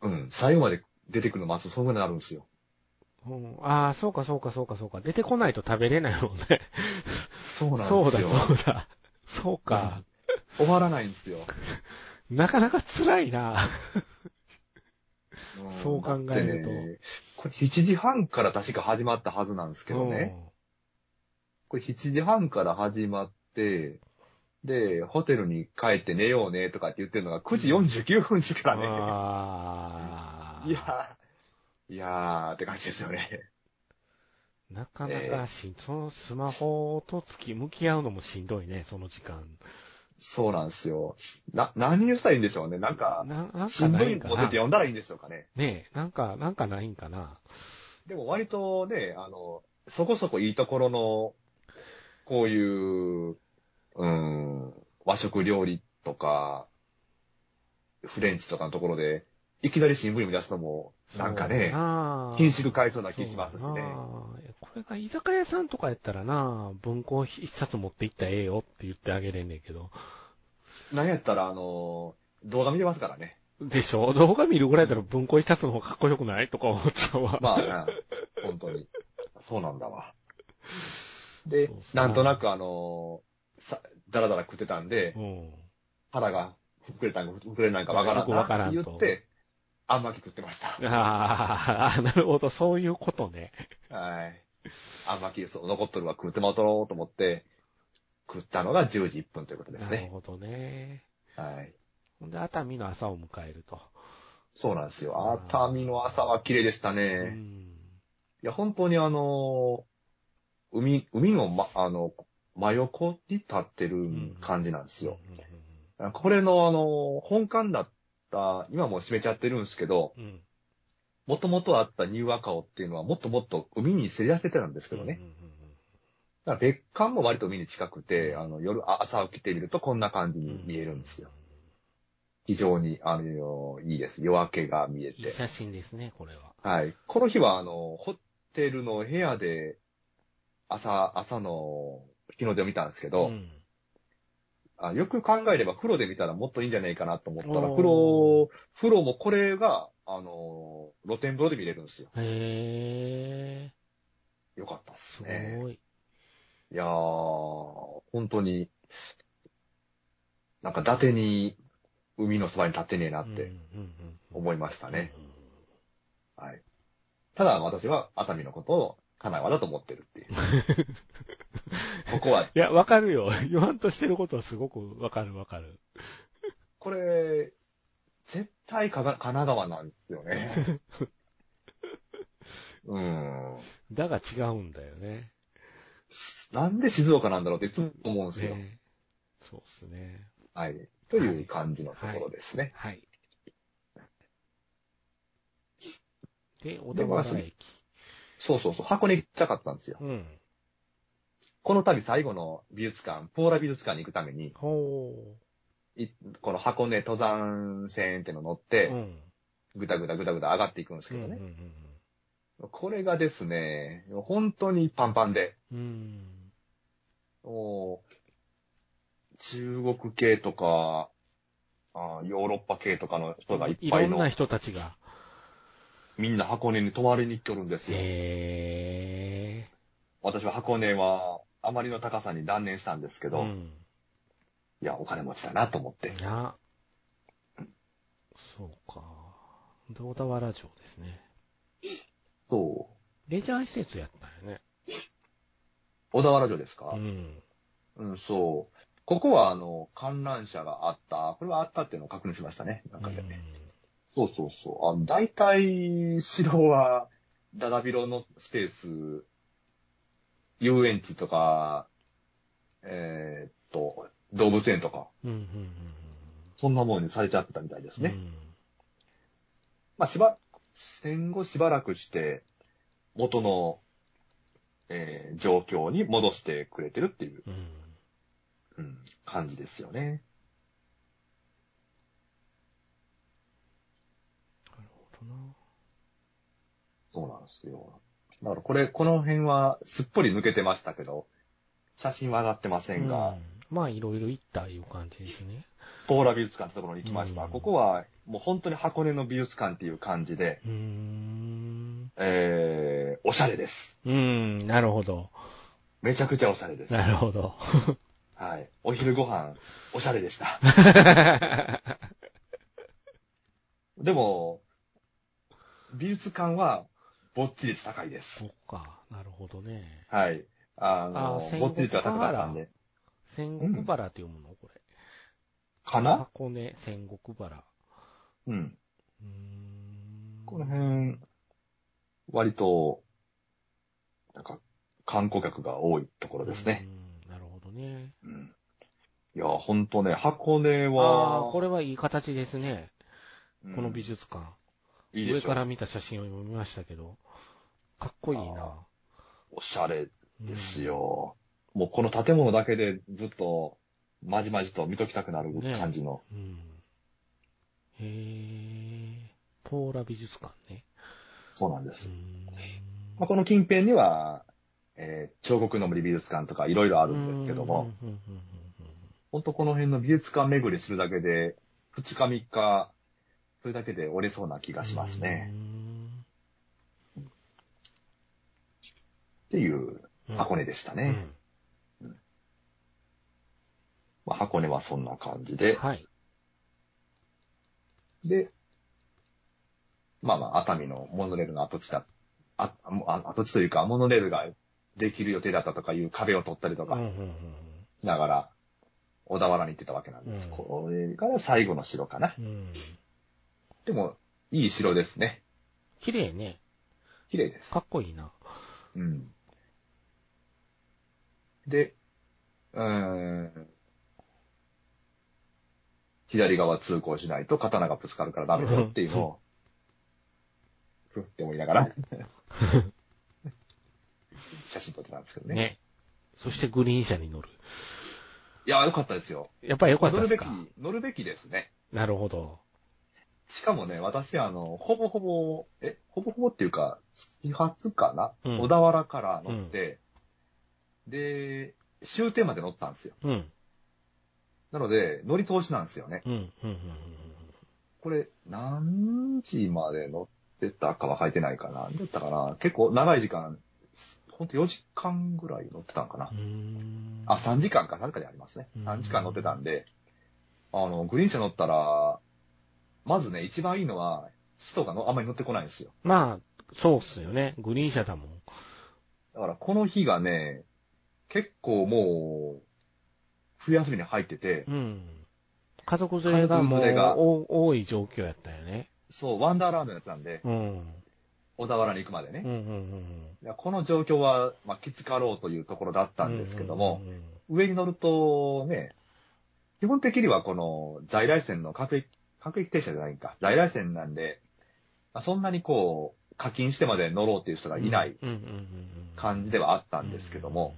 [SPEAKER 2] うん、最後まで出てくるのまずそんぐらいになるんですよ。
[SPEAKER 1] うん、ああ、そうかそうかそうかそうか。出てこないと食べれないもんね。
[SPEAKER 2] そうなんですよ。
[SPEAKER 1] そうだそうだ。そうか。
[SPEAKER 2] 終わらないんですよ。
[SPEAKER 1] なかなか辛いな。
[SPEAKER 2] ん
[SPEAKER 1] そう考えると
[SPEAKER 2] だってねこれ7時半から確か始まったはずなんですけどね。これ7時半から始まって、で、ホテルに帰って寝ようねとかって言ってるのが9時49分です
[SPEAKER 1] う
[SPEAKER 2] か
[SPEAKER 1] ん。
[SPEAKER 2] ら
[SPEAKER 1] ああ。
[SPEAKER 2] ね。いやー、いやーって感じですよね。
[SPEAKER 1] なかなかしん、そのスマホと付き向き合うのもしんどいね、その時間。
[SPEAKER 2] そうなんですよ。な、何をしたらいいんでしょうね。なんか、
[SPEAKER 1] ななんか
[SPEAKER 2] 新
[SPEAKER 1] ないん
[SPEAKER 2] 聞
[SPEAKER 1] か
[SPEAKER 2] 持ってて
[SPEAKER 1] な。
[SPEAKER 2] 読んだらいいんでしょうかね。
[SPEAKER 1] ねえ、なんか、なんかないんかな。
[SPEAKER 2] でも割とね、あの、そこそこいいところの、こういう、うん、和食料理とか、フレンチとかのところで、いきなり新聞読み出すのも、なんかね、禁止
[SPEAKER 1] る
[SPEAKER 2] る買いそうな気しますし
[SPEAKER 1] そうだ
[SPEAKER 2] ね。
[SPEAKER 1] ないやこれが居酒屋さんとかやったらな、文庫一冊持って行ったらええよって言ってあげれんねんけど。
[SPEAKER 2] なんやったら、あの、動画見てますからね。
[SPEAKER 1] でしょ動画見るぐらいだったら文庫一冊の方がかっこよくないとか思っちゃうわ。 [laughs]
[SPEAKER 2] まあな、本当に。そうなんだわ。で
[SPEAKER 1] そう、さ
[SPEAKER 2] なんとなくあの、さ、だらだら食ってたんで
[SPEAKER 1] う、ん。
[SPEAKER 2] 腹が膨れたんか膨れないんかわから
[SPEAKER 1] よくわから
[SPEAKER 2] ん
[SPEAKER 1] ん
[SPEAKER 2] な
[SPEAKER 1] と
[SPEAKER 2] って言って、あんまき食ってました。
[SPEAKER 1] あ [laughs] あ、なるほど、そういうことね。
[SPEAKER 2] はい。あんまき、そう、残っとるわ、食ってもらおうとろうと思って、食ったのが10時1分ということです
[SPEAKER 1] なる
[SPEAKER 2] ね。
[SPEAKER 1] ほどね。
[SPEAKER 2] はい。
[SPEAKER 1] ほんで、熱海の朝を迎えると。
[SPEAKER 2] そうなんですよ。
[SPEAKER 1] あ
[SPEAKER 2] 熱
[SPEAKER 1] ー
[SPEAKER 2] 海の朝は綺麗でしたね。
[SPEAKER 1] うん。
[SPEAKER 2] いや、本当にあのー海、海の、ま、あの、真横に立ってる感じなんですよ。これの、あのー本館だった、今もう閉めちゃってるんですけど、
[SPEAKER 1] うん。うん。
[SPEAKER 2] もともとあったニューアカオっていうのはもっともっと海にせり出してたんですけどね。
[SPEAKER 1] うんうん
[SPEAKER 2] だから別館も割と海に近くて、あの、夜、あ朝起きてみるとこんな感じ
[SPEAKER 1] うんう
[SPEAKER 2] に
[SPEAKER 1] ん。
[SPEAKER 2] 見えるんですよ。非常に、あのー、いいです。夜明けが見
[SPEAKER 1] い
[SPEAKER 2] え
[SPEAKER 1] い
[SPEAKER 2] て。
[SPEAKER 1] 写真ですね、これは。
[SPEAKER 2] はい。この日は、あの、ホテルの部屋で、朝、朝の日の出を見たんですけど、
[SPEAKER 1] ん。
[SPEAKER 2] あよく考えれば風呂で見たらもっといいんじゃないかなと思ったら、
[SPEAKER 1] おー
[SPEAKER 2] 風呂、風呂もこれが、あの、露天風呂で見れるんですよ。
[SPEAKER 1] へえ、
[SPEAKER 2] よかったっす
[SPEAKER 1] す
[SPEAKER 2] ね。
[SPEAKER 1] ごい。
[SPEAKER 2] いやー、本当に、なんか伊達に海のそばに立ってねえなっ
[SPEAKER 1] う
[SPEAKER 2] て
[SPEAKER 1] んうんうん
[SPEAKER 2] 思いましたね。
[SPEAKER 1] うんうん
[SPEAKER 2] はい。ただ私は熱海のことを神奈川だと思ってるっていう。
[SPEAKER 1] [laughs]
[SPEAKER 2] ここは、
[SPEAKER 1] いや、わかるよ。言わんとしてることはすごくわかるわかる。
[SPEAKER 2] これ、絶対かな神奈川なんですよ
[SPEAKER 1] [laughs]
[SPEAKER 2] ね。うん。
[SPEAKER 1] だが違うんだよね。
[SPEAKER 2] なんで静岡なんだろうっていつも思うんですよ。
[SPEAKER 1] ねそうですね。
[SPEAKER 2] はい。という感じのところですね。
[SPEAKER 1] はい。で、小田原駅。
[SPEAKER 2] そうそうそう。箱根行きたかったんですよ。
[SPEAKER 1] うん。
[SPEAKER 2] この度最後の美術館、ポーラ美術館に行くために、
[SPEAKER 1] ほ
[SPEAKER 2] この箱根登山線っての乗っ
[SPEAKER 1] う。う
[SPEAKER 2] て、
[SPEAKER 1] ん。
[SPEAKER 2] ぐたぐたぐたぐた上がっていくんです
[SPEAKER 1] う
[SPEAKER 2] け
[SPEAKER 1] んう
[SPEAKER 2] どね。
[SPEAKER 1] ん
[SPEAKER 2] これがですね、本当にパンパンで、
[SPEAKER 1] うん。うん。
[SPEAKER 2] もう中国系とか、あーヨーロッパ系とかの人がいっぱい
[SPEAKER 1] ろん
[SPEAKER 2] の
[SPEAKER 1] な、人たちが。
[SPEAKER 2] みんな箱根に泊まりに来るんですよ。
[SPEAKER 1] へ
[SPEAKER 2] 私は箱根は、あまりの高さに断念したんですけ
[SPEAKER 1] ー。
[SPEAKER 2] ど、
[SPEAKER 1] ん。
[SPEAKER 2] いや、お金持ちだなと思って。
[SPEAKER 1] な。そうか。で、小田原城ですね。
[SPEAKER 2] そ
[SPEAKER 1] レジャー施設やったよね。
[SPEAKER 2] う。小田原城ですか、
[SPEAKER 1] うん。
[SPEAKER 2] うん、そう。ここは、あの、観覧車があった。これはあったっていうのを確認しましたね。なんかでね。そうそうそう。あの、大体、城は、だだ広のスペース、遊園地とか、えーっと、動物園とか、
[SPEAKER 1] うん。うん。うん
[SPEAKER 2] そんなもんにされちゃってたみたいです
[SPEAKER 1] うん。
[SPEAKER 2] ね。まあ、しば、戦後しばらくして、元の、えー状況に戻してくれてるっていう、
[SPEAKER 1] うん。
[SPEAKER 2] うん感じですよね。
[SPEAKER 1] なるほどな。
[SPEAKER 2] そうなんですよ。だからこれ、この辺はすっぽり抜けてましたけど、写真は上がってませんが、
[SPEAKER 1] うんまあ、いろいろ行ったいう感じですね。
[SPEAKER 2] ポーラ美術館ってところに行きました。
[SPEAKER 1] うん
[SPEAKER 2] ここはもう本当に箱根の美術館っていう感じで、
[SPEAKER 1] うーん。
[SPEAKER 2] えー、おしゃれです。
[SPEAKER 1] うーん、なるほど。
[SPEAKER 2] めちゃくちゃおしゃれです。
[SPEAKER 1] なるほど。
[SPEAKER 2] はい。お昼ご飯、おしゃれ
[SPEAKER 1] [laughs]
[SPEAKER 2] でした。でも、美術館は、ぼっち率高いです
[SPEAKER 1] そ。っか、なるほどね。
[SPEAKER 2] はい。あの、
[SPEAKER 1] あ戦
[SPEAKER 2] ぼ
[SPEAKER 1] 後
[SPEAKER 2] っち率は高かったんで。
[SPEAKER 1] 戦国原って読むのこれ。
[SPEAKER 2] かな
[SPEAKER 1] 箱根戦国原。
[SPEAKER 2] うん。
[SPEAKER 1] うーん。
[SPEAKER 2] この辺、割と、なんか、観光客が多いところですね。
[SPEAKER 1] うーん。なるほどね。
[SPEAKER 2] うん。いや、ほんとね、箱根
[SPEAKER 1] あ
[SPEAKER 2] は、
[SPEAKER 1] あ、これはいい形ですね。
[SPEAKER 2] うん
[SPEAKER 1] この美術館。
[SPEAKER 2] いいで
[SPEAKER 1] 上
[SPEAKER 2] しょ
[SPEAKER 1] から見た写真を読みましたけど、かっこいいな。
[SPEAKER 2] おしゃれ
[SPEAKER 1] うん
[SPEAKER 2] です。よ。もうこの建物だけでずっと、まじまじと見ときたくなる
[SPEAKER 1] ね
[SPEAKER 2] 感じの。
[SPEAKER 1] うん。へえ。ポーラ美術館ね。
[SPEAKER 2] そうなんで
[SPEAKER 1] う
[SPEAKER 2] す
[SPEAKER 1] ー。ん
[SPEAKER 2] まあ、この近辺には、えー彫刻の森美術館とかいろいろあるんですけども、
[SPEAKER 1] うんうんうんうん
[SPEAKER 2] ほんとこの辺の美術館巡りするだけで、2日3日、それだけで折れそうな気
[SPEAKER 1] う
[SPEAKER 2] が
[SPEAKER 1] ん
[SPEAKER 2] しますね。
[SPEAKER 1] うーん
[SPEAKER 2] っていう
[SPEAKER 1] うん
[SPEAKER 2] 箱根でしたね。まあ、箱根はそんな感じ
[SPEAKER 1] うん
[SPEAKER 2] で、
[SPEAKER 1] はい。
[SPEAKER 2] で、まあまあ、熱海のモノレールの跡地だ、あ、あ跡地というか、モノレールができる予定だったとかいう壁を取ったりと
[SPEAKER 1] うんう
[SPEAKER 2] か
[SPEAKER 1] んうん
[SPEAKER 2] しながら、小田原に行ってたわけなんです。
[SPEAKER 1] うん
[SPEAKER 2] これから最後の城かな。
[SPEAKER 1] うんうん
[SPEAKER 2] でも、いい城ですね。
[SPEAKER 1] 綺麗ね。
[SPEAKER 2] 綺麗です。
[SPEAKER 1] かっこいいな。
[SPEAKER 2] うん。で、うーん。左側通行しないと刀がぶつかるからダメだよっていうのを、 [laughs] ふって思いながら、 [laughs] 写真撮ってたんですけどね。
[SPEAKER 1] ね。そしてグリーン車に乗る。
[SPEAKER 2] いや、よかったですよ。
[SPEAKER 1] やっぱり良かった
[SPEAKER 2] 乗
[SPEAKER 1] で
[SPEAKER 2] る
[SPEAKER 1] す
[SPEAKER 2] べき
[SPEAKER 1] か、
[SPEAKER 2] 乗るべきですね。
[SPEAKER 1] なるほど。
[SPEAKER 2] しかもね、私、あの、ほぼほぼ、え、ほぼほぼっていうか、始発かな、
[SPEAKER 1] うん
[SPEAKER 2] 小田原から乗って、で、終点まで乗ったんですよ。
[SPEAKER 1] うん。
[SPEAKER 2] なので、乗り通しなんですよね。
[SPEAKER 1] うん。うん。うん
[SPEAKER 2] これ、何時まで乗ってたかは書いてないかな。だったかな。結構長い時間、ほんと4時間ぐらい乗ってたんかな
[SPEAKER 1] うん。う。ん
[SPEAKER 2] あ、3時間か、なんかでありますね
[SPEAKER 1] う。ん
[SPEAKER 2] 3時間乗ってたんで、あの、グリーン車乗ったら、まずね、一番いいのは、使徒がのあんまり乗ってこないんですよ。
[SPEAKER 1] まあ、そうっすよね。グリーン車だもん。
[SPEAKER 2] だから、この日がね、結構もう、冬休みに入ってて、
[SPEAKER 1] うん。家族連れがもう
[SPEAKER 2] 家族連れが
[SPEAKER 1] お多い状況やったよね。
[SPEAKER 2] そう、ワンダーラーメンだったんで、
[SPEAKER 1] うん。
[SPEAKER 2] 小田原に行くまで
[SPEAKER 1] うんう
[SPEAKER 2] ね。
[SPEAKER 1] んうん
[SPEAKER 2] いやこの状況は、まあ、きつかろうというところだっ
[SPEAKER 1] う
[SPEAKER 2] た
[SPEAKER 1] ん。
[SPEAKER 2] んですけども
[SPEAKER 1] う、んうんうん
[SPEAKER 2] 上に乗るとね、基本的にはこの在来線の各駅、各駅停車じゃないか。在来線なんで、まあ、そんなにこう、課金してまで乗ろうっていう人がいない
[SPEAKER 1] うんうんうんうん
[SPEAKER 2] 感じではあったんですけども、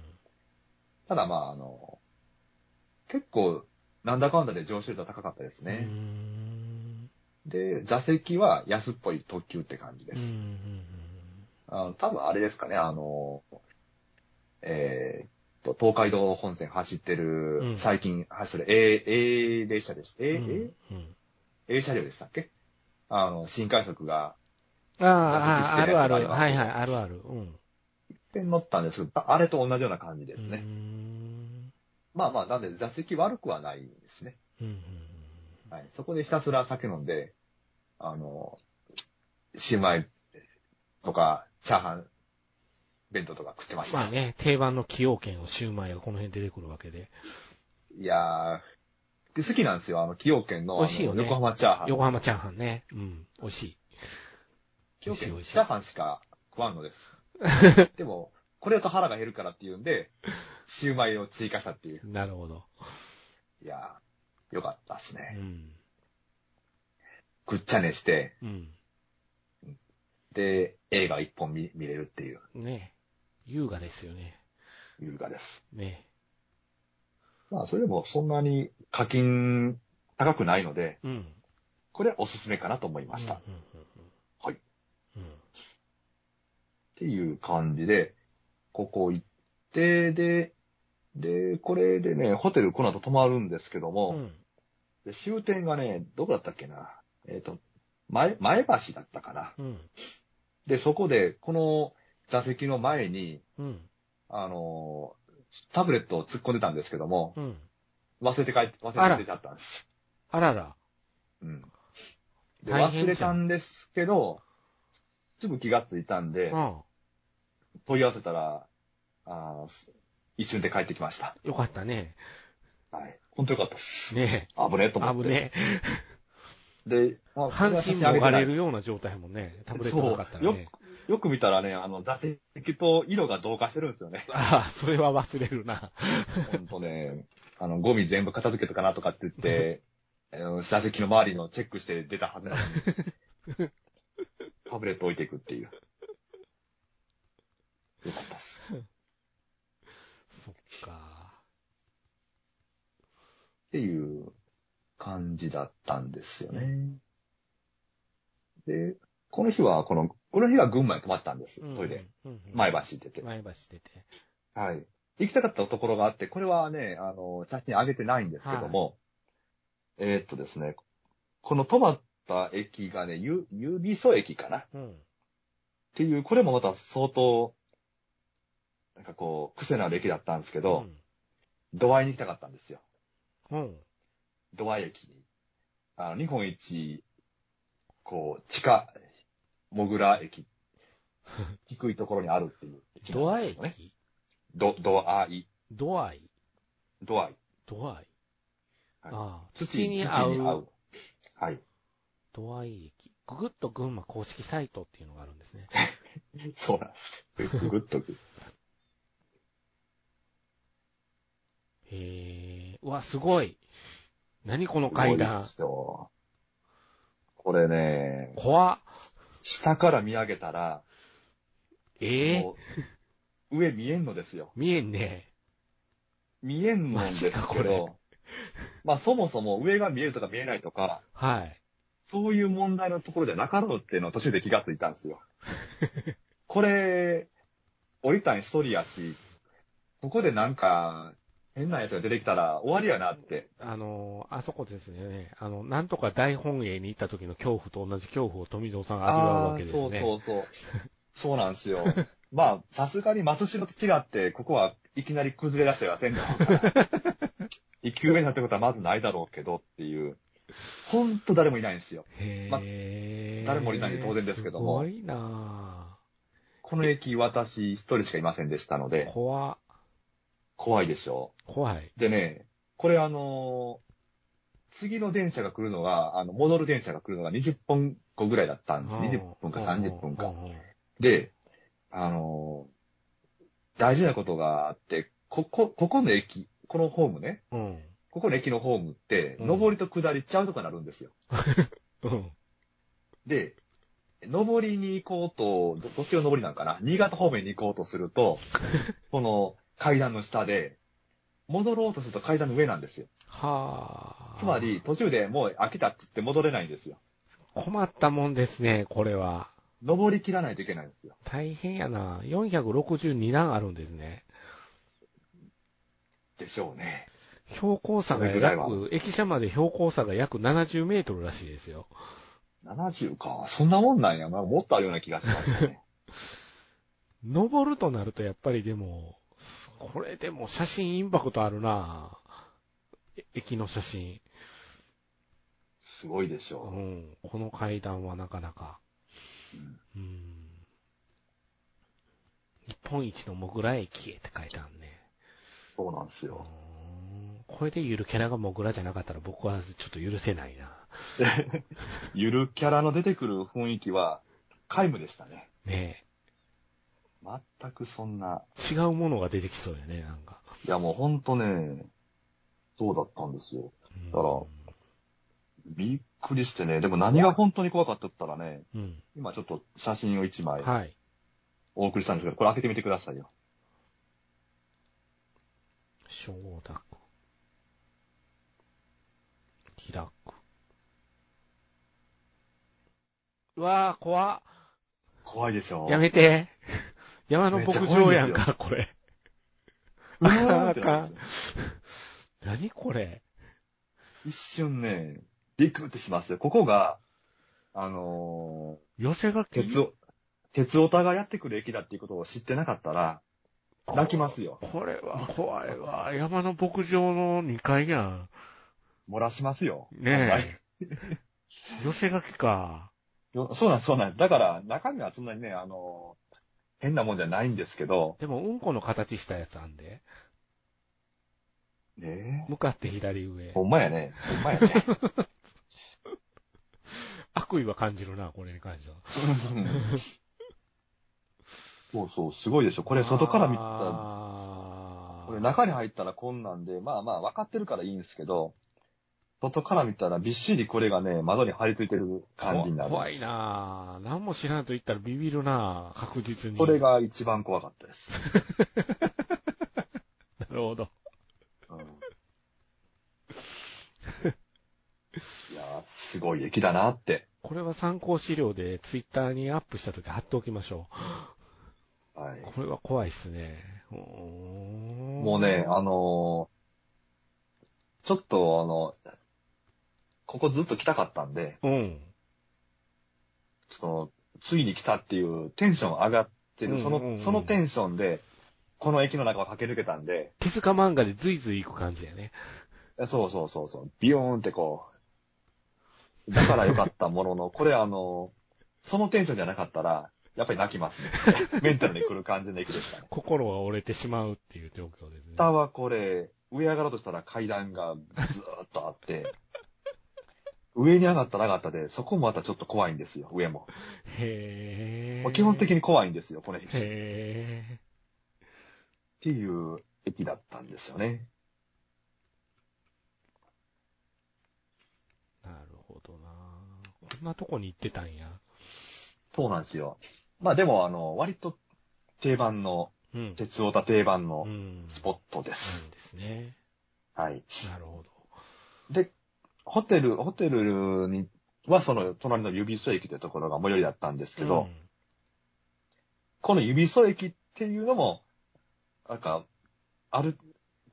[SPEAKER 2] ただまああの、結構、なんだかんだで上昇率は高かったです
[SPEAKER 1] うんうんうん。
[SPEAKER 2] ね
[SPEAKER 1] う。ん
[SPEAKER 2] で、座席は安っぽい特急って感じで
[SPEAKER 1] うんうん
[SPEAKER 2] す。
[SPEAKER 1] うん
[SPEAKER 2] あの多分あれですかね、あの、えーっと、東海道本線走ってる、
[SPEAKER 1] うん
[SPEAKER 2] 最近走ってる A、A 列車です。
[SPEAKER 1] う
[SPEAKER 2] A、
[SPEAKER 1] ん
[SPEAKER 2] A?
[SPEAKER 1] うん
[SPEAKER 2] A 車両でしたっけあの、新快速が、
[SPEAKER 1] ああ、あああ
[SPEAKER 2] 座席指定
[SPEAKER 1] る
[SPEAKER 2] の
[SPEAKER 1] あ
[SPEAKER 2] やつがあり
[SPEAKER 1] る。
[SPEAKER 2] ます
[SPEAKER 1] はいはい、あるある。うん。
[SPEAKER 2] 一遍乗ったんですけど、ああれと同じような感じですね。
[SPEAKER 1] うん
[SPEAKER 2] まあまあ、なんで座席悪くはないんですね。
[SPEAKER 1] うんうん
[SPEAKER 2] はい。そこでひたすら酒飲んで、あの、シューマイとか、チャーハン、弁当とか食ってました。
[SPEAKER 1] まあね、定番の崎陽軒をシューマイがこの辺出てくるわけで。
[SPEAKER 2] いやー、好きなんですよ。あの、崎陽軒
[SPEAKER 1] 美
[SPEAKER 2] のあの
[SPEAKER 1] 味しいよね
[SPEAKER 2] 横浜チャーハン。
[SPEAKER 1] 横浜チャーハンね。うん。美味しい。
[SPEAKER 2] 崎
[SPEAKER 1] 美
[SPEAKER 2] 陽軒
[SPEAKER 1] 味しい美味しい
[SPEAKER 2] チャーハンしか食わんのです。 [laughs] でも、これだと腹が減るからっていうんで、シューマイを追加したっていう。
[SPEAKER 1] なるほど。
[SPEAKER 2] いやー、よかったです
[SPEAKER 1] う
[SPEAKER 2] ね。
[SPEAKER 1] ん。
[SPEAKER 2] ぐっちゃねして、
[SPEAKER 1] うん。
[SPEAKER 2] で、映画一本見見れるっていう
[SPEAKER 1] ね優雅ですよね。
[SPEAKER 2] 優雅です。
[SPEAKER 1] ね
[SPEAKER 2] まあ、それでもそんなに課金高くないので、
[SPEAKER 1] うん。
[SPEAKER 2] これおすすめかなと思いました。っ
[SPEAKER 1] うんうんうんうん
[SPEAKER 2] はい。
[SPEAKER 1] うん。
[SPEAKER 2] ていう感じで、ここ行って、で、で、これでね、ホテルこの後泊まるんですけど
[SPEAKER 1] う
[SPEAKER 2] も、
[SPEAKER 1] ん。
[SPEAKER 2] で終点がね、どこだったっけな。えっ、と、前、前橋だったかな。
[SPEAKER 1] うん。
[SPEAKER 2] で、そこで、この座席の前に、
[SPEAKER 1] うん。
[SPEAKER 2] あのータブレットを突っ込んでたんですけども、
[SPEAKER 1] うん。
[SPEAKER 2] 忘れて帰って、
[SPEAKER 1] あ
[SPEAKER 2] 忘れ
[SPEAKER 1] ら
[SPEAKER 2] て出ちゃったんです。
[SPEAKER 1] あらら。
[SPEAKER 2] うん。で、
[SPEAKER 1] 大変じゃん
[SPEAKER 2] 忘れたんですけど、すぐ気がついたんで、
[SPEAKER 1] うん。
[SPEAKER 2] 問い合わせたら、あーす一瞬で帰ってきました。
[SPEAKER 1] よかったね。
[SPEAKER 2] はい。本当よかったです。
[SPEAKER 1] ね
[SPEAKER 2] 危ねえと思
[SPEAKER 1] 危
[SPEAKER 2] って。
[SPEAKER 1] ねえ。
[SPEAKER 2] で、まあ
[SPEAKER 1] 半身もがれるような状態もんね。タブレットなかったら
[SPEAKER 2] そう
[SPEAKER 1] ね。
[SPEAKER 2] よく見たらね、あの、座席と色が同化してるんですよね。
[SPEAKER 1] ああ、それは忘れるな。
[SPEAKER 2] ほんとね、あの、ゴミ全部片付けたかなとかって言って、あの座席の周りのチェックして出たはずなのに、タブレット置いていくっていう。よかったっす。っ
[SPEAKER 1] [laughs] そっか。
[SPEAKER 2] ていう感じだったんですよね。で、この日は、この、この日は群馬に泊まってたんです。トイレ。
[SPEAKER 1] うん。うん
[SPEAKER 2] 前橋。行ってて。
[SPEAKER 1] 前橋出て。
[SPEAKER 2] はい。行きたかったところがあって、これはね、あの、写真上げてないんですけども、えーっとですね、この止まった駅がね、ゆ、ゆびそ駅かなっ
[SPEAKER 1] うん。
[SPEAKER 2] ていう、これもまた相当、なんかこう、癖のある駅だったんですけど、土合いに行きたかったんですよ。
[SPEAKER 1] うん。うん。
[SPEAKER 2] 土合駅に。あの、日本一、こう、地下、モグラ
[SPEAKER 1] [laughs]
[SPEAKER 2] 駅、低いところにあるっていう駅
[SPEAKER 1] ド
[SPEAKER 2] なん
[SPEAKER 1] ア
[SPEAKER 2] ですよね。
[SPEAKER 1] 駅
[SPEAKER 2] ど、土合い、
[SPEAKER 1] ドアイ
[SPEAKER 2] 土合い。
[SPEAKER 1] ドアイああ、
[SPEAKER 2] 土
[SPEAKER 1] 土
[SPEAKER 2] に
[SPEAKER 1] に
[SPEAKER 2] 合
[SPEAKER 1] 合
[SPEAKER 2] う。
[SPEAKER 1] う
[SPEAKER 2] はい。
[SPEAKER 1] ドアイ駅。ググッと群馬公式サイトっていうのがあるんですね。
[SPEAKER 2] そうなんです。ぐぐっとく。
[SPEAKER 1] へえ、うわ、すごい。何この階
[SPEAKER 2] すごい
[SPEAKER 1] 段
[SPEAKER 2] っ。すよこれね、
[SPEAKER 1] 怖っ。
[SPEAKER 2] 下から見上げたら、
[SPEAKER 1] ええ
[SPEAKER 2] もう上見えんのですよ。
[SPEAKER 1] 見えんね。
[SPEAKER 2] 見えんのんです
[SPEAKER 1] マジか
[SPEAKER 2] け
[SPEAKER 1] これ
[SPEAKER 2] ど、まあそもそも上が見えるとか見えないとか、
[SPEAKER 1] はい。
[SPEAKER 2] そういう問題のところじゃなかろうっていうのを途中で気がついたんですよ。これ、降りたん一人やし、ここでなんか、変なやつが出てきたら終わりやなって。
[SPEAKER 1] あのー、あそこですね。あの、なんとか大本営に行った時の恐怖と同じ恐怖を富蔵さんが味わうわけですね。
[SPEAKER 2] あーそうそうそう。そうなんで
[SPEAKER 1] [laughs]
[SPEAKER 2] すよ。まあ、
[SPEAKER 1] [laughs]
[SPEAKER 2] さすがに松代と違って、ここはいきなり崩れ出してはせんの。生き埋めなんてことはまずないだろうけどっていう、ほんと誰もいないんですよ。
[SPEAKER 1] へえ。
[SPEAKER 2] ま誰もいないんで当然ですけども
[SPEAKER 1] すごいな
[SPEAKER 2] この駅、私一人しかいませんでしたの
[SPEAKER 1] ぁ
[SPEAKER 2] で、
[SPEAKER 1] 怖、
[SPEAKER 2] 怖いでしょ
[SPEAKER 1] 怖い。
[SPEAKER 2] う。でね、これあのー次の電車が来るのが、あの、戻る電車が来るのが20分後ぐらいだったんです。20分か30分か
[SPEAKER 1] うん。うんうん
[SPEAKER 2] で、あのー大事なことがあって、ここ、ここの駅、このホームね、
[SPEAKER 1] うん。
[SPEAKER 2] ここの駅のホームって、
[SPEAKER 1] うん
[SPEAKER 2] 上りと下りちゃうとかなるんですよ。
[SPEAKER 1] うん。
[SPEAKER 2] で、上りに行こうと、どどっちの上りなんかな新潟方面に行こうとする
[SPEAKER 1] [laughs]
[SPEAKER 2] と、この階段の下で、戻ろうとすると階段の上なんですよ。
[SPEAKER 1] はあ。
[SPEAKER 2] つまり、、途中でもう飽きたっつって戻れないんですよ。
[SPEAKER 1] 困ったもんですね、これは。
[SPEAKER 2] 上り切らないといけないんですよ。
[SPEAKER 1] 大変やな。462段あるんですね。
[SPEAKER 2] でしょうね。
[SPEAKER 1] 標高差が
[SPEAKER 2] それぐらいは
[SPEAKER 1] 約、駅舎まで標高差が約70メートルらしいですよ。
[SPEAKER 2] 70か。そんなもんなんや。まあ、もっとあるような気がしま
[SPEAKER 1] [laughs]
[SPEAKER 2] すね。
[SPEAKER 1] 登るとなるとやっぱりでも、これでも写真インパクトあるなえ駅の写真。
[SPEAKER 2] すごいでし
[SPEAKER 1] う
[SPEAKER 2] ょう。
[SPEAKER 1] ん。この階段はなかなか。うん。日本一のモグラ駅へって書いてあるね。
[SPEAKER 2] そうなんです
[SPEAKER 1] う
[SPEAKER 2] よ。
[SPEAKER 1] んこれでゆるキャラがモグラじゃなかったら僕はちょっと許せないな。
[SPEAKER 2] ゆるキャラの出てくる雰囲気は、皆無でしたね。
[SPEAKER 1] ね
[SPEAKER 2] 全くそんな。
[SPEAKER 1] え。違うものが出てきそうやね、なんか。
[SPEAKER 2] いや、もうほんとね、そうだったんですよ。
[SPEAKER 1] うん
[SPEAKER 2] だからびっくりしてね。でも何が本当に怖かったって言ったらね、
[SPEAKER 1] うん。
[SPEAKER 2] 今ちょっと写真を1枚
[SPEAKER 1] はい。
[SPEAKER 2] お送りしたんですけど、これ開けてみてくださいよ。
[SPEAKER 1] 承諾。開く。うわあ、怖っ
[SPEAKER 2] 怖いでしょ
[SPEAKER 1] やめて。 [laughs] 山の
[SPEAKER 2] めっち
[SPEAKER 1] 牧
[SPEAKER 2] ゃ
[SPEAKER 1] 場やん
[SPEAKER 2] 怖いんです
[SPEAKER 1] か、これ。
[SPEAKER 2] うわーって
[SPEAKER 1] あか
[SPEAKER 2] なんるんですよ
[SPEAKER 1] 何これ。
[SPEAKER 2] 一瞬ね、ビクってしますよ。ここが、あの
[SPEAKER 1] 寄せ書き
[SPEAKER 2] ー、鉄を、鉄オタがやってくる駅だっていうことを知ってなかったら、泣きますよ。
[SPEAKER 1] これは怖いわ。山の牧場の2階やん。
[SPEAKER 2] 漏らしますよ。
[SPEAKER 1] ねえ。寄せ書きか。
[SPEAKER 2] よ [laughs] そうなんです、そうなんです。だから、中身はそんなにね、あの、変なもんじゃないんですけど、
[SPEAKER 1] でも、うんこの形したやつあんで。
[SPEAKER 2] ね
[SPEAKER 1] 向かって左上
[SPEAKER 2] え。ほ。んまやね。ほんまやね。
[SPEAKER 1] 悪意は感じるな、これに関しては。
[SPEAKER 2] そうそう、すごいでしょ。これ外から見た、
[SPEAKER 1] あー
[SPEAKER 2] これ中に入ったらこんなんで、まあまあ分かってるからいいんですけど、外から見たらびっしりこれがね、窓に張り付いてる感じになる。
[SPEAKER 1] 怖いなぁ。何も知らんと言ったらビビるなぁ。確実に。
[SPEAKER 2] これ。が一番怖かったです。
[SPEAKER 1] なるほど。 [laughs]
[SPEAKER 2] うんいやー、すごい駅だなって。
[SPEAKER 1] これは参考資料でツイッターにアップした時貼っておきましょ。。
[SPEAKER 2] はいう
[SPEAKER 1] これは怖いっすね。も
[SPEAKER 2] もうね、あのーちょっとあの、ここずっと来たかったんで、
[SPEAKER 1] うん。
[SPEAKER 2] その、ついに来たっていうテンション上がって
[SPEAKER 1] うん
[SPEAKER 2] る、そ
[SPEAKER 1] うんうん
[SPEAKER 2] の、そのテンションで、この駅の中を駆け抜けたんで、
[SPEAKER 1] 手塚漫画でずいずい行く感じやね。
[SPEAKER 2] そうそうそうそう、ビヨーンってこう、だから良かったものの、 [laughs] これあのーそのテンションじゃなかったら、やっぱり泣きますね。 [laughs] メンタルに来る感じの駅でしたね。
[SPEAKER 1] 心が折れてしまうっていう状況ですね。
[SPEAKER 2] 下はこれ、上上がろうとしたら階段がずーっとあって、上に上がったら上がったで、そこもまたちょっと怖いんですよ、上も。
[SPEAKER 1] へ
[SPEAKER 2] まあ
[SPEAKER 1] ぇ
[SPEAKER 2] 基本的
[SPEAKER 1] に。
[SPEAKER 2] に怖いんですよ、この駅。っ
[SPEAKER 1] へぇ
[SPEAKER 2] ていう駅だったんですよね。
[SPEAKER 1] なるほどなぁ。こんなとこに行ってたんや。
[SPEAKER 2] そうなんですよ。まあでも、あの、割と定番の、
[SPEAKER 1] うん。
[SPEAKER 2] 鉄オタ定番の
[SPEAKER 1] うん。
[SPEAKER 2] スポッ
[SPEAKER 1] ト。
[SPEAKER 2] トです。
[SPEAKER 1] ですね。
[SPEAKER 2] はい。
[SPEAKER 1] なるほど。
[SPEAKER 2] で、ホテル、ホテルに、はその隣の指磯駅というところが最寄りだったんですけ
[SPEAKER 1] う
[SPEAKER 2] ど、
[SPEAKER 1] ん
[SPEAKER 2] この指添駅っていうのも、なんか、ある、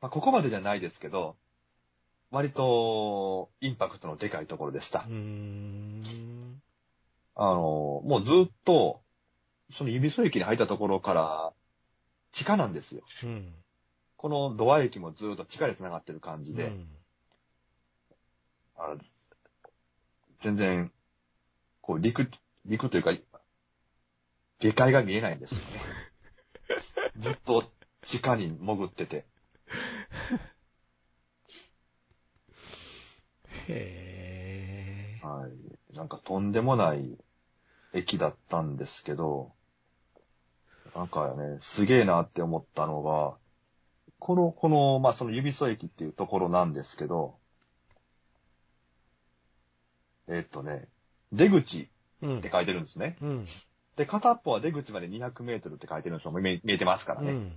[SPEAKER 2] まあ、ここまでじゃないですけど、割とインパクトのでかいところでした
[SPEAKER 1] う。ーん。
[SPEAKER 2] あの、もうずっと、その指添駅に入ったところから、地下なんですよ。
[SPEAKER 1] うん。
[SPEAKER 2] このドア駅もずっと地下で繋がってる感じで、
[SPEAKER 1] うん
[SPEAKER 2] あ全然、こう、陸、陸というか、下界が見えないんですよ
[SPEAKER 1] [laughs]
[SPEAKER 2] ね。ずっと地下に潜ってて。
[SPEAKER 1] へえ。
[SPEAKER 2] はい。なんかとんでもない駅だったんですけど、なんかね、すげえなって思ったのが、この、この、まあ、その指添駅っていうところなんですけど、えっとね、出口
[SPEAKER 1] うん
[SPEAKER 2] って書いてるんですね。
[SPEAKER 1] うん。
[SPEAKER 2] で、片っぽは出口まで200メートルって書いてるんですよ。もう見え見えてますから
[SPEAKER 1] うん。う
[SPEAKER 2] ね。
[SPEAKER 1] ん。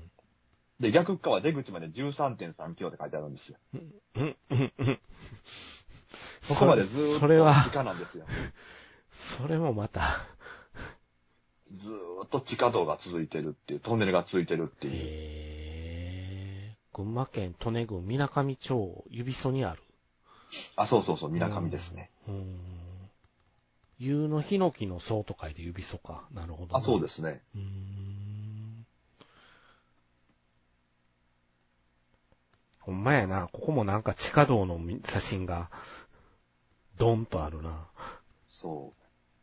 [SPEAKER 2] で、逆側は出口まで13.3キロって書いてあるんですよ。
[SPEAKER 1] うんうんうん。
[SPEAKER 2] そこまでずーっ
[SPEAKER 1] そ
[SPEAKER 2] と
[SPEAKER 1] れ
[SPEAKER 2] 地
[SPEAKER 1] は、
[SPEAKER 2] 下なんですよ。
[SPEAKER 1] それもまた。
[SPEAKER 2] ずーっと地下道が続いてるっていう、トンネルが続いてるっていう。
[SPEAKER 1] へえ。群馬県利根郡水上町、指そにある。
[SPEAKER 2] あ、そうそうそう、みなかみですね。
[SPEAKER 1] うん。夕のヒノキの層と書いて指そか。なるほど。。
[SPEAKER 2] あ、そうですすね。
[SPEAKER 1] うーん。ほんまやな。ここもなんか地下道の写真が、ドンとあるな。
[SPEAKER 2] そ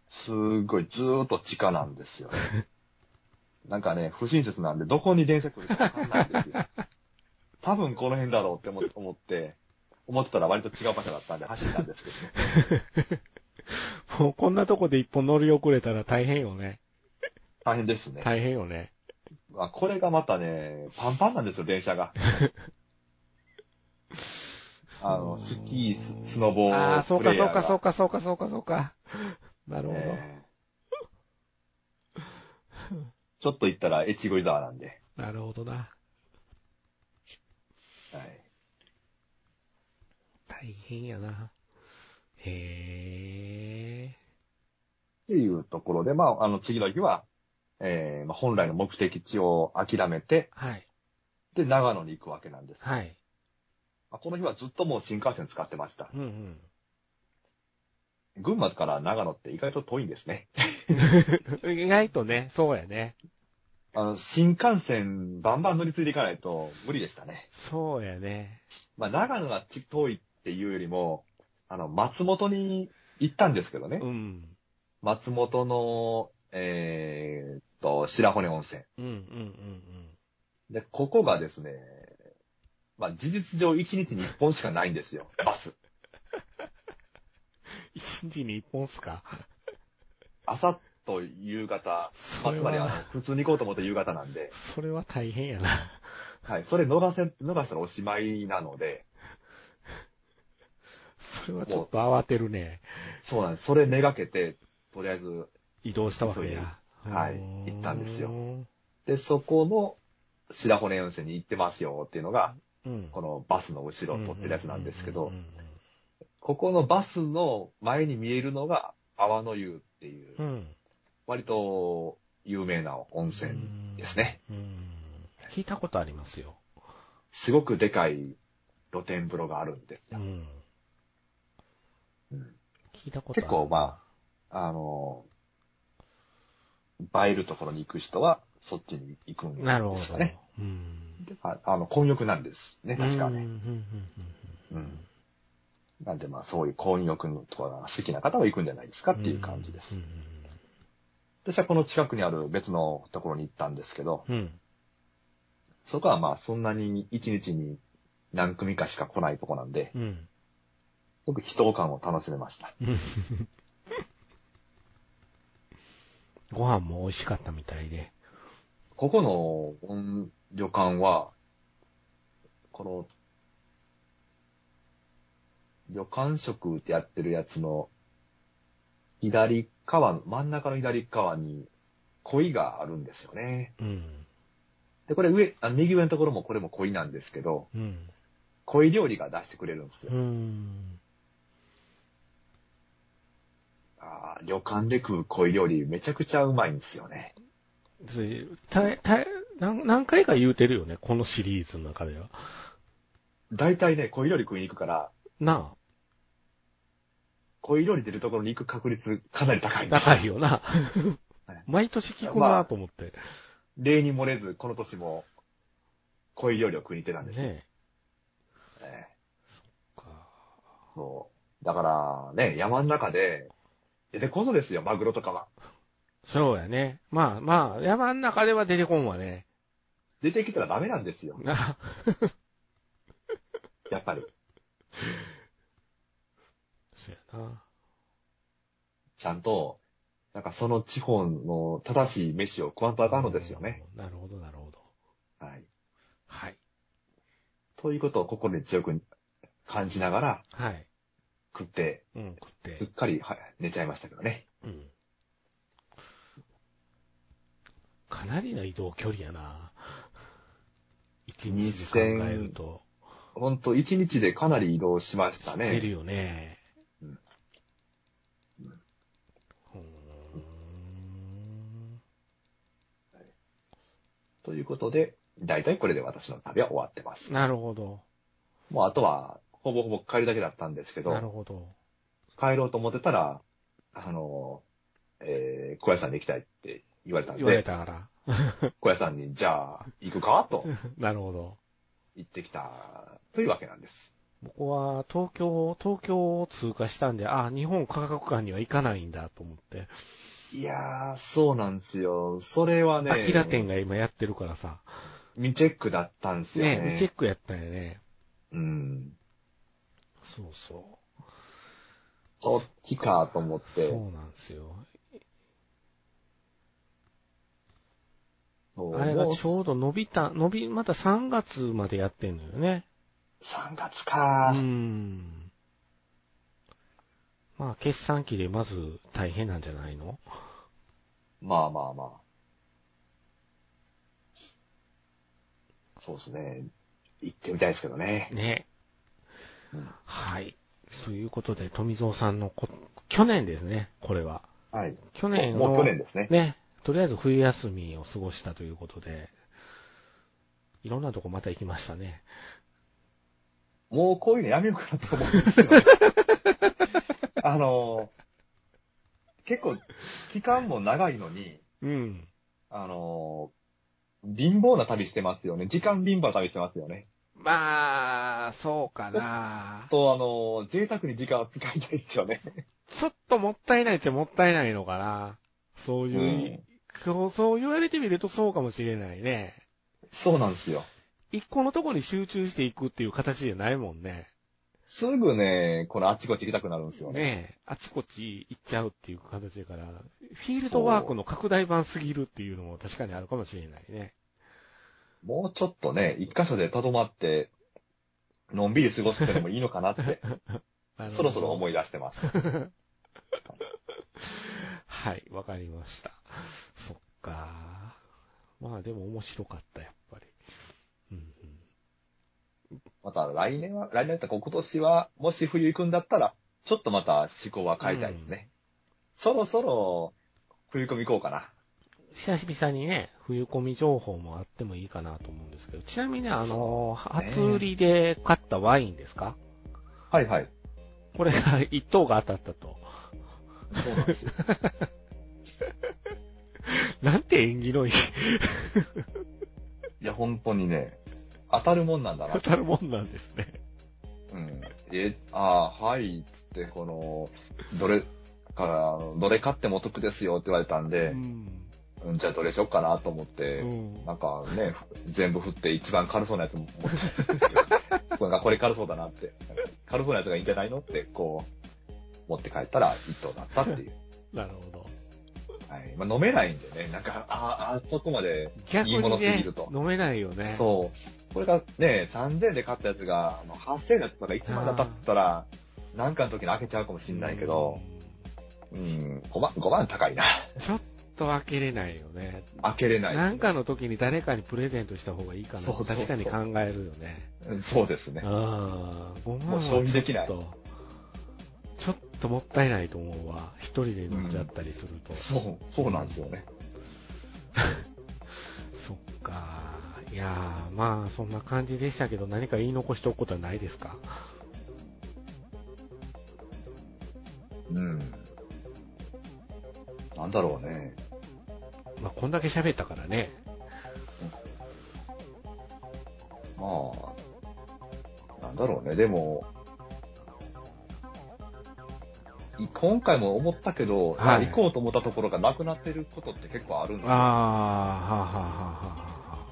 [SPEAKER 2] う。すーごい、ずーっと地下なんですよね。
[SPEAKER 1] [laughs]
[SPEAKER 2] なんかね、不親切なんで、どこに電車来るかわかんないんですよ。多分この辺だろうって思思って、思ってたら割と違う場所だったんで走ったんですけ
[SPEAKER 1] [laughs]
[SPEAKER 2] どね。
[SPEAKER 1] もうこんなとこで一本乗り遅れたら大変よね。
[SPEAKER 2] 大変ですね。
[SPEAKER 1] 大変よね。
[SPEAKER 2] まあ、これがまたね、パンパンなんですよ、電
[SPEAKER 1] [laughs]
[SPEAKER 2] 車が。あの、スキー、ススノボープレイヤー
[SPEAKER 1] あ
[SPEAKER 2] が。
[SPEAKER 1] あ、そうかそうかそうかそうかそうかそうか。なるほど。
[SPEAKER 2] ねえ [laughs] ちょっと行ったら、越後湯沢なんで。
[SPEAKER 1] なるほどな。
[SPEAKER 2] はい。
[SPEAKER 1] 大変やな。へえ。
[SPEAKER 2] っていうところで、まあ、あの、次の日は、えーまあ、本来の目的地を諦めて、
[SPEAKER 1] はい。
[SPEAKER 2] で、長野に行くわけなんです。
[SPEAKER 1] はい。
[SPEAKER 2] まあ、この日はずっともう新幹線使ってました。
[SPEAKER 1] うんうん。
[SPEAKER 2] 群馬から長野って意外と遠いんですね。
[SPEAKER 1] 意外とね、そうやね。
[SPEAKER 2] あの、新幹線バンバン乗り継いでいかないと無理でしたね。
[SPEAKER 1] そうやね。
[SPEAKER 2] まあ、長野がち遠いっていうよりも、あの、松本に行ったんですけどね。
[SPEAKER 1] うん。
[SPEAKER 2] 松本の、えーっと、白骨温泉。
[SPEAKER 1] うんうん
[SPEAKER 2] で、ここがですね、まあ、事実上1日に1本しかないんですよ。
[SPEAKER 1] [laughs]
[SPEAKER 2] バス。
[SPEAKER 1] うん。一日に一本っすか
[SPEAKER 2] 朝と夕方。
[SPEAKER 1] そ
[SPEAKER 2] まあ、
[SPEAKER 1] れ
[SPEAKER 2] つまり、あの、
[SPEAKER 1] は、
[SPEAKER 2] 普通に行こうと思って夕方なんで、
[SPEAKER 1] それは大変やな。
[SPEAKER 2] はい。それ逃せ、逃したらおしまいなので、
[SPEAKER 1] それはちょっと慌てるね。
[SPEAKER 2] そうなんです。それめがけて、とりあえず、
[SPEAKER 1] 移動したわけや。
[SPEAKER 2] そうはいう
[SPEAKER 1] ー
[SPEAKER 2] 行ったんですよ
[SPEAKER 1] うん。
[SPEAKER 2] で、そこの白骨温泉に行ってますよっていうのが、このバスの後ろを撮ってるやつなんですけ
[SPEAKER 1] う
[SPEAKER 2] ど
[SPEAKER 1] んう、ん
[SPEAKER 2] ここのバスの前に見えるのが、泡の湯っていう
[SPEAKER 1] うんう、んうん。
[SPEAKER 2] 割と有名な温泉ですね。
[SPEAKER 1] うん。聞いたことありますよ。
[SPEAKER 2] すごくでかい露天風呂があるんで
[SPEAKER 1] う
[SPEAKER 2] すよ。
[SPEAKER 1] ん。
[SPEAKER 2] うん
[SPEAKER 1] 聞いたことある
[SPEAKER 2] 結構まあ、あの、映えるところに行く人は、そっちに行くんですかね。
[SPEAKER 1] なるほど。うん。
[SPEAKER 2] ああの、混浴なんですね、確か
[SPEAKER 1] うんう
[SPEAKER 2] ね。
[SPEAKER 1] んうんうん
[SPEAKER 2] うん。なんでまあ、そういう混浴のところが好きな方は行くんじゃないですか
[SPEAKER 1] うん
[SPEAKER 2] っていう感じです
[SPEAKER 1] うん。
[SPEAKER 2] 私はこの近くにある別のところに行ったんですけど、
[SPEAKER 1] うんうん。
[SPEAKER 2] そこはまあ、そんなに一日に何組かしか来ないとこなんで、
[SPEAKER 1] うん。
[SPEAKER 2] すごく人感を楽しめました。
[SPEAKER 1] うんご飯も美味しかったみたいで。
[SPEAKER 2] ここのうん旅館は、この、旅館食ってやってるやつの、左側の、真ん中の左側に、鯉があるんですよね。
[SPEAKER 1] うん。
[SPEAKER 2] で、これ上、あ右上のところもこれも鯉なんですけど、
[SPEAKER 1] うん。
[SPEAKER 2] 鯉料理が出してくれるんですよ。
[SPEAKER 1] うん。
[SPEAKER 2] あー旅館で食う鯉料理めちゃくちゃうまいんですよね。
[SPEAKER 1] それたた何何回か言うてるよね、このシリーズの中では。
[SPEAKER 2] 大体ね、鯉料理食いに行くから、
[SPEAKER 1] な
[SPEAKER 2] 鯉料理出るところに行く確率かなり高い
[SPEAKER 1] あ、
[SPEAKER 2] んです
[SPEAKER 1] 高いよ
[SPEAKER 2] [laughs]
[SPEAKER 1] な。
[SPEAKER 2] い
[SPEAKER 1] 毎年聞くなと思って。
[SPEAKER 2] 例に漏れず、この年も、恋料理を食いに行ってたんですよね。
[SPEAKER 1] ねえ。
[SPEAKER 2] そう。だから、ね、山の中で、出てこそですよ、マグロとかは。
[SPEAKER 1] そうやね。まあまあ、山ん中では出てこんわね。
[SPEAKER 2] 出てきたらダメなんですよ、
[SPEAKER 1] な
[SPEAKER 2] やっぱり。
[SPEAKER 1] そうやな。
[SPEAKER 2] ちゃんと、なんかその地方の正しい飯を食わんとあかんのですよね。
[SPEAKER 1] なるほど、なるほど。
[SPEAKER 2] はい。
[SPEAKER 1] はい。
[SPEAKER 2] ということを心に強く感じながら
[SPEAKER 1] はい。
[SPEAKER 2] 食って、
[SPEAKER 1] うん、食って
[SPEAKER 2] すっ。かりは寝ちゃいましたけどね。
[SPEAKER 1] うん。かなりな移動距離やな。一日で考えると。
[SPEAKER 2] ほんと、一日でかなり移動しました
[SPEAKER 1] 出る
[SPEAKER 2] ね。
[SPEAKER 1] よね。う
[SPEAKER 2] うんん。ということで、だいたいこれで私の旅は終わってます。
[SPEAKER 1] なるほど。
[SPEAKER 2] もうあとは、ほぼほぼ帰るだけだったんですけ
[SPEAKER 1] なる
[SPEAKER 2] ど、
[SPEAKER 1] ほど。
[SPEAKER 2] 帰ろうと思ってたら、あの、えー、小屋さんに行きたいって言われたん
[SPEAKER 1] 言われ
[SPEAKER 2] で、
[SPEAKER 1] たから。
[SPEAKER 2] 小屋さんに、じゃあ、行くか
[SPEAKER 1] [laughs]
[SPEAKER 2] と
[SPEAKER 1] なるほど。
[SPEAKER 2] 言ってきた、というわけなんです。
[SPEAKER 1] 僕は東京、東京を通過したんで、あ、日本科学館には行かないんだと思って。
[SPEAKER 2] いやー、そうなんですよ。それはね、
[SPEAKER 1] アキラ店が今やってるからさ。
[SPEAKER 2] 未チェックだったんですよね。
[SPEAKER 1] ね、チェックやったんやね。
[SPEAKER 2] うん。
[SPEAKER 1] そうそう。
[SPEAKER 2] そっちかと思って、
[SPEAKER 1] そうなんですよ。
[SPEAKER 2] そう
[SPEAKER 1] あれがちょ
[SPEAKER 2] も
[SPEAKER 1] うど伸びた、伸び、また3月までやってんのよね。
[SPEAKER 2] う3月
[SPEAKER 1] う
[SPEAKER 2] か、
[SPEAKER 1] ん。まあ、決算期でまず大変なんじゃないの
[SPEAKER 2] まあまあまあ。そうですね。行ってみたいですけどね。
[SPEAKER 1] ね
[SPEAKER 2] うん。
[SPEAKER 1] はい。ということで、富蔵さんのこ、去年ですね、これは。
[SPEAKER 2] はい。
[SPEAKER 1] 去年の、
[SPEAKER 2] もう去年ですね。
[SPEAKER 1] ね、とりあえず冬休みを過ごしたということで、いろんなとこまた行きましたね。
[SPEAKER 2] もうこういうのやめようかなと思うんですよ。 [laughs] あの、結構、期間も長いのに、
[SPEAKER 1] うん。
[SPEAKER 2] あの、貧乏な旅してますよね。時間貧乏な旅してますよね。
[SPEAKER 1] まあ、そうかな。
[SPEAKER 2] と、あの、贅沢に時間を使いたいですよね。
[SPEAKER 1] ちょっともったいないっちゃもったいないのかな。そういう、
[SPEAKER 2] うん
[SPEAKER 1] そうそう言われてみるとそうかもしれないね。
[SPEAKER 2] そうなんですよ。
[SPEAKER 1] 一個のとこに集中していくっていう形じゃないもんね。
[SPEAKER 2] すぐね、このあっちこっち行きたくなるんですよね。
[SPEAKER 1] ねえ、あちこち行っちゃうっていう形だから、フィールドワークの拡大版すぎるっていうのも確かにあるかもしれないね。
[SPEAKER 2] もうちょっとね、一箇所で留まって、のんびり過ごすってのもいいのか [laughs] なって、そろそろ
[SPEAKER 1] い。
[SPEAKER 2] 思い出してます。
[SPEAKER 1] はい、わかりました。そっか。まあでも面白かった、やっぱり。うんうん
[SPEAKER 2] また来年は、来年とか今年は、もし冬行くんだったら、ちょっとまた思考は変えたいですね。そろそろ、冬込み行こうかな。
[SPEAKER 1] 久々にね、冬込み情報もあってもいいかなと思うんですけど、ちなみにあの、
[SPEAKER 2] そうね
[SPEAKER 1] 初売りで買ったワインですか
[SPEAKER 2] はいはい。
[SPEAKER 1] これが一等が当たったと。
[SPEAKER 2] そうなんですよ。
[SPEAKER 1] なんて縁起のいい、
[SPEAKER 2] [laughs] いや、本当にね、当たるもんなんだな
[SPEAKER 1] 当。たるもんなんですね。
[SPEAKER 2] うん。え、ああ、はい、つって、この、どれ、から、どれ買ってもお得ですよって言われたん
[SPEAKER 1] う
[SPEAKER 2] で、
[SPEAKER 1] ん。
[SPEAKER 2] うん、じゃあどれしよっかなと思っ
[SPEAKER 1] う
[SPEAKER 2] て、
[SPEAKER 1] ん。
[SPEAKER 2] なんかね、全部振って一番軽そうなやつも
[SPEAKER 1] [laughs]
[SPEAKER 2] 持って、これがこれ軽そうだなって、軽そうなやつがいいんじゃないのって、こう、持って帰ったら一等だったっていう。
[SPEAKER 1] なるほど。
[SPEAKER 2] はい。まあ、飲めないんでね、なんか、ああ、あそこまで、
[SPEAKER 1] 逆
[SPEAKER 2] いいもの
[SPEAKER 1] に
[SPEAKER 2] すぎ
[SPEAKER 1] ね
[SPEAKER 2] ると、
[SPEAKER 1] 飲めないよね。
[SPEAKER 2] そう。これがね、3000円で買ったやつが、あの8000円だったか1万だったっつったら、なんかの時に開けちゃうかもしんないけど、うん、5万、5万高いな。
[SPEAKER 1] うん。ちょっと開けれないよね。
[SPEAKER 2] 開けれないです
[SPEAKER 1] なんかの時に誰かにプレゼントした方がいいかな。
[SPEAKER 2] そうそうそう
[SPEAKER 1] 確かに考えるよね。
[SPEAKER 2] うんそうですね。
[SPEAKER 1] ああ、5万
[SPEAKER 2] も
[SPEAKER 1] は
[SPEAKER 2] う
[SPEAKER 1] ちょ
[SPEAKER 2] 消費できな
[SPEAKER 1] っ
[SPEAKER 2] い
[SPEAKER 1] と、ちょっともったいないと思うわ。一人で飲んじゃったりすると。
[SPEAKER 2] そう、そうなんですよね。
[SPEAKER 1] そっか。いやー、まあ、そんな感じでしたけど、何か言い残しておくことはないですか
[SPEAKER 2] うん。なんだろうね。
[SPEAKER 1] まあ、こんだけ喋ったからね。
[SPEAKER 2] まあ、なんだろうね、でも、い今回も思ったけど、
[SPEAKER 1] はい
[SPEAKER 2] 行こうと思ったところがなくなってることって結構ある
[SPEAKER 1] あ
[SPEAKER 2] んで
[SPEAKER 1] あ、
[SPEAKER 2] す
[SPEAKER 1] はあは
[SPEAKER 2] よ。
[SPEAKER 1] あはあはあは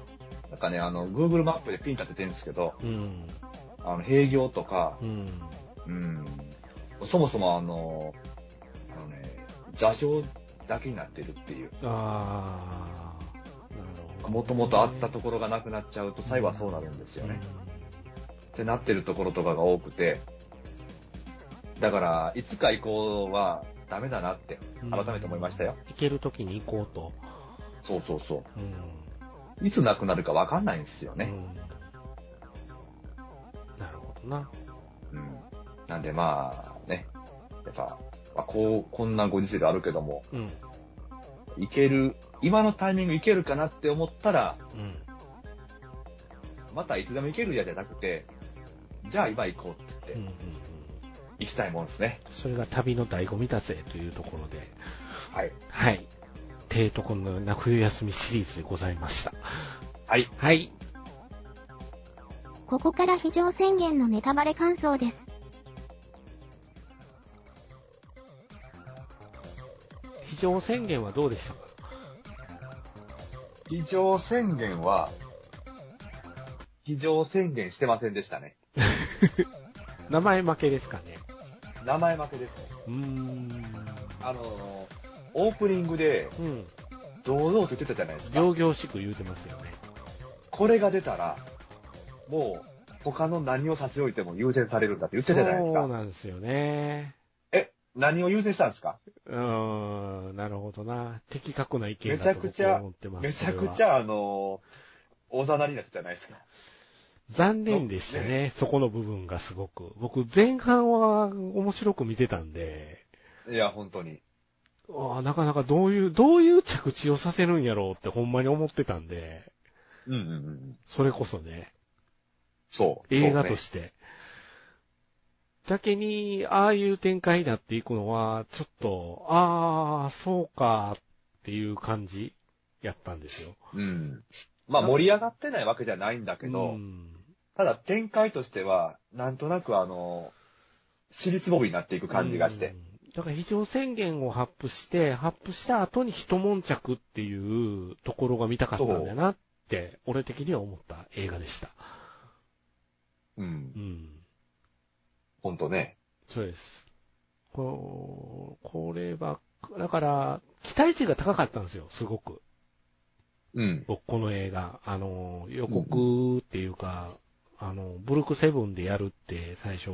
[SPEAKER 1] あ。
[SPEAKER 2] なんかね、あの、Google マップでピン立ててるんですけど、
[SPEAKER 1] うん。
[SPEAKER 2] あの、営業とか、
[SPEAKER 1] うん。
[SPEAKER 2] うん、そもそもあの、あのね、座標だけになってるっていう。
[SPEAKER 1] ああ、なるほど。
[SPEAKER 2] もともとあったところがなくなっちゃうと、最後はそうなるんですよね。ってなってるところとかが多くて、だから、いつか以降はダメだなって、
[SPEAKER 1] うん
[SPEAKER 2] 改めて思いましたよ。
[SPEAKER 1] 行けるときに行こうと。
[SPEAKER 2] そうそうそ
[SPEAKER 1] うん。
[SPEAKER 2] う。いつなくなるかわかんないんですよ
[SPEAKER 1] う
[SPEAKER 2] ね。
[SPEAKER 1] んなるほどな。
[SPEAKER 2] うん。なんでまあ、ね。やっぱ、まあ、こう、こんなご時世であるけども、
[SPEAKER 1] うん。うん。
[SPEAKER 2] いける、今のタイミングいけるかなって思ったら、またいつでも行けるやじゃなくて、じゃあ今行こうって
[SPEAKER 1] うん。う
[SPEAKER 2] 言って、
[SPEAKER 1] ん。
[SPEAKER 2] 行きたいもんですね。
[SPEAKER 1] それが旅の醍醐味だぜというところで、
[SPEAKER 2] はい。
[SPEAKER 1] はい。ていうとこのような冬休みシリーズでございました。
[SPEAKER 2] はい。
[SPEAKER 1] はい。
[SPEAKER 3] ここから非常宣言のネタバレ感想です。
[SPEAKER 1] 非常宣言はどうでしたか
[SPEAKER 2] 非常宣言は、非常宣言してませんでしたね。
[SPEAKER 1] 名前負けですかね。
[SPEAKER 2] 名前負けですね。
[SPEAKER 1] うーん。
[SPEAKER 2] あのー、オープニングで
[SPEAKER 1] うん。
[SPEAKER 2] 堂々と言ってたじゃないですか。
[SPEAKER 1] 行々しく言うてますよね。
[SPEAKER 2] これが出たら、もう他の何を差し置いても優先されるんだって言ってたじゃないです
[SPEAKER 1] そう
[SPEAKER 2] か。
[SPEAKER 1] なんですよね。
[SPEAKER 2] え、何を優先したんですか
[SPEAKER 1] うーん、なるほどな。的確な意見
[SPEAKER 2] めち
[SPEAKER 1] だ
[SPEAKER 2] ゃ
[SPEAKER 1] と
[SPEAKER 2] く
[SPEAKER 1] 僕
[SPEAKER 2] ちゃ
[SPEAKER 1] は思ってます。
[SPEAKER 2] めちゃく
[SPEAKER 1] そ
[SPEAKER 2] ち
[SPEAKER 1] れは
[SPEAKER 2] ゃあのー、大ざなりになってたじゃないですか。
[SPEAKER 1] 残念でしたね。そこの部分がすごく。僕、前半は面白く見てたんで、
[SPEAKER 2] いや、本当に。
[SPEAKER 1] ああなかなかどういう、どういう着地をさせるんやろうってほんまに思ってたんで、
[SPEAKER 2] うんうんうん。
[SPEAKER 1] それこそね、
[SPEAKER 2] そう。
[SPEAKER 1] 映画と
[SPEAKER 2] て。
[SPEAKER 1] して。だけに、ああいう展開になっていくのは、ちょっと、ああ、そうか、っていう感じやったんですよ。
[SPEAKER 2] うん。まあ盛り上がってないわけじゃないんだけ
[SPEAKER 1] う
[SPEAKER 2] ど、
[SPEAKER 1] ん
[SPEAKER 2] ただ展開としては、なんとなくあの、尻つぼみになっていく感じがして。
[SPEAKER 1] うん。だから非常宣言を発布して、発布した後に一悶着っていうところが見たかったんだなって、俺的には思った映画でした。
[SPEAKER 2] うん
[SPEAKER 1] う。ん。
[SPEAKER 2] ほんとね。
[SPEAKER 1] そうです。ここれは、だから、期待値が高かったんですよ、すごく。
[SPEAKER 2] うん。
[SPEAKER 1] 僕、この映画。あの、予告っていうか、あの、ブルクセブンでやるって最初、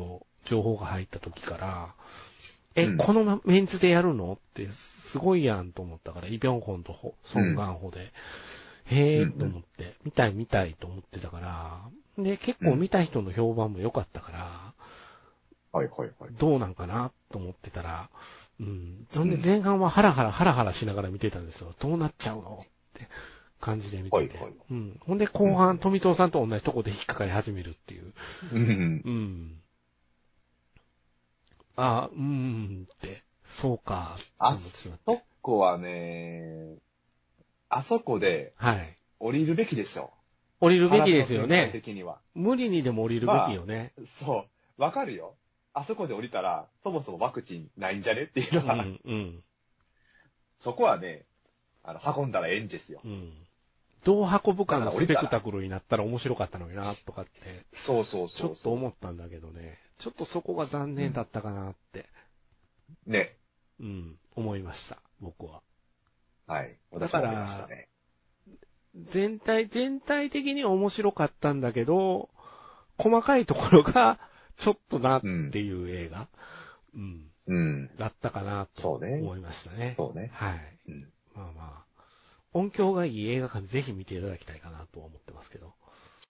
[SPEAKER 1] 情報が入った時から、え、
[SPEAKER 2] うん
[SPEAKER 1] このメンツでやるのって、すごいやんと思ったから、イ・ビョンホンとホソン・ガンホで、へ
[SPEAKER 2] うん
[SPEAKER 1] え、と思って、見たい見たいと思ってたから、で、結構見た人の評判も良かったから、
[SPEAKER 2] はいはいはい。
[SPEAKER 1] どうなんかなと思ってたら、うん。そんで前半はハラハラハラハラしながら見てたんですよ。どうなっちゃうのって感じで見てて。
[SPEAKER 2] はいはい
[SPEAKER 1] うん。ほんで後半、富藤さんと同じとこで引っかかり始めるっていう。
[SPEAKER 2] う
[SPEAKER 1] う
[SPEAKER 2] ん。
[SPEAKER 1] ん。あーうーんって、そうか、って思
[SPEAKER 2] あ
[SPEAKER 1] ってしまっ
[SPEAKER 2] そ
[SPEAKER 1] て。
[SPEAKER 2] こはね、あそこで
[SPEAKER 1] はい。
[SPEAKER 2] 降りるべきでしょ。
[SPEAKER 1] 降りるべきですよ
[SPEAKER 2] 話の展開
[SPEAKER 1] ね。
[SPEAKER 2] 的には。
[SPEAKER 1] 無理にでも降りるべきよね。
[SPEAKER 2] そう。わかるよ。あそこで降りたら、そもそもワクチンないんじゃねっていうの
[SPEAKER 1] う
[SPEAKER 2] は、
[SPEAKER 1] ん、うん、
[SPEAKER 2] そこはね、あの、運んだらええんですよ。
[SPEAKER 1] うん。どう運ぶかのスペクタクルになったら面白かったのにな、とかって。
[SPEAKER 2] そうそう
[SPEAKER 1] ちょ
[SPEAKER 2] そう
[SPEAKER 1] っと思ったんだけどね。ちょっとそこが残念だったかなって、
[SPEAKER 2] ね。
[SPEAKER 1] うん、思いました、僕は。
[SPEAKER 2] はい。
[SPEAKER 1] だ
[SPEAKER 2] 私
[SPEAKER 1] か
[SPEAKER 2] も
[SPEAKER 1] ら
[SPEAKER 2] 思いましたね。
[SPEAKER 1] 全体、全体的に面白かったんだけど、細かいところが、ちょっとなっていう映画、うん、
[SPEAKER 2] うん。
[SPEAKER 1] だったかなと
[SPEAKER 2] そうね。
[SPEAKER 1] 思いましたね。
[SPEAKER 2] そうね。
[SPEAKER 1] はい。
[SPEAKER 2] うん
[SPEAKER 1] まあまあ、音響がいい映画館ぜひ見ていただきたいかなと思ってますけど。